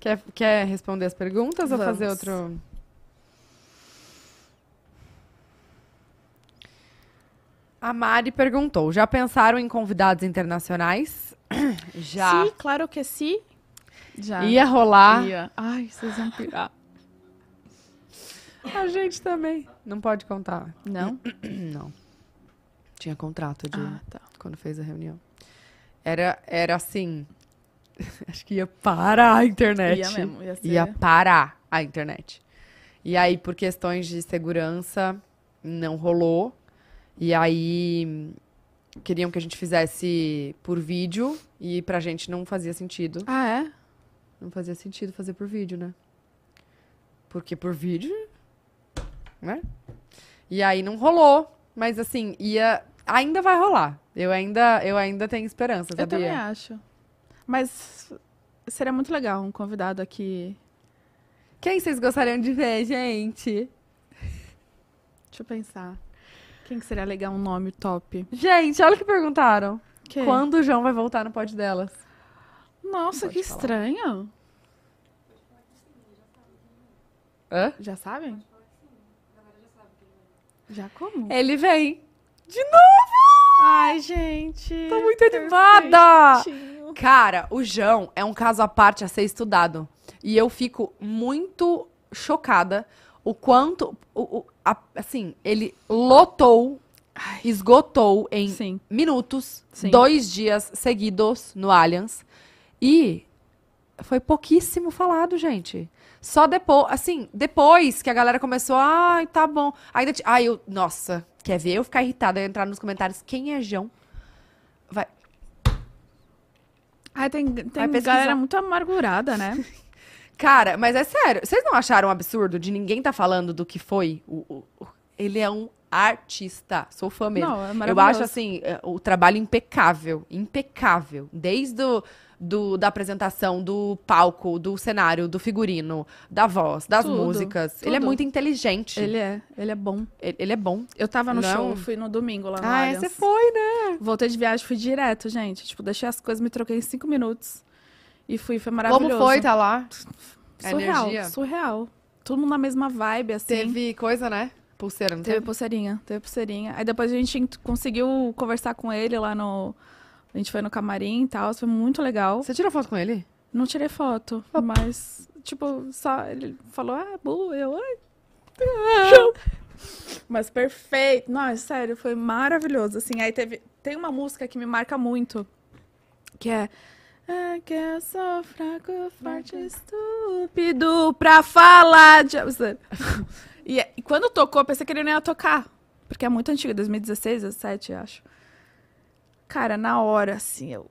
Speaker 1: Quer, quer responder as perguntas ou fazer
Speaker 2: Vamos.
Speaker 1: outro? A Mari perguntou: já pensaram em convidados internacionais? Já.
Speaker 2: Sim, claro que sim. Já.
Speaker 1: Ia rolar.
Speaker 2: Ia. Ai, vocês vão Ah, pirar.
Speaker 1: A gente também. Não pode contar.
Speaker 2: Não?
Speaker 1: Não. Tinha contrato de
Speaker 2: Ah, tá.
Speaker 1: quando fez a reunião. Era, era assim. Acho que ia parar a internet.
Speaker 2: Ia mesmo, ia ser.
Speaker 1: ia parar a internet. E aí, por questões de segurança, não rolou. E aí, queriam que a gente fizesse por vídeo e pra gente não fazia sentido.
Speaker 2: Ah, é?
Speaker 1: Não fazia sentido fazer por vídeo, né? Porque por vídeo, né? E aí não rolou, mas assim, ia ainda vai rolar. Eu ainda, eu ainda tenho esperança,
Speaker 2: Eu também
Speaker 1: sabia?
Speaker 2: acho. Mas seria muito legal um convidado aqui.
Speaker 1: Quem vocês gostariam de ver, gente?
Speaker 2: Deixa eu pensar. Quem que seria legal um nome top?
Speaker 1: Gente, olha o que perguntaram.
Speaker 2: Quem?
Speaker 1: Quando o João vai voltar no pod delas?
Speaker 2: Nossa,
Speaker 1: Não
Speaker 2: que
Speaker 1: pode falar.
Speaker 2: estranho.
Speaker 1: Hã?
Speaker 2: Já sabem? Já como?
Speaker 1: Ele vem.
Speaker 2: Ai, gente.
Speaker 1: Tô muito animada! Cara, o João é um caso à parte a ser estudado. E eu fico muito chocada o quanto. o- o- a- assim, ele lotou, esgotou em
Speaker 2: Sim.
Speaker 1: minutos,
Speaker 2: Sim.
Speaker 1: dois dias seguidos no Allianz. E foi pouquíssimo falado, gente. Só depois, assim, depois que a galera começou, ai, tá bom. Ainda, ti- ai, eu, nossa, quer ver eu ficar irritada, eu entrar nos comentários, quem é João? Vai,
Speaker 2: Ai, tem, tem
Speaker 1: pesquisar.
Speaker 2: galera muito amargurada, né?
Speaker 1: Cara, mas é sério, vocês não acharam um absurdo de ninguém tá falando do que foi? O- o- o- ele é um artista, sou fã mesmo.
Speaker 2: Não, é
Speaker 1: Eu
Speaker 2: maravilhoso.
Speaker 1: acho, assim, é, o trabalho impecável, impecável. Desde o- do, da apresentação, do palco, do cenário, do figurino, da voz, das
Speaker 2: Tudo,
Speaker 1: músicas. Ele é
Speaker 2: tudo.
Speaker 1: muito inteligente. Ele,
Speaker 2: Ele é, ele é bom.
Speaker 1: ele é bom.
Speaker 2: Eu tava no
Speaker 1: Não.
Speaker 2: show, fui no domingo lá no
Speaker 1: Ah,
Speaker 2: Allianz.
Speaker 1: você foi, né?
Speaker 2: Voltei de viagem, fui direto, gente. Tipo, deixei as coisas, me troquei em cinco minutos. E fui, foi
Speaker 1: Como
Speaker 2: maravilhoso.
Speaker 1: foi, tá lá? A
Speaker 2: Surreal,
Speaker 1: energia?
Speaker 2: surreal. Todo mundo na mesma vibe, assim.
Speaker 1: Teve coisa, né? Pulseira, não
Speaker 2: Teve
Speaker 1: teve?
Speaker 2: pulseirinha, teve pulseirinha. Aí depois a gente ent- conseguiu conversar com ele lá no... A gente foi no camarim e tal, foi muito legal.
Speaker 1: Você tirou foto com ele?
Speaker 2: Não tirei foto, mas, tipo, só ele falou, ah, bu, eu, ai. ah." Mas perfeito. Não, é sério, foi maravilhoso. Assim, aí teve. Tem uma música que me marca muito, que é. É que eu sou fraco, forte, estúpido pra falar de. E, é- e quando tocou, eu pensei que ele não ia tocar. Porque é muito antiga, 2016, 17, eu acho. Cara, na hora, assim, eu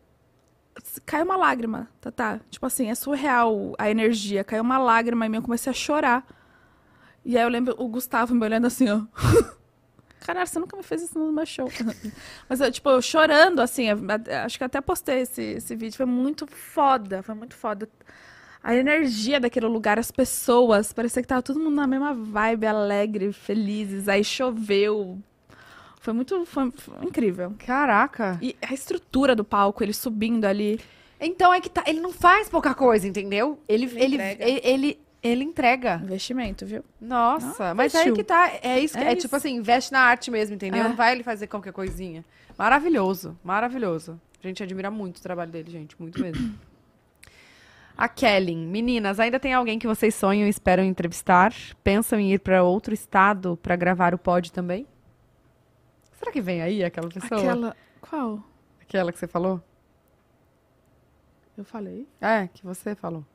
Speaker 2: cai uma lágrima, tá, tá? Tipo assim, é surreal a energia. Caiu uma lágrima em mim, eu comecei a chorar. E aí eu lembro o Gustavo me olhando assim, ó. Caralho, você nunca me fez isso no meu show. Mas eu, tipo, eu chorando, assim, eu- eu acho que até postei esse, esse vídeo. Foi muito foda, foi muito foda. A energia daquele lugar, as pessoas, parecia que tava todo mundo na mesma vibe, alegre, felizes. Aí choveu. Foi muito, foi- foi incrível.
Speaker 1: Caraca.
Speaker 2: E a estrutura do palco, ele subindo ali.
Speaker 1: Então é que tá. Ele não faz pouca coisa, entendeu? Ele,
Speaker 2: Ele
Speaker 1: ele,
Speaker 2: entrega.
Speaker 1: ele, ele, ele entrega.
Speaker 2: Investimento, viu?
Speaker 1: Nossa,
Speaker 2: Ah,
Speaker 1: mas aí
Speaker 2: investiu.
Speaker 1: que tá. É isso que é,
Speaker 2: É
Speaker 1: tipo
Speaker 2: isso.
Speaker 1: assim, investe na arte mesmo, entendeu?
Speaker 2: É.
Speaker 1: Não vai ele fazer qualquer coisinha. Maravilhoso, maravilhoso. A gente admira muito o trabalho dele, gente, muito mesmo. A Kellen, meninas, ainda tem alguém que vocês sonham e esperam entrevistar? Pensam em ir pra outro estado pra gravar o pod também? Será que vem aí aquela pessoa? Aquela,
Speaker 2: Aquela. Qual?
Speaker 1: que você falou?
Speaker 2: Eu falei?
Speaker 1: É, que você falou.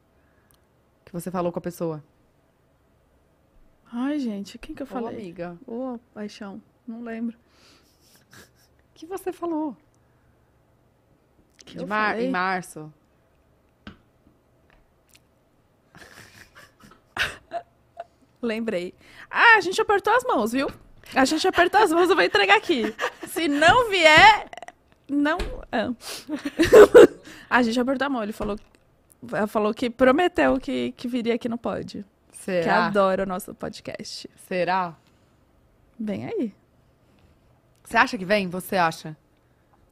Speaker 1: Que você falou com a pessoa.
Speaker 2: Ai, gente, quem que eu
Speaker 1: Ô,
Speaker 2: falei?
Speaker 1: amiga,
Speaker 2: Ô, paixão. Não lembro.
Speaker 1: que você falou?
Speaker 2: Que
Speaker 1: De
Speaker 2: eu
Speaker 1: mar-
Speaker 2: falei?
Speaker 1: Em março.
Speaker 2: Lembrei. Ah, a gente apertou as mãos, viu? A gente apertou as mãos, eu vou entregar aqui. Se não vier, não. ah. a gente apertou a mão, ele falou. Ela falou que prometeu que, que viria aqui no pod. Que
Speaker 1: Será?
Speaker 2: adora o nosso podcast.
Speaker 1: Será?
Speaker 2: Vem aí.
Speaker 1: Você acha que vem? Você acha?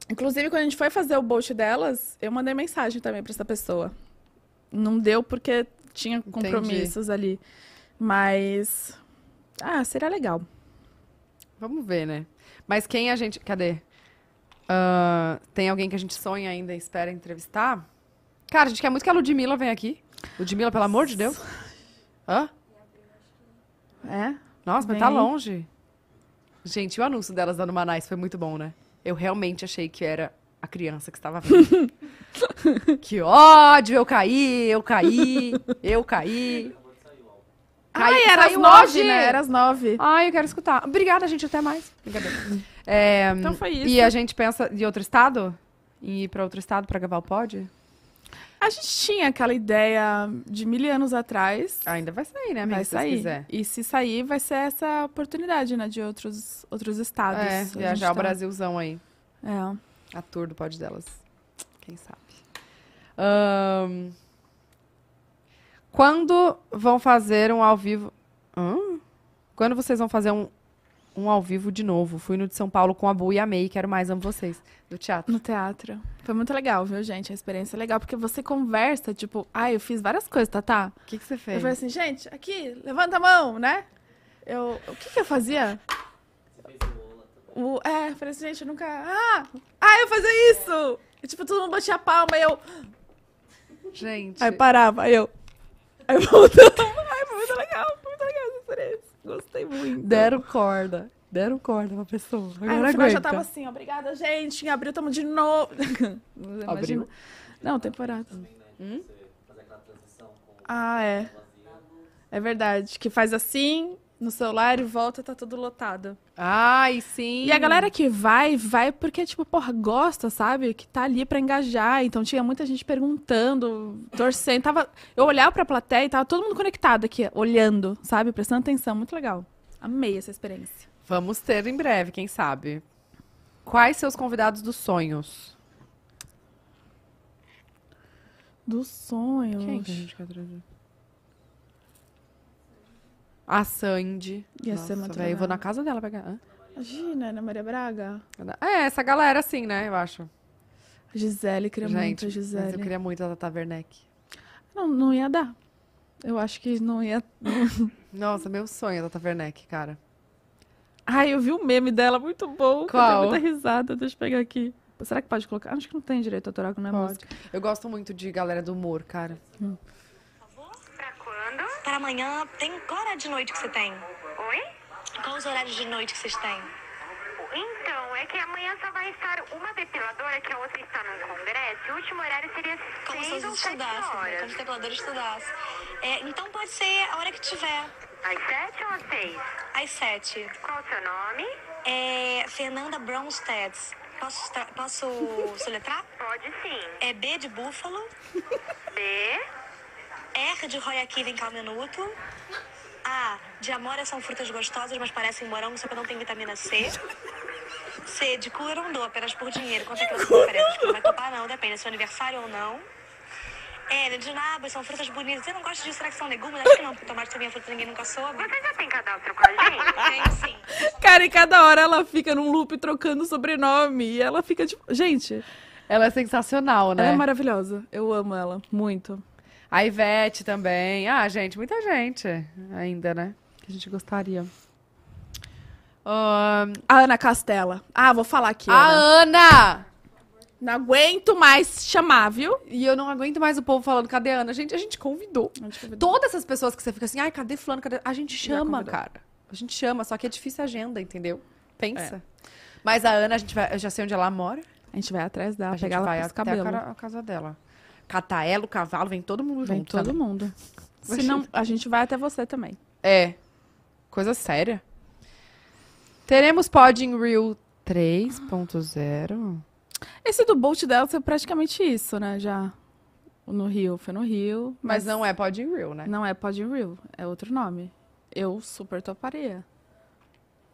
Speaker 2: Inclusive, quando a gente foi fazer o bolt delas, eu mandei mensagem também pra essa pessoa. Não deu porque tinha compromissos ali. Mas. Ah, seria legal.
Speaker 1: Vamos ver, né? Mas quem a gente. Cadê? Ah, tem alguém que a gente sonha ainda e espera entrevistar? Cara, a gente quer muito que a Ludmilla venha aqui. Ludmilla, pelo amor de Deus. Hã?
Speaker 2: É?
Speaker 1: Nossa, mas
Speaker 2: Vem
Speaker 1: tá
Speaker 2: aí.
Speaker 1: longe. Gente, o anúncio delas dando Manais foi muito bom, né? Eu realmente achei que era a criança que estava vindo. que ódio! Eu caí, eu caí, eu caí. Caí-
Speaker 2: Ai, era às
Speaker 1: saiu hoje?
Speaker 2: nove, né? Era às nove.
Speaker 1: Ai, eu quero escutar. Obrigada, gente. Até mais. Brincadeira. É,
Speaker 2: Então foi isso.
Speaker 1: e a gente pensa de outro estado? Em ir pra outro estado pra gravar o pod?
Speaker 2: A gente tinha aquela ideia de mil anos atrás.
Speaker 1: Ainda vai sair, né, amiga?
Speaker 2: Vai
Speaker 1: se
Speaker 2: sair.
Speaker 1: Deus quiser.
Speaker 2: E se sair, vai ser essa oportunidade, né? De outros, outros estados. A
Speaker 1: É,
Speaker 2: gente
Speaker 1: viajar ao
Speaker 2: tá-
Speaker 1: Brasilzão aí.
Speaker 2: É.
Speaker 1: A tour do pod delas. Quem sabe? Ahn, quando vão fazer um ao vivo. Hã? Quando vocês vão fazer um, um ao vivo de novo? Fui no de São Paulo com a Bu e amei. Quero mais, amo vocês. Do teatro.
Speaker 2: No teatro. Foi muito legal, viu, gente? A experiência é legal, porque você conversa, tipo, ah, eu fiz várias coisas, Tatá.
Speaker 1: O que, que você
Speaker 2: Eu
Speaker 1: fez?
Speaker 2: falei assim, gente, aqui, levanta a mão, né? Eu, o que que eu fazia? O, é, eu falei assim, gente, eu nunca... Ah, ah eu fazia isso! E, tipo, todo mundo batia a palma, e eu...
Speaker 1: assim, Gente.
Speaker 2: Aí parava, aí eu... Aí voltava. Ai, foi muito legal, foi muito legal essa experiência. Gostei muito.
Speaker 1: Deram corda. Deram corda pra pessoa.
Speaker 2: Aí
Speaker 1: Agora
Speaker 2: no final eu
Speaker 1: aguenta.
Speaker 2: já tava assim, obrigada, gente, em abril tamo de novo. Imagina.
Speaker 1: Abril?
Speaker 2: Não, temporada.
Speaker 4: né?
Speaker 2: Hum?
Speaker 4: Fazer aquela
Speaker 2: Ah, é. É verdade. Que faz assim no celular e volta, tá tudo lotado.
Speaker 1: Ai, sim.
Speaker 2: E a galera que vai, vai porque, tipo, porra, gosta, sabe? Que tá ali pra engajar. Então tinha muita gente perguntando, torcendo. Tava... Eu olhava pra plateia e tava todo mundo conectado aqui, olhando, sabe? Prestando atenção. Muito legal. Amei essa experiência.
Speaker 1: Vamos ter em breve, quem sabe. Quais seus convidados dos sonhos?
Speaker 2: Dos sonhos.
Speaker 1: Quem é que a gente quer trazer? A Sandy.
Speaker 2: Ia
Speaker 1: Nossa,
Speaker 2: ser muito
Speaker 1: velho, eu vou na
Speaker 2: legal.
Speaker 1: casa dela pegar. Hã?
Speaker 2: Imagina, Ana Maria Braga.
Speaker 1: É, essa galera assim, né? Eu acho.
Speaker 2: A Gisele, queria
Speaker 1: Gente,
Speaker 2: muito a
Speaker 1: mas
Speaker 2: Gisele.
Speaker 1: eu queria muito a Tata Werneck.
Speaker 2: Não, não ia dar. Eu acho que não ia.
Speaker 1: Nossa, meu sonho é a Tata Werneck, cara.
Speaker 2: Ai, eu vi um meme dela, muito bom. que
Speaker 1: Qual?
Speaker 2: Eu dei muita risada. Deixa eu pegar aqui. Será que pode colocar? Acho que não tem direito autoral, que não é
Speaker 1: Pode.
Speaker 2: música.
Speaker 1: Eu gosto muito de galera do humor, cara.
Speaker 5: Pra quando?
Speaker 6: Para amanhã, tem qual horário de noite que você tem?
Speaker 5: Oi?
Speaker 6: Qual os horários de noite que vocês têm?
Speaker 5: Então, é que amanhã só vai estar uma depiladora, que a outra está num congresso. e O último horário seria
Speaker 6: Como se
Speaker 5: seis ou
Speaker 6: vocês
Speaker 5: sete
Speaker 6: estudassem, né? como
Speaker 5: horas.
Speaker 6: se o teclador estudasse. É, então pode ser a hora que tiver,
Speaker 5: Às sete ou às seis?
Speaker 6: às sete.
Speaker 5: Qual o seu nome?
Speaker 6: É, Fernanda Bromstead. Posso, estra- posso soletrar?
Speaker 5: Pode sim.
Speaker 6: É B de Búfalo,
Speaker 5: B.
Speaker 6: R de Roy aqui, vem cá um minuto. A de Amora são frutas gostosas, mas parecem morango, só que não tem vitamina C. C de cu eu não dou, apenas por dinheiro. Quanto é que você oferece? Acho que Não vai topar não, depende se é aniversário ou não. N de nabas, são frutas bonitas. Eu não gosto disso, será que são legumes? Acho que não, porque tomate também é fruta, ninguém nunca soube. É
Speaker 5: Você já tem cadastro com a gente?
Speaker 6: Tem sim.
Speaker 2: Cara, e cada hora ela fica num loop trocando sobrenome. E ela fica tipo. Gente,
Speaker 1: Ela é sensacional, né?
Speaker 2: ela é maravilhosa. Eu amo ela. Muito.
Speaker 1: A Ivete também. Ah, gente, muita gente ainda, né? Que a gente gostaria. Ahn,
Speaker 2: A Ana Castela. Ah, vou falar aqui.
Speaker 1: a
Speaker 2: Ana.
Speaker 1: Ana!
Speaker 2: Não aguento mais chamar, viu?
Speaker 1: E eu não aguento mais o povo falando, cadê a Ana? Gente, a gente convidou. Todas essas pessoas que você fica assim, ai, cadê fulano? Cadê? A gente chama,
Speaker 2: convidou.
Speaker 1: cara. A gente chama, só que é difícil a agenda, entendeu? Pensa. Mas a Ana, a gente vai, eu já sei onde ela mora.
Speaker 2: A gente vai atrás
Speaker 1: A
Speaker 2: dela,
Speaker 1: gente
Speaker 2: pegar ela
Speaker 1: vai
Speaker 2: pelos
Speaker 1: até
Speaker 2: cabelos.
Speaker 1: a, cara- a casa dela. Catar ela, o cavalo, vem todo mundo
Speaker 2: Vem
Speaker 1: junto.
Speaker 2: todo
Speaker 1: também.
Speaker 2: mundo. Se não, a gente vai até você também.
Speaker 1: É. Coisa séria. Teremos pod in Real 3.0.
Speaker 2: Esse do Bolt dela foi praticamente isso, né? Já. No Rio, foi no Rio.
Speaker 1: Mas não é pod in Real, né?
Speaker 2: Não é Pod Real, é outro nome. Eu super toparia.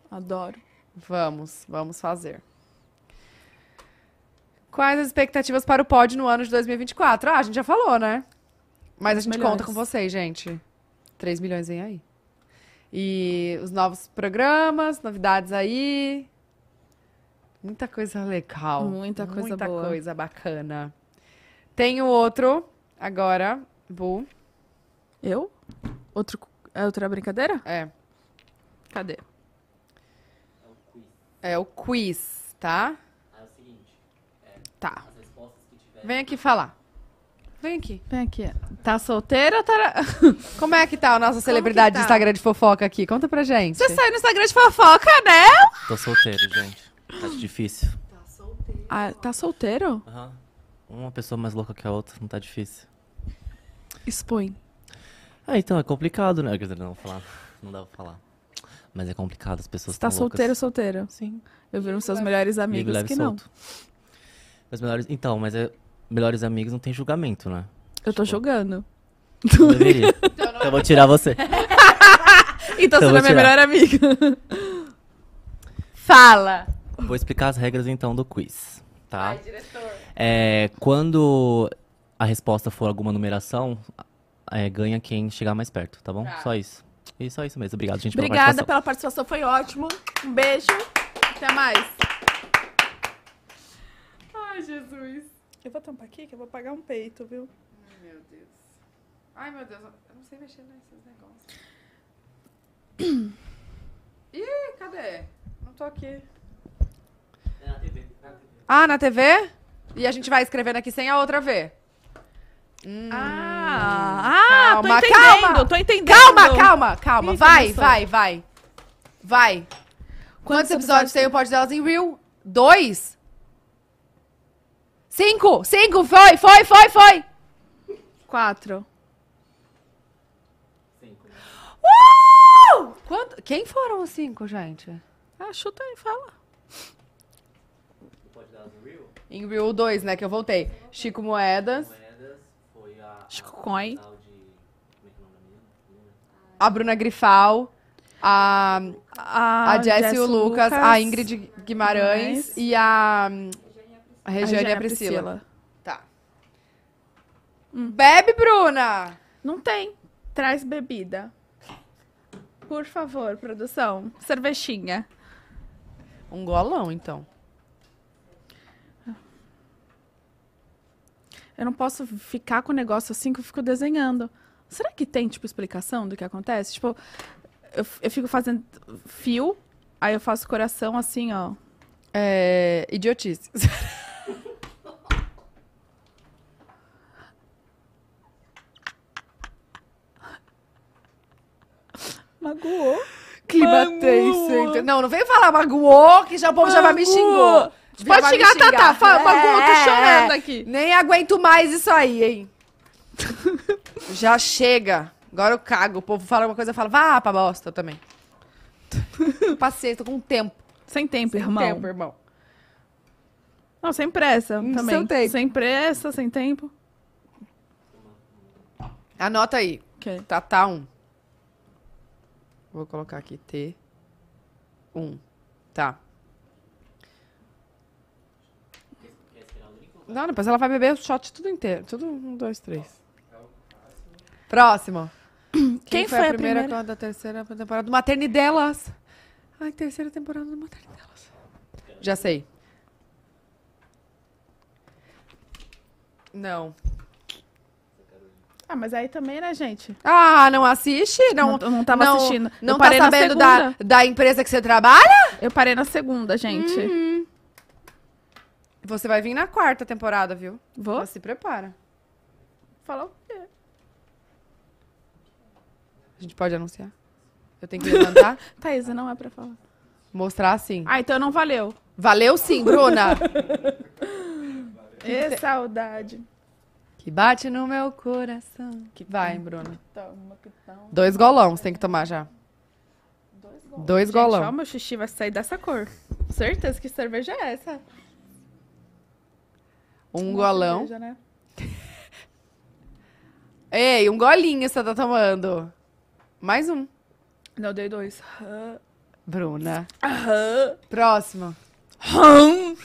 Speaker 2: Adoro.
Speaker 1: Vamos, vamos fazer. Quais as expectativas para o pod no ano de 2024? Ah, a gente já falou, né? Mas a
Speaker 2: Os
Speaker 1: gente
Speaker 2: melhores.
Speaker 1: conta com vocês, gente. 3 milhões vem aí. E os novos programas, novidades aí. Muita coisa legal.
Speaker 2: Muita coisa
Speaker 1: Muita
Speaker 2: boa.
Speaker 1: coisa bacana. Tem o outro agora, Bu.
Speaker 2: Eu? Outro, é outra brincadeira?
Speaker 1: É,
Speaker 2: Cadê?
Speaker 4: É o quiz.
Speaker 1: é o quiz, tá?
Speaker 4: Aí é o seguinte, é,
Speaker 1: Tá.
Speaker 4: as respostas que tiverem
Speaker 1: Vem aqui falar. Vem aqui.
Speaker 2: Vem aqui. Tá solteira ou tá.
Speaker 1: Como é que tá a nossa celebridade
Speaker 2: tá?
Speaker 1: de Instagram de fofoca aqui? Conta pra gente.
Speaker 2: Você saiu no Instagram de fofoca, né?
Speaker 4: Tô solteiro, gente. Acho difícil.
Speaker 2: Ah, tá solteiro?
Speaker 4: Aham. Uma pessoa mais louca que a outra, não tá difícil.
Speaker 2: Expõe.
Speaker 4: Ah, então é complicado, né? Quer dizer, não vou falar. Não dá pra falar. Mas é complicado, as pessoas
Speaker 2: Você tá
Speaker 4: tão loucas.
Speaker 2: solteiro ou solteira?
Speaker 4: Sim.
Speaker 2: Eu vi uns seus melhores
Speaker 4: Livre,
Speaker 2: amigos
Speaker 4: leve,
Speaker 2: que não.
Speaker 4: solto. Mas melhores... Então, mas é... Melhores amigos não tem julgamento, né?
Speaker 2: Eu tô jogando.
Speaker 4: Não deveria. então eu vou tirar você.
Speaker 2: Então você
Speaker 4: vou
Speaker 2: não é minha
Speaker 4: tirar.
Speaker 2: melhor amiga.
Speaker 1: Fala.
Speaker 4: Vou explicar as regras então do quiz, tá? É, quando a resposta for alguma numeração, é, ganha quem chegar mais perto, tá bom? Só isso. E só isso mesmo. Obrigado, gente,
Speaker 2: Obrigada
Speaker 4: pela Tipo, participação.
Speaker 2: pela participação, foi ótimo. Um beijo. Até mais.
Speaker 1: Ai, Jesus.
Speaker 2: Eu vou tampar aqui que eu vou pagar um peito, viu?
Speaker 1: Meu Deus. Ai, meu Deus. Eu não sei mexer nesses negócios. Ih, cadê? Não tô aqui.
Speaker 4: É
Speaker 1: Ah, na TV? E a gente vai escrevendo aqui sem a outra ver.
Speaker 2: Ah, ah,
Speaker 1: Calma,
Speaker 2: tô entendendo,
Speaker 1: calma.
Speaker 2: tô entendendo.
Speaker 1: Calma, calma, calma.
Speaker 2: Ih,
Speaker 1: vai,
Speaker 2: começou.
Speaker 1: vai, vai. Vai. Quantos episódios tem o pod delas em Real? Dois? Cinco! Cinco! Foi, foi, foi, foi!
Speaker 2: Quatro.
Speaker 1: Uh! Quanto- Quem foram os cinco, gente?
Speaker 2: Ah, chuta aí, fala.
Speaker 1: Em Rio 2, né? Que eu voltei. Chico Moedas.
Speaker 4: Foi a.
Speaker 2: Chico Coin.
Speaker 1: a Bruna Grifal, a,
Speaker 2: A,
Speaker 1: a Jessie e o Ah, Lucas, a Ingrid Guimarães
Speaker 2: Guimarães.
Speaker 1: e a, hum, a
Speaker 2: a
Speaker 1: Regiane e a Priscila. Tá.
Speaker 2: Hum.
Speaker 1: Bebe, Bruna!
Speaker 2: Não tem. Traz bebida. Por favor, produção. Cervejinha.
Speaker 1: Um golão, então.
Speaker 2: Eu não posso ficar com o negócio assim que eu fico desenhando. Será que tem, tipo, explicação do que acontece? Tipo, eu, f- eu fico fazendo fio, aí eu faço coração assim, ó.
Speaker 1: É, idiotice.
Speaker 2: Magoou.
Speaker 1: Clima tenso. então. Não, não vem falar magoou, que já, o povo já vai me xingou.
Speaker 2: Magoou. Pode xingar, Tatá. Fala, magoou, tô chorando aqui.
Speaker 1: É, Nem aguento mais isso aí, hein? já chega. Agora eu cago. O povo fala alguma coisa, eu falo, vá pra bosta também. Paciência, tô com um tempo.
Speaker 2: Sem tempo, irmão.
Speaker 1: Tempo, irmão.
Speaker 2: Não, sem pressa
Speaker 1: Hum,
Speaker 2: também.
Speaker 1: sem tempo.
Speaker 2: Sem pressa, sem tempo.
Speaker 1: Anota aí.
Speaker 2: Ok.
Speaker 1: Tatá 1. Vou colocar aqui T. 1. Tá. Não, depois ela vai beber o shot tudo inteiro. Tudo um, dois, três. Próximo. Quem, foi, a primeira,
Speaker 2: primeira?
Speaker 1: da terceira temporada do Maternidelas? Ai, terceira temporada do Maternidelas. Já sei. Não.
Speaker 2: Ah, mas aí também, né, gente?
Speaker 1: Ah, não assiste? Não,
Speaker 2: Não- não tava assistindo. Eu
Speaker 1: Não tá
Speaker 2: parei na
Speaker 1: sabendo da,
Speaker 2: segunda.
Speaker 1: da empresa que você trabalha?
Speaker 2: Eu parei na segunda, gente.
Speaker 1: Hum. Você vai vir na quarta temporada, viu?
Speaker 2: Vou?
Speaker 1: Mas se prepara.
Speaker 2: Falar o quê?
Speaker 1: A gente pode anunciar? Eu tenho que levantar?
Speaker 2: Thaisa, não é pra falar.
Speaker 1: mostrar assim.
Speaker 2: Ah, então não valeu.
Speaker 1: Valeu sim, Bruna!
Speaker 2: Ê, saudade.
Speaker 1: que bate no meu coração. Que vai, Bruna.
Speaker 2: Toma, pitão.
Speaker 1: Dois golão você tem que tomar já.
Speaker 2: Dois golão.
Speaker 1: Dois golão.
Speaker 2: Gente, ó, meu xixi vai sair dessa cor. Certeza que cerveja é essa.
Speaker 1: Um
Speaker 2: Uma
Speaker 1: golão.
Speaker 2: cerveja, né?
Speaker 1: Ei, um golinho você tá tomando. Mais um.
Speaker 2: Não, dei dois.
Speaker 1: Bruna.
Speaker 2: Aham.
Speaker 1: Próximo.
Speaker 2: Aham.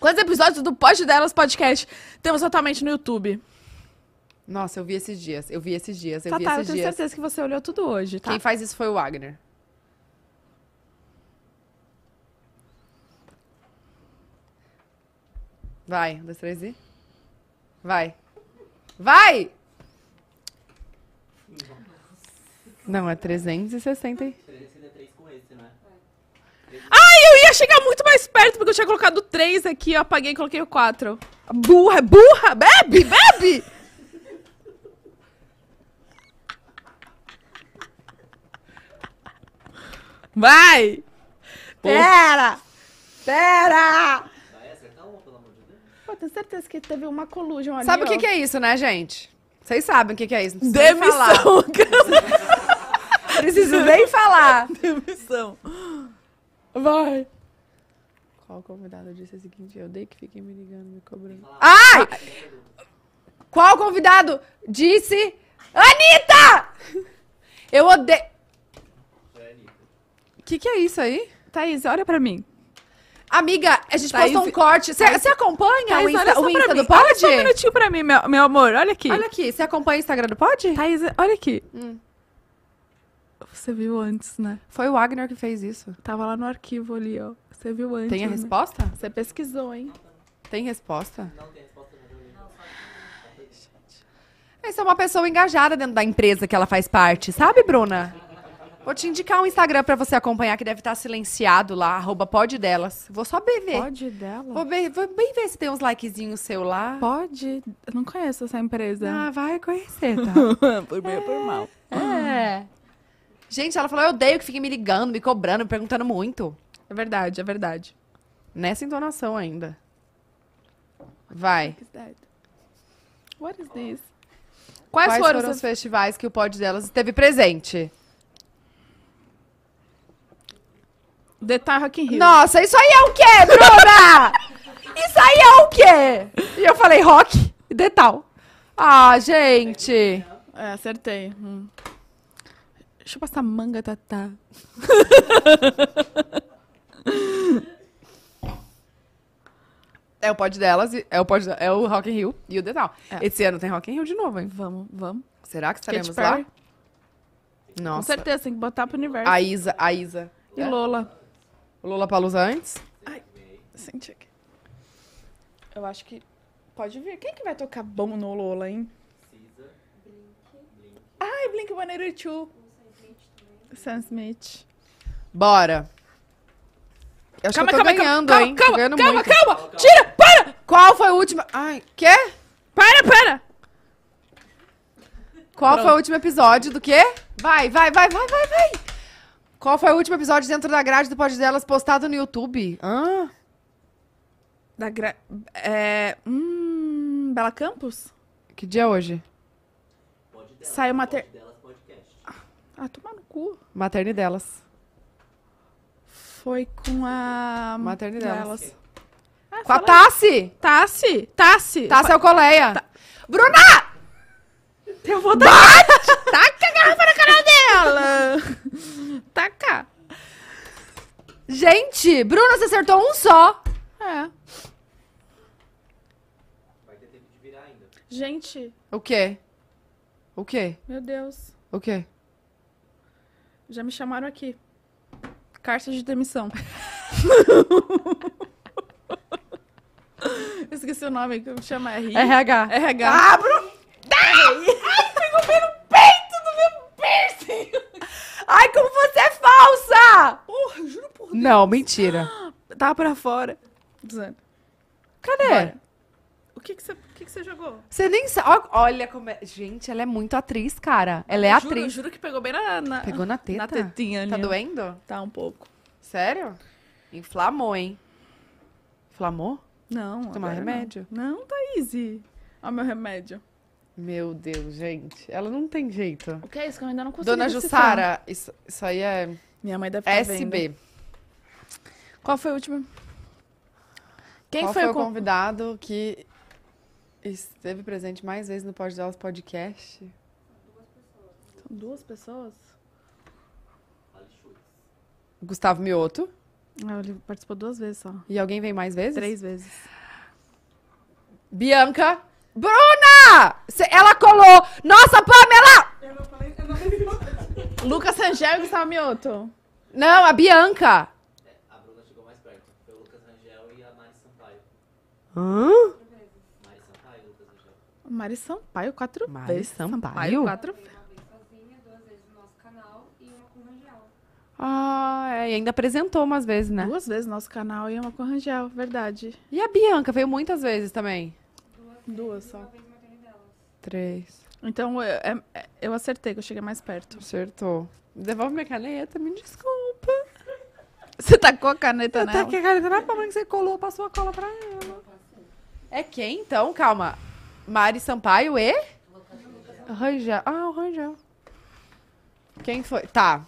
Speaker 2: Quantos episódios do Pode Delas Podcast temos atualmente no YouTube?
Speaker 1: Nossa, eu vi esses dias. Eu vi esses dias. Eu
Speaker 2: Tá,
Speaker 1: vi
Speaker 2: tá, eu
Speaker 1: esses
Speaker 2: tenho
Speaker 1: dias.
Speaker 2: certeza que você olhou tudo hoje, tá?
Speaker 1: Quem faz isso foi o Wagner. Vai, um, dois, três e. Vai. Vai! Não, é 360. e-
Speaker 2: Ai, eu ia chegar muito mais perto, porque eu tinha colocado três aqui, eu apaguei e coloquei o quatro. Burra,
Speaker 1: é
Speaker 2: burra! Bebe, bebe! Vai! É. Pera! Pera! Pô, tenho certeza que teve uma collusion ali,
Speaker 1: Sabe o
Speaker 2: ó.
Speaker 1: que, que é isso, né, gente? Vocês sabem o que, que é isso. Não preciso nem falar.
Speaker 2: Demissão!
Speaker 1: Preciso nem falar.
Speaker 2: Demissão! Vai!
Speaker 1: Qual convidado disse o seguinte? Eu dei que fiquem me ligando, me cobrando. Ai! Qual convidado disse? Anitta! Eu odeio. O que, que é isso aí?
Speaker 2: Thaís, olha pra mim.
Speaker 1: Amiga, a gente
Speaker 2: Thaís-
Speaker 1: postou um corte.
Speaker 2: Tá
Speaker 1: Você acompanha o
Speaker 2: Thaís, olha
Speaker 1: Insta,
Speaker 2: só
Speaker 1: o
Speaker 2: pra
Speaker 1: Insta
Speaker 2: mim.
Speaker 1: do
Speaker 2: Olha só um
Speaker 1: Pod?
Speaker 2: minutinho pra mim, meu, meu amor. Olha aqui.
Speaker 1: Olha aqui, você acompanha o Instagram do Pod?
Speaker 2: Thaís, olha aqui.
Speaker 1: Hum.
Speaker 2: Você viu antes, né?
Speaker 1: Foi o Wagner que fez isso.
Speaker 2: Tava lá no arquivo ali, ó. Você viu antes.
Speaker 1: Tem a
Speaker 2: né?
Speaker 1: resposta?
Speaker 2: Você pesquisou, hein?
Speaker 1: Tem resposta? Não tem resposta. Essa é uma pessoa engajada dentro da empresa que ela faz parte, sabe, Bruna? Vou te indicar um Instagram pra você acompanhar, que deve estar silenciado lá, arroba pode delas. Vou só bem ver.
Speaker 2: Pode dela?
Speaker 1: É. Vou, bem, vou bem ver se tem uns likezinhos seu lá.
Speaker 2: Pode. Eu não conheço essa empresa.
Speaker 1: Ah, vai conhecer, tá?
Speaker 2: por bem ou por mal.
Speaker 1: é. Gente, ela falou, eu odeio que fiquem me ligando, me cobrando, me perguntando muito.
Speaker 2: É verdade, é verdade.
Speaker 1: Nessa entonação ainda. Vai.
Speaker 2: What is that? What is this? Quais,
Speaker 1: Quais
Speaker 2: foram,
Speaker 1: foram
Speaker 2: essas-
Speaker 1: os festivais que o Pod delas esteve presente?
Speaker 2: The Time Rock in Rio.
Speaker 1: Nossa, isso aí é o quê, Bruna? isso aí é o quê? E eu falei rock e detal. Ah, gente.
Speaker 2: É, acertei. Hum. Deixa eu passar manga, tá, Tatá.
Speaker 1: É o pod delas, e- é o pod, é o Rock in Rio e o detal. Esse ano tem Rock in Rio de novo, hein?
Speaker 2: Vamos, vamos.
Speaker 1: Será que
Speaker 2: Katy
Speaker 1: estaremos lá?
Speaker 2: Perry. Com
Speaker 1: Nossa. é.
Speaker 2: certeza, tem que botar pro universo.
Speaker 1: A Isa, a Isa.
Speaker 2: E Lola.
Speaker 1: Lula Palusa antes?
Speaker 2: Senti aqui. Eu acho que pode vir. Quem que vai tocar bom no Lola, hein? Ai, Blink-182. Sam Smith.
Speaker 1: Bora. Eu acho que eu tô ganhando,
Speaker 2: calma,
Speaker 1: hein? Tô
Speaker 2: Calma,
Speaker 1: ganhando
Speaker 2: calma,
Speaker 1: muito.
Speaker 2: calma, Tira, para!
Speaker 1: Qual foi a última? Ai, quê?
Speaker 2: Para, para!
Speaker 1: Qual
Speaker 2: Pronto.
Speaker 1: foi o último episódio do quê? Vai, vai, vai, vai, vai, vai. Qual foi o último episódio dentro da grade do Pod Delas postado no YouTube? Ah,
Speaker 2: Da gra... É... Hum... Bela Campos?
Speaker 1: que dia é hoje?
Speaker 2: Saiu uma ter... Ah, toma no cu.
Speaker 1: Materne delas.
Speaker 2: Foi com a...
Speaker 1: Materne delas.
Speaker 2: Ah,
Speaker 1: Com a
Speaker 2: fala-
Speaker 1: Tassi!
Speaker 2: Tassi! Tassi!
Speaker 1: Tassi é o coleia. Bruna!
Speaker 2: Eu vou dar. Taca a garrafa na cara dela! Taca!
Speaker 1: Gente, Bruna, você acertou um só.
Speaker 2: É. Gente,
Speaker 1: O quê? O quê?
Speaker 2: meu Deus.
Speaker 1: O quê?
Speaker 2: Já me chamaram aqui. Carta de demissão. Eu é Esqueci o nome, que me
Speaker 1: É
Speaker 2: chama R.
Speaker 1: RH.
Speaker 2: RH.
Speaker 1: Ah, Bruna! Ai, como você é falsa!
Speaker 2: Porra, juro por
Speaker 1: Não, mentira.
Speaker 2: Tá pra fora. Dizendo.
Speaker 1: Cadê?
Speaker 2: Bora. O que que você o que que você jogou?
Speaker 1: Você nem sabe. Olha como é. Gente, ela é muito atriz, cara. Ela é
Speaker 2: Eu Juro,
Speaker 1: atriz.
Speaker 2: juro que pegou bem na... na-
Speaker 1: Pegou na teta.
Speaker 2: Na tetinha ali.
Speaker 1: Tá
Speaker 2: ó.
Speaker 1: doendo?
Speaker 2: Tá um pouco.
Speaker 1: Sério? Inflamou, hein? Inflamou?
Speaker 2: Não,
Speaker 1: Tomar
Speaker 2: agora
Speaker 1: remédio?
Speaker 2: Não, não Daisy. Olha o meu remédio.
Speaker 1: Meu Deus, gente. Ela não tem jeito.
Speaker 2: O que é isso que eu ainda não consegui
Speaker 1: Dona
Speaker 2: decifrar.
Speaker 1: Jussara, isso, isso aí é
Speaker 2: Minha mãe deve estar vendo.
Speaker 1: SB.
Speaker 2: Qual foi o último? Quem
Speaker 1: Qual
Speaker 2: foi, o... con-
Speaker 1: convidado que esteve presente mais vezes no Pode Delas Podcast?
Speaker 2: São duas pessoas?
Speaker 1: Gustavo Mioto.
Speaker 2: Ah, ele participou duas vezes só.
Speaker 1: E alguém vem mais vezes?
Speaker 2: Três vezes.
Speaker 1: Bianca. Bruna! Cê- Ela colou. Nossa, Pamela!
Speaker 2: Lucas Rangel e Gustavo Mioto.
Speaker 1: Não, a Bianca.
Speaker 4: A Bruna chegou mais perto. Foi o Lucas Rangel e a Mari Sampaio. Mari Sampaio, Lucas Rangel.
Speaker 2: Mari Sampaio, quatro
Speaker 1: Mari
Speaker 2: vezes.
Speaker 1: Sampaio?
Speaker 2: quatro vezes.
Speaker 7: sozinha, duas vezes no nosso canal e uma com o Rangel.
Speaker 1: Ah, é, e ainda apresentou umas vezes, né?
Speaker 2: Duas vezes nosso canal e uma com o Rangel, verdade.
Speaker 1: E a Bianca veio muitas vezes também.
Speaker 2: Duas só.
Speaker 1: Três.
Speaker 2: Então, eu, é- é- eu acertei, que eu cheguei mais perto.
Speaker 1: Acertou. Devolve minha caneta, me desculpa.
Speaker 2: Você tacou a caneta
Speaker 1: Eu
Speaker 2: nela?
Speaker 1: taquei a caneta na palma Tá, que você colou, passou a cola pra ela. É quem, então? Calma. Mari Sampaio e? Rangel. Ah, o Rangel. Quem foi? Tá.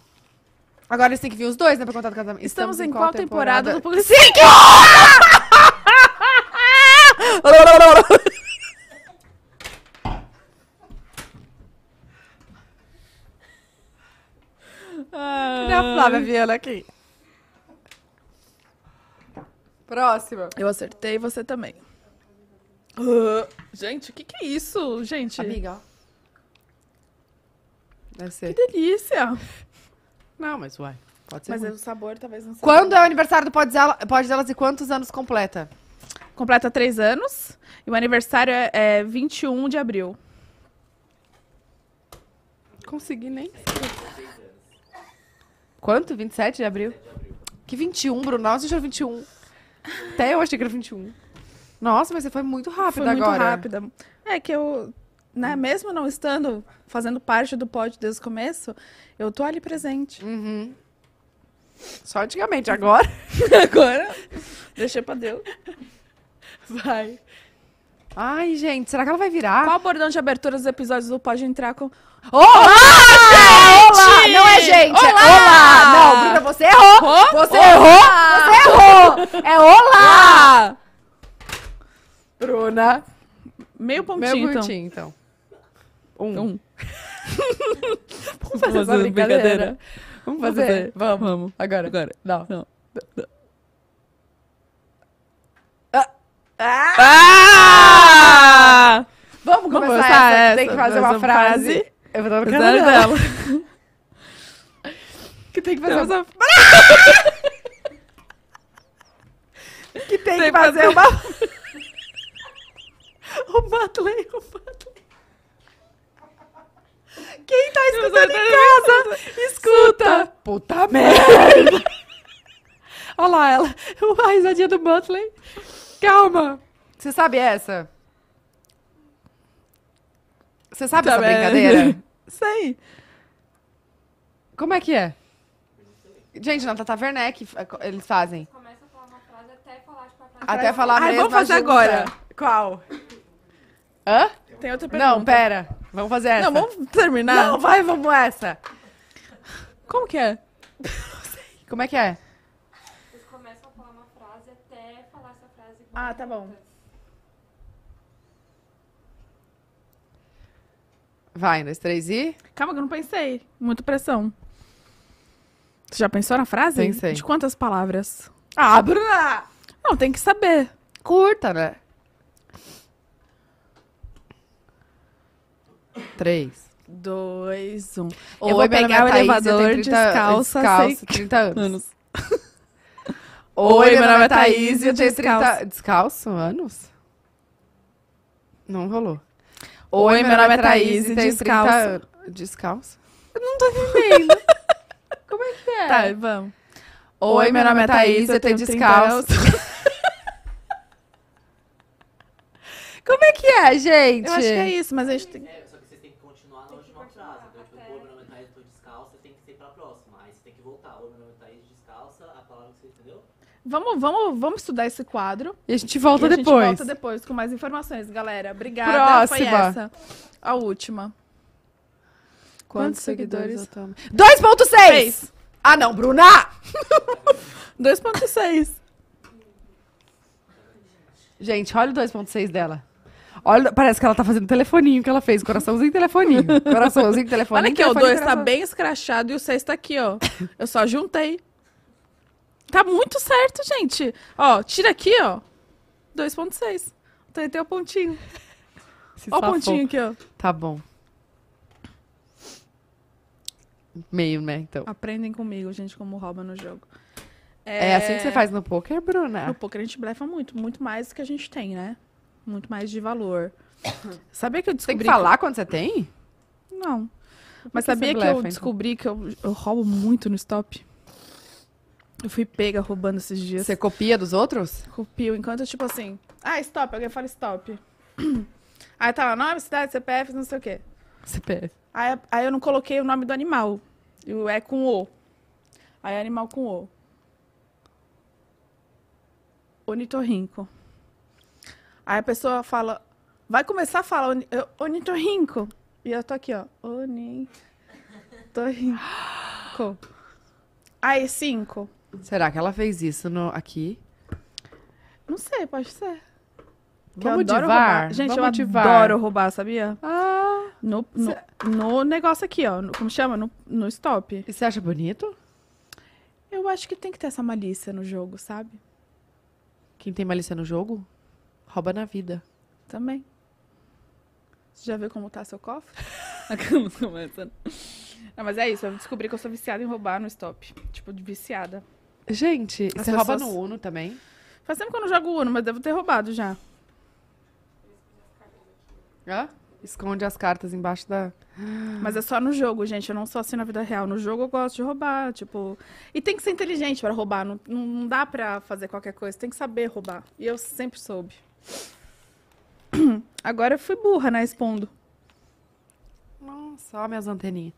Speaker 1: Agora eles têm que vir os dois, né, pra contar do casamento.
Speaker 2: Estamos, em qual temporada? do Pug-
Speaker 1: Cadê a Flávia Viana aqui? Próxima.
Speaker 2: Eu acertei, você também. Ah, gente, o que, que é isso, gente?
Speaker 1: Amiga, ó. Deve
Speaker 2: Que
Speaker 1: ser.
Speaker 2: delícia!
Speaker 1: Não, mas uai. Pode ser.
Speaker 2: Mas é
Speaker 1: ruim.
Speaker 2: o sabor talvez não seja.
Speaker 1: Quando é o aniversário do Pode Delas- Pode Delas e quantos anos completa?
Speaker 2: Completa três anos e o aniversário é, é 21 de abril.
Speaker 1: Consegui nem. Quanto? 27 de abril? Que 21, Bruno? Nossa, já era 21. Até eu achei que era 21. Nossa, mas você foi muito rápida
Speaker 2: Foi muito
Speaker 1: agora.
Speaker 2: rápida. É que eu, né, mesmo não estando fazendo parte do pod desde o começo, eu tô ali presente.
Speaker 1: Uhum. Só antigamente, agora.
Speaker 2: Agora, deixei pra Deus.
Speaker 1: Vai. Ai, gente, será que ela vai virar?
Speaker 2: Qual o bordão de abertura dos episódios do Pode Entrar com...
Speaker 1: Olá,
Speaker 2: gente!
Speaker 1: Não é gente, é
Speaker 2: Olá!
Speaker 1: olá! Não, Bruna, você errou!
Speaker 2: Errou? Ah!
Speaker 1: Você errou! Você errou! É olá! Bruna.
Speaker 2: Meio pontinho,
Speaker 1: Meu
Speaker 2: então.
Speaker 1: curtinho, então. Um.
Speaker 2: Um.
Speaker 1: Vamos fazer essa
Speaker 2: Fazer
Speaker 1: brincadeira?
Speaker 2: brincadeira.
Speaker 1: Vamos fazer? Vamos.
Speaker 2: Vamos.
Speaker 1: Agora.
Speaker 2: Agora.
Speaker 1: Não.
Speaker 2: Não.
Speaker 1: Ah! Vamos
Speaker 2: Vamos
Speaker 1: começar essa,
Speaker 2: começar
Speaker 1: que
Speaker 2: essa.
Speaker 1: Tem que fazer
Speaker 2: Nós
Speaker 1: uma
Speaker 2: vamos
Speaker 1: frase.
Speaker 2: fazer um
Speaker 1: Eu vou dar uma
Speaker 2: Zero dela.
Speaker 1: Que tem que fazer,
Speaker 2: Temos
Speaker 1: uma...
Speaker 2: a-
Speaker 1: que tem que
Speaker 2: tem que
Speaker 1: fazer
Speaker 2: fazer-
Speaker 1: uma... o Matley, o Matley. Quem tá escutando em casa, escuta. Puta merda. Olha lá ela, a risadinha do Matley. Calma. Você sabe essa? Você sabe essa
Speaker 2: Tá bem.
Speaker 1: brincadeira?
Speaker 2: Sei.
Speaker 1: Como é que é? Gente, na Tata Werneck, f- eles fazem.
Speaker 7: Começa a falar uma frase até falar, tipo, a frase.
Speaker 1: Até falar
Speaker 2: Ai,
Speaker 1: mesmo
Speaker 2: vamos fazer
Speaker 1: ajuda.
Speaker 2: agora.
Speaker 1: Qual? Hã?
Speaker 2: Tem outra pergunta.
Speaker 1: Não, pera. Vamos fazer essa. Ah.
Speaker 2: Não, vamos terminar?
Speaker 1: Não, vai, vamos essa.
Speaker 2: Como que é?
Speaker 1: Como é que é?
Speaker 7: Eles começam a falar uma frase até falar essa frase.
Speaker 1: Ah, tá bom. Vai, um, dois, três e...
Speaker 2: Calma que eu não pensei. Muita pressão. Você já pensou na frase?
Speaker 1: Pensei.
Speaker 2: De quantas palavras?
Speaker 1: Ah, Bruna!
Speaker 2: Não, tem que saber.
Speaker 1: Curta, né? Três.
Speaker 2: Dois, um.
Speaker 1: Oi,
Speaker 2: eu
Speaker 1: meu
Speaker 2: vou
Speaker 1: nome é
Speaker 2: pegar o
Speaker 1: Thaís, eu
Speaker 2: elevador,
Speaker 1: tenho 30
Speaker 2: descalça,
Speaker 1: descalço,
Speaker 2: sei
Speaker 1: 30 anos.
Speaker 2: anos.
Speaker 1: Oi, meu nome é Thaís
Speaker 2: Thaís,
Speaker 1: e eu tenho 30...
Speaker 2: descalço.
Speaker 1: Descalço? Anos? Não rolou.
Speaker 2: Oi, meu nome é Thaís
Speaker 1: tenho
Speaker 2: e
Speaker 1: 30
Speaker 2: descalço.
Speaker 1: an- Descalço?
Speaker 2: Como é que é? Tá, vamos.
Speaker 1: Oi, meu nome é Thaís e eu tenho
Speaker 2: 30
Speaker 1: descalço. Como é que é, gente?
Speaker 2: Eu acho que é isso, mas a gente tem...
Speaker 4: É, só que vocês têm que continuar na última frase. Então, tipo, oi, meu nome é Thaís, tô descalça, tem que ser pra próxima. Aí você tem que voltar. Oi, meu nome é Thaís, descalça, a palavra que você entendeu?
Speaker 2: Vamos, vamos, vamos estudar esse quadro.
Speaker 1: E a gente volta
Speaker 2: e a gente
Speaker 1: depois.
Speaker 2: volta depois com mais informações, galera. Obrigada. Foi
Speaker 1: Próxima.
Speaker 2: essa. A última. Quantos seguidores?
Speaker 1: eu tomo? 2.6!
Speaker 2: Seis.
Speaker 1: Ah, não, Bruna!
Speaker 2: 2.6.
Speaker 1: Gente, olha o 2.6 dela. Olha, parece que ela tá fazendo telefoninho que ela fez. Coraçãozinho, telefoninho. Coraçãozinho, telefoninho.
Speaker 2: Olha aqui, ó, o
Speaker 1: telefoninho,
Speaker 2: 2 tá
Speaker 1: coração.
Speaker 2: bem escrachado e o 6 tá aqui, ó. Eu só juntei. Tá muito certo, gente. Ó, tira aqui, ó. 2.6. Tem até o pontinho.
Speaker 1: Se
Speaker 2: Ó o
Speaker 1: safou.
Speaker 2: pontinho aqui, ó.
Speaker 1: Tá bom. Meio, né? Então.
Speaker 2: Aprendem comigo, gente, como rouba no jogo.
Speaker 1: É... assim que você faz no poker,
Speaker 2: No
Speaker 1: Bruna?
Speaker 2: poker a gente blefa muito, muito mais do que a gente tem, né? Muito mais de valor. Sabia que eu
Speaker 1: Tem
Speaker 2: descobri...
Speaker 1: que falar quando você tem?
Speaker 2: Não. Mas
Speaker 1: que você
Speaker 2: sabia que
Speaker 1: blefa,
Speaker 2: eu
Speaker 1: então?
Speaker 2: descobri que eu, eu roubo muito no stop? Eu fui pega roubando esses dias.
Speaker 1: Você copia dos outros?
Speaker 2: Copio, enquanto, tipo assim, ah, stop, alguém fala stop. Aí tá lá, nome, cidade, CPF, não sei o quê.
Speaker 1: CPF.
Speaker 2: Aí, aí eu não coloquei o nome do animal. E o é com O. Aí é animal com O. Onitorrinco. Aí a pessoa fala, vai começar a falar oni- eu- onitorrinco. E eu tô aqui, ó. Onitorrinco. Aí, cinco.
Speaker 1: Será que ela fez isso no... aqui?
Speaker 2: Não sei, pode ser. Que
Speaker 1: Vamos
Speaker 2: eu
Speaker 1: é
Speaker 2: adoro
Speaker 1: de VAR,
Speaker 2: roubar. Gente,
Speaker 1: vamos de
Speaker 2: eu
Speaker 1: VAR.
Speaker 2: adoro roubar, sabia?
Speaker 1: Ah!
Speaker 2: No, no, no negócio aqui, ó. no- como chama? No, no stop.
Speaker 1: E você acha bonito?
Speaker 2: Eu acho que tem que ter essa malícia no jogo, sabe?
Speaker 1: Quem tem malícia no jogo, rouba na vida.
Speaker 2: Também. Você já viu como tá seu cofre? Acabamos começando. Não, mas é isso. Eu descobri que eu sou viciada em roubar no stop. Tipo, de viciada.
Speaker 1: Gente,
Speaker 2: As
Speaker 1: você rouba
Speaker 2: pessoas-
Speaker 1: no Uno também?
Speaker 2: Faz tempo que eu não jogo Uno, mas devo ter roubado já.
Speaker 1: Hã? Esconde as cartas embaixo da...
Speaker 2: Mas é só no jogo, gente. Eu não sou assim na vida real. No jogo eu gosto de roubar, tipo... E tem que ser inteligente pra roubar. Não, não, não dá pra fazer qualquer coisa. Tem que saber roubar. E eu sempre soube. Agora eu fui burra, né? Expondo.
Speaker 1: Nossa, olha minhas anteninhas.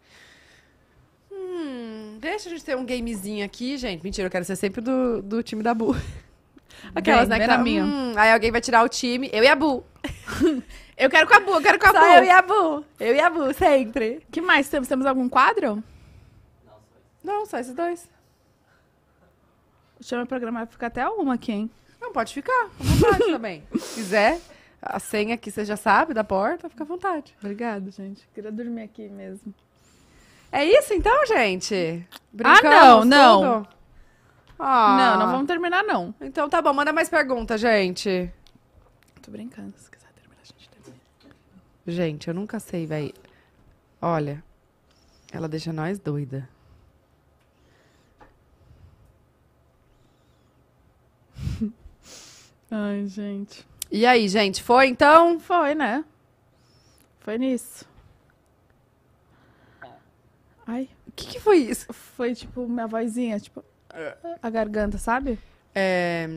Speaker 1: Hum, deixa a gente ter um gamezinho aqui, gente. Mentira, eu quero ser sempre do, do time da Bu. Aquelas, né,
Speaker 2: Vem, vem
Speaker 1: que
Speaker 2: na
Speaker 1: tá,
Speaker 2: minha.
Speaker 1: hum, aí alguém vai tirar o time, eu e a Bu.
Speaker 2: Eu quero com a Bu, eu quero com a Bu.
Speaker 1: Só eu e a Bu. Eu e a Bu, sempre.
Speaker 2: Que mais temos? Temos algum quadro?
Speaker 1: Não, só esses dois.
Speaker 2: Chama o programa vai ficar até uma aqui, hein?
Speaker 1: Não, pode ficar. À vontade também. Se quiser, a senha que você já sabe da porta, fica à vontade.
Speaker 2: Obrigada, gente. Queria dormir aqui mesmo.
Speaker 1: É isso então, gente?
Speaker 2: Ah, não, não.
Speaker 1: tudo? Ah,
Speaker 2: Não, não vamos terminar, não.
Speaker 1: Então tá bom, manda mais perguntas, gente.
Speaker 2: Tô brincando. Se quiser terminar, a gente termina.
Speaker 1: Gente, eu nunca sei, velho. Olha, ela deixa nós doida.
Speaker 2: Ai, gente.
Speaker 1: E aí, gente, foi então?
Speaker 2: Foi, né? Foi nisso. Ai,
Speaker 1: É. O que, que foi isso?
Speaker 2: foi tipo minha vozinha, tipo, a garganta, sabe?
Speaker 1: É,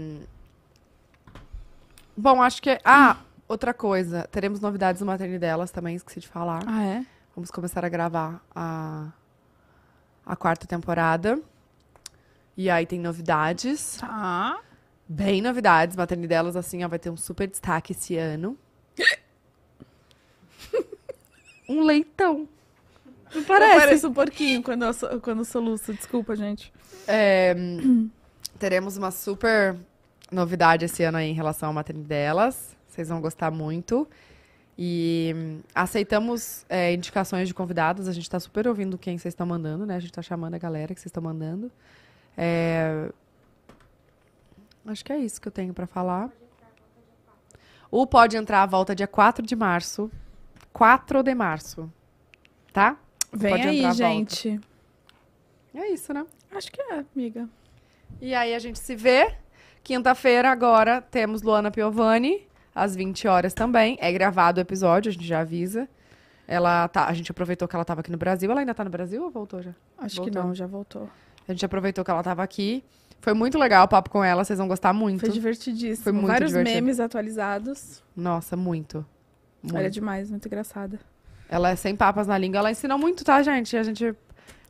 Speaker 1: Bom, acho que. Ah, outra coisa. Teremos novidades no Materne delas também, esqueci de falar.
Speaker 2: Ah, é?
Speaker 1: Vamos começar a gravar a, a quarta temporada. E aí tem novidades.
Speaker 2: Tá.
Speaker 1: Bem novidades. Materne delas, assim, ó, vai ter um super destaque esse ano. um leitão. Não parece?
Speaker 2: Parece um porquinho quando eu, so- quando eu soluço, desculpa, gente.
Speaker 1: É, teremos uma super novidade esse ano aí em relação ao Materne delas. Vocês vão gostar muito. E hum, aceitamos é, indicações de convidados. A gente está super ouvindo quem vocês estão mandando, né? A gente está chamando a galera que vocês estão mandando. É, Acho que é isso que eu tenho para falar. O Pode Entrar volta dia 4 de março. 4 de março. Tá?
Speaker 2: Vem
Speaker 1: Pode
Speaker 2: aí,
Speaker 1: entrar, volta.
Speaker 2: gente.
Speaker 1: É isso, né?
Speaker 2: Acho que é, amiga.
Speaker 1: E aí a gente se vê. Quinta-feira agora temos Luana Piovani, às 20 horas também. É gravado o episódio, a gente já avisa. Ela tá, a gente aproveitou que ela estava aqui no Brasil. Ela ainda tá no Brasil ou voltou já?
Speaker 2: Acho que
Speaker 1: Voltou.
Speaker 2: não, já voltou.
Speaker 1: A gente aproveitou que ela estava aqui. Foi muito legal o papo com ela, vocês vão gostar muito.
Speaker 2: Foi divertidíssimo.
Speaker 1: Foi muito
Speaker 2: Vários
Speaker 1: divertido.
Speaker 2: memes atualizados.
Speaker 1: Nossa, muito. Muito.
Speaker 2: Era demais, muito engraçada.
Speaker 1: Ela é sem papas na língua. Ela ensina muito, tá, gente? A
Speaker 2: É.
Speaker 1: gente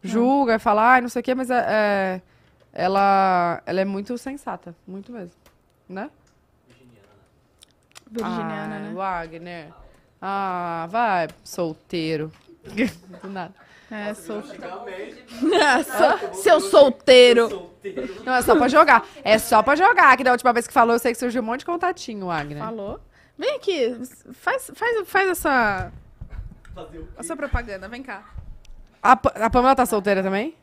Speaker 1: julga, fala, ai, não sei o quê, mas é- é- ela, ela é muito sensata. Muito mesmo. Né?
Speaker 2: Virginiana,
Speaker 1: Ai,
Speaker 2: né?
Speaker 1: Wagner. Ah, vai, solteiro. Do nada.
Speaker 2: É, sou... Sou- Seu solteiro.
Speaker 1: Não, é só pra jogar. É só pra jogar. Que da última vez que falou, eu sei que surgiu um monte de contatinho, Wagner.
Speaker 2: Falou. Vem aqui, faz, faz, faz essa... Essa propaganda, vem cá.
Speaker 1: A, Pa- a Pamela tá solteira também?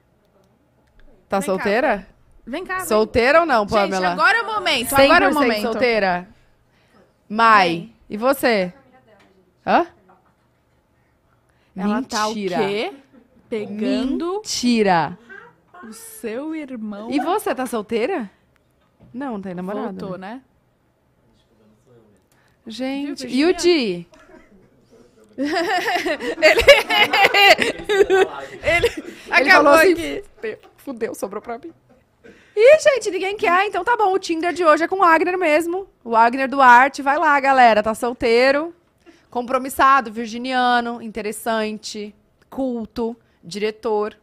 Speaker 1: Tá
Speaker 2: Vem cá,
Speaker 1: solteira?
Speaker 2: Vem cá. vem.
Speaker 1: solteira ou não,
Speaker 2: Gente,
Speaker 1: Pamela?
Speaker 2: agora é o momento, agora é o
Speaker 1: 100%
Speaker 2: momento.
Speaker 1: solteira? Mai, e você? Hã?
Speaker 2: Ela tá o
Speaker 1: Mentira.
Speaker 2: quê? Pegando
Speaker 1: Mentira.
Speaker 2: o seu irmão.
Speaker 1: E você, tá solteira? Não, não tem namorado. né?
Speaker 2: Voltou, né?
Speaker 1: Gente,
Speaker 2: Viu,
Speaker 1: e o Di? Ele
Speaker 2: Acabou
Speaker 1: falou assim,
Speaker 2: aqui.
Speaker 1: Fudeu, sobrou pra mim. Ih, gente, ninguém quer, então tá bom. O Tinder de hoje é com o Wagner mesmo. O Wagner Duarte, vai lá, galera. Tá solteiro, compromissado, virginiano, interessante, culto, diretor.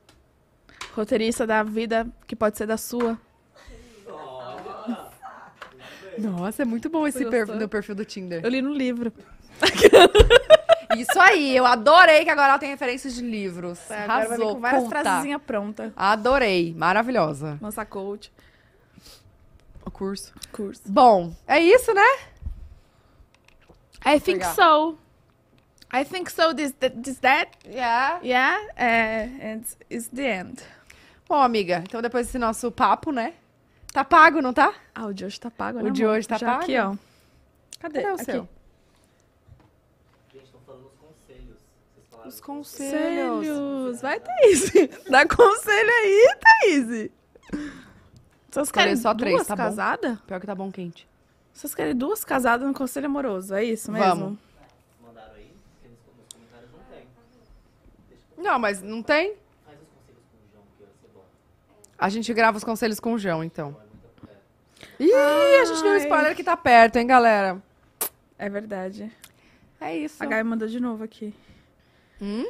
Speaker 2: Roteirista da vida que pode ser da sua.
Speaker 1: Nossa, é muito bom esse
Speaker 2: Você
Speaker 1: perfil,
Speaker 2: gostou?
Speaker 1: no perfil do Tinder.
Speaker 2: Eu li no livro.
Speaker 1: Isso aí, eu adorei que agora ela tem referências de livros.
Speaker 2: Agora vai vir
Speaker 1: Arrasou,
Speaker 2: com várias
Speaker 1: culta.
Speaker 2: frasezinhas prontas.
Speaker 1: Adorei, maravilhosa.
Speaker 2: Lança coach,
Speaker 1: O curso.
Speaker 2: curso.
Speaker 1: Bom, é isso, né?
Speaker 2: I think
Speaker 1: Legal.
Speaker 2: so. I think so, this, that- this that,
Speaker 1: Yeah.
Speaker 2: yeah, uh, and it's the end.
Speaker 1: Bom, amiga, então depois desse nosso papo, né? Tá pago, não tá?
Speaker 2: Ah, o de hoje tá pago,
Speaker 1: O
Speaker 2: né,
Speaker 1: de
Speaker 2: amor?
Speaker 1: hoje tá
Speaker 2: Já aqui,
Speaker 1: pago?
Speaker 2: ó. Cadê?
Speaker 1: Cadê É o
Speaker 2: Aqui.
Speaker 1: seu?
Speaker 4: Gente, estão falando os conselhos. Vocês falaram.
Speaker 1: Os conselhos.
Speaker 2: Conselhos. Vai, Thaís. Dá conselho aí, Thaís. Vocês querem
Speaker 1: só três,
Speaker 2: duas
Speaker 1: tá bom?
Speaker 2: casadas?
Speaker 1: Pior que tá bom quente.
Speaker 2: Vocês querem duas casadas no conselho amoroso, é isso mesmo?
Speaker 1: Vamos.
Speaker 4: Mandaram aí? Porque nos nos comentários não tem.
Speaker 1: Não, mas não tem?
Speaker 4: Faz os conselhos com o João, que vai ser bom.
Speaker 1: A gente grava os conselhos com o João, então. Ih, a gente deu um
Speaker 2: Ai.
Speaker 1: spoiler que tá perto, hein, galera?
Speaker 2: É verdade.
Speaker 1: É isso.
Speaker 2: A Gaia mandou de novo aqui.
Speaker 1: Hum?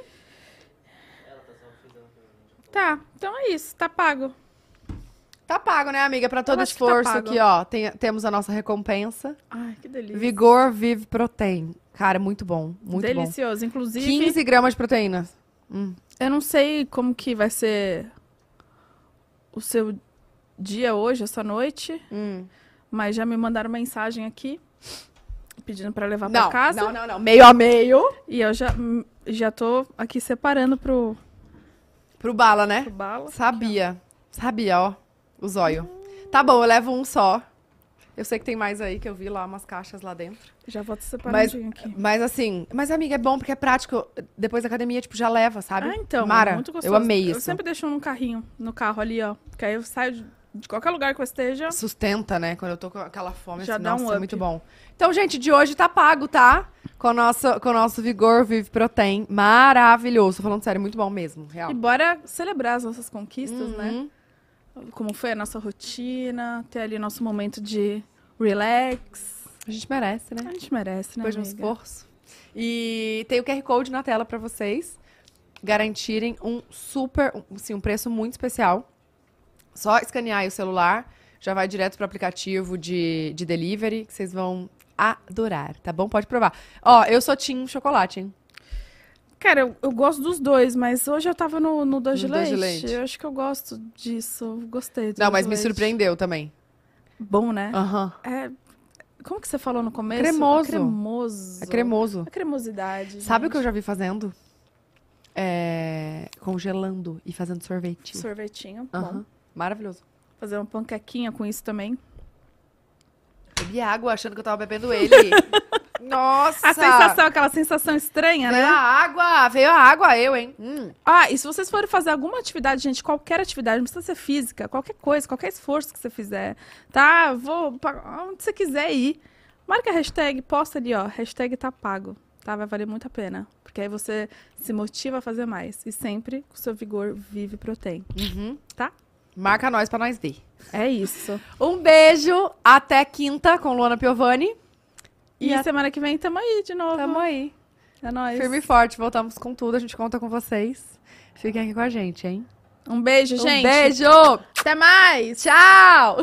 Speaker 2: Tá, então é isso, tá pago.
Speaker 1: Tá pago, né, amiga? Pra todo
Speaker 2: Eu acho que tá
Speaker 1: esforço
Speaker 2: pago.
Speaker 1: aqui, ó. tem- temos a nossa recompensa.
Speaker 2: Ai, que delícia.
Speaker 1: Vigor Vive Protein. Cara, é muito bom. Muito
Speaker 2: Delicioso.
Speaker 1: bom.
Speaker 2: Inclusive,
Speaker 1: 15 gramas de proteína.
Speaker 2: Tá eu não sei como que vai ser o seu dia hoje, essa noite,
Speaker 1: Hum.
Speaker 2: mas já me mandaram mensagem aqui pedindo pra levar pra
Speaker 1: Não,
Speaker 2: casa.
Speaker 1: não, não, não. Meio a meio.
Speaker 2: E eu já, hum, já tô aqui separando pro,
Speaker 1: Pro bala, né?
Speaker 2: pro bala.
Speaker 1: Sabia. Sabia, ó. O zóio. Tá bom, eu levo um só. Eu sei que tem mais aí, que eu vi lá umas caixas lá dentro.
Speaker 2: Já vou te
Speaker 1: Mas,
Speaker 2: separando aqui.
Speaker 1: mas assim, mas amiga, é bom porque é prático. Depois da academia, tipo, já leva, sabe?
Speaker 2: Ah, então,
Speaker 1: Mara,
Speaker 2: muito gostoso.
Speaker 1: eu amei
Speaker 2: Eu
Speaker 1: isso.
Speaker 2: sempre deixo um carrinho, no carro ali, ó. Porque aí eu saio de, de qualquer lugar que eu esteja.
Speaker 1: Sustenta, né? Quando eu tô com aquela fome,
Speaker 2: Já
Speaker 1: assim,
Speaker 2: dá
Speaker 1: nossa,
Speaker 2: um
Speaker 1: é
Speaker 2: up.
Speaker 1: muito bom. Então, gente, de hoje tá pago, tá? Com o nosso, com o nosso Vigor Vive Protein. Maravilhoso. Tô falando sério, muito bom mesmo, real.
Speaker 2: E bora celebrar as nossas conquistas, né?
Speaker 1: Uhum.
Speaker 2: Como foi a nossa rotina, ter ali nosso momento de relax.
Speaker 1: A gente merece, né?
Speaker 2: A gente merece, né,
Speaker 1: Depois de um
Speaker 2: amiga?
Speaker 1: esforço. E tem o QR Code na tela pra vocês garantirem um super, um, assim, um preço muito especial. Só escanear aí o celular, já vai direto pro aplicativo de, de delivery, que vocês vão adorar, tá bom? Pode provar. Ó, eu sou Tim Chocolate, hein?
Speaker 2: Cara, eu, eu gosto dos dois, mas hoje eu tava no, no doce de
Speaker 1: No doce de
Speaker 2: leite.
Speaker 1: leite.
Speaker 2: Eu acho que eu gosto disso. eu Gostei do
Speaker 1: Não,
Speaker 2: doce
Speaker 1: mas
Speaker 2: de
Speaker 1: me
Speaker 2: leite.
Speaker 1: surpreendeu também.
Speaker 2: Bom, né?
Speaker 1: Aham.
Speaker 2: É. Como que você falou no começo?
Speaker 1: Cremoso.
Speaker 2: É cremoso.
Speaker 1: É cremoso.
Speaker 2: A cremosidade. né?
Speaker 1: Sabe o
Speaker 2: gente.
Speaker 1: que eu já vi fazendo? É... Congelando e fazendo sorvete.
Speaker 2: Um Sorvetinho, bom.
Speaker 1: Aham. Maravilhoso.
Speaker 2: Fazer uma panquequinha com isso também.
Speaker 1: Bebi água achando que eu tava bebendo ele. Nossa!
Speaker 2: A sensação, aquela sensação estranha,
Speaker 1: Veio a
Speaker 2: né?
Speaker 1: água, veio a água eu, hein? Hum.
Speaker 2: Ah, e se vocês forem fazer alguma atividade, gente, qualquer atividade, não precisa ser física, qualquer coisa, qualquer esforço que você fizer, tá? Vou pra onde você quiser ir. Marca a hashtag, posta ali, ó, hashtag tá pago, tá? Vai valer muito a pena. Porque aí você se motiva a fazer mais. E sempre com seu vigor vive protein. Tá?
Speaker 1: Marca nós pra nós ver.
Speaker 2: É isso.
Speaker 1: Um beijo, até quinta com Luana Piovani.
Speaker 2: E,
Speaker 1: E a-
Speaker 2: semana que vem tamo aí de novo.
Speaker 1: Tamo aí.
Speaker 2: É nóis.
Speaker 1: Firme e forte, voltamos com tudo, a gente conta com vocês. Fiquem aqui com a gente, hein?
Speaker 2: Um beijo, gente.
Speaker 1: Um beijo!
Speaker 2: Até mais.
Speaker 1: Tchau!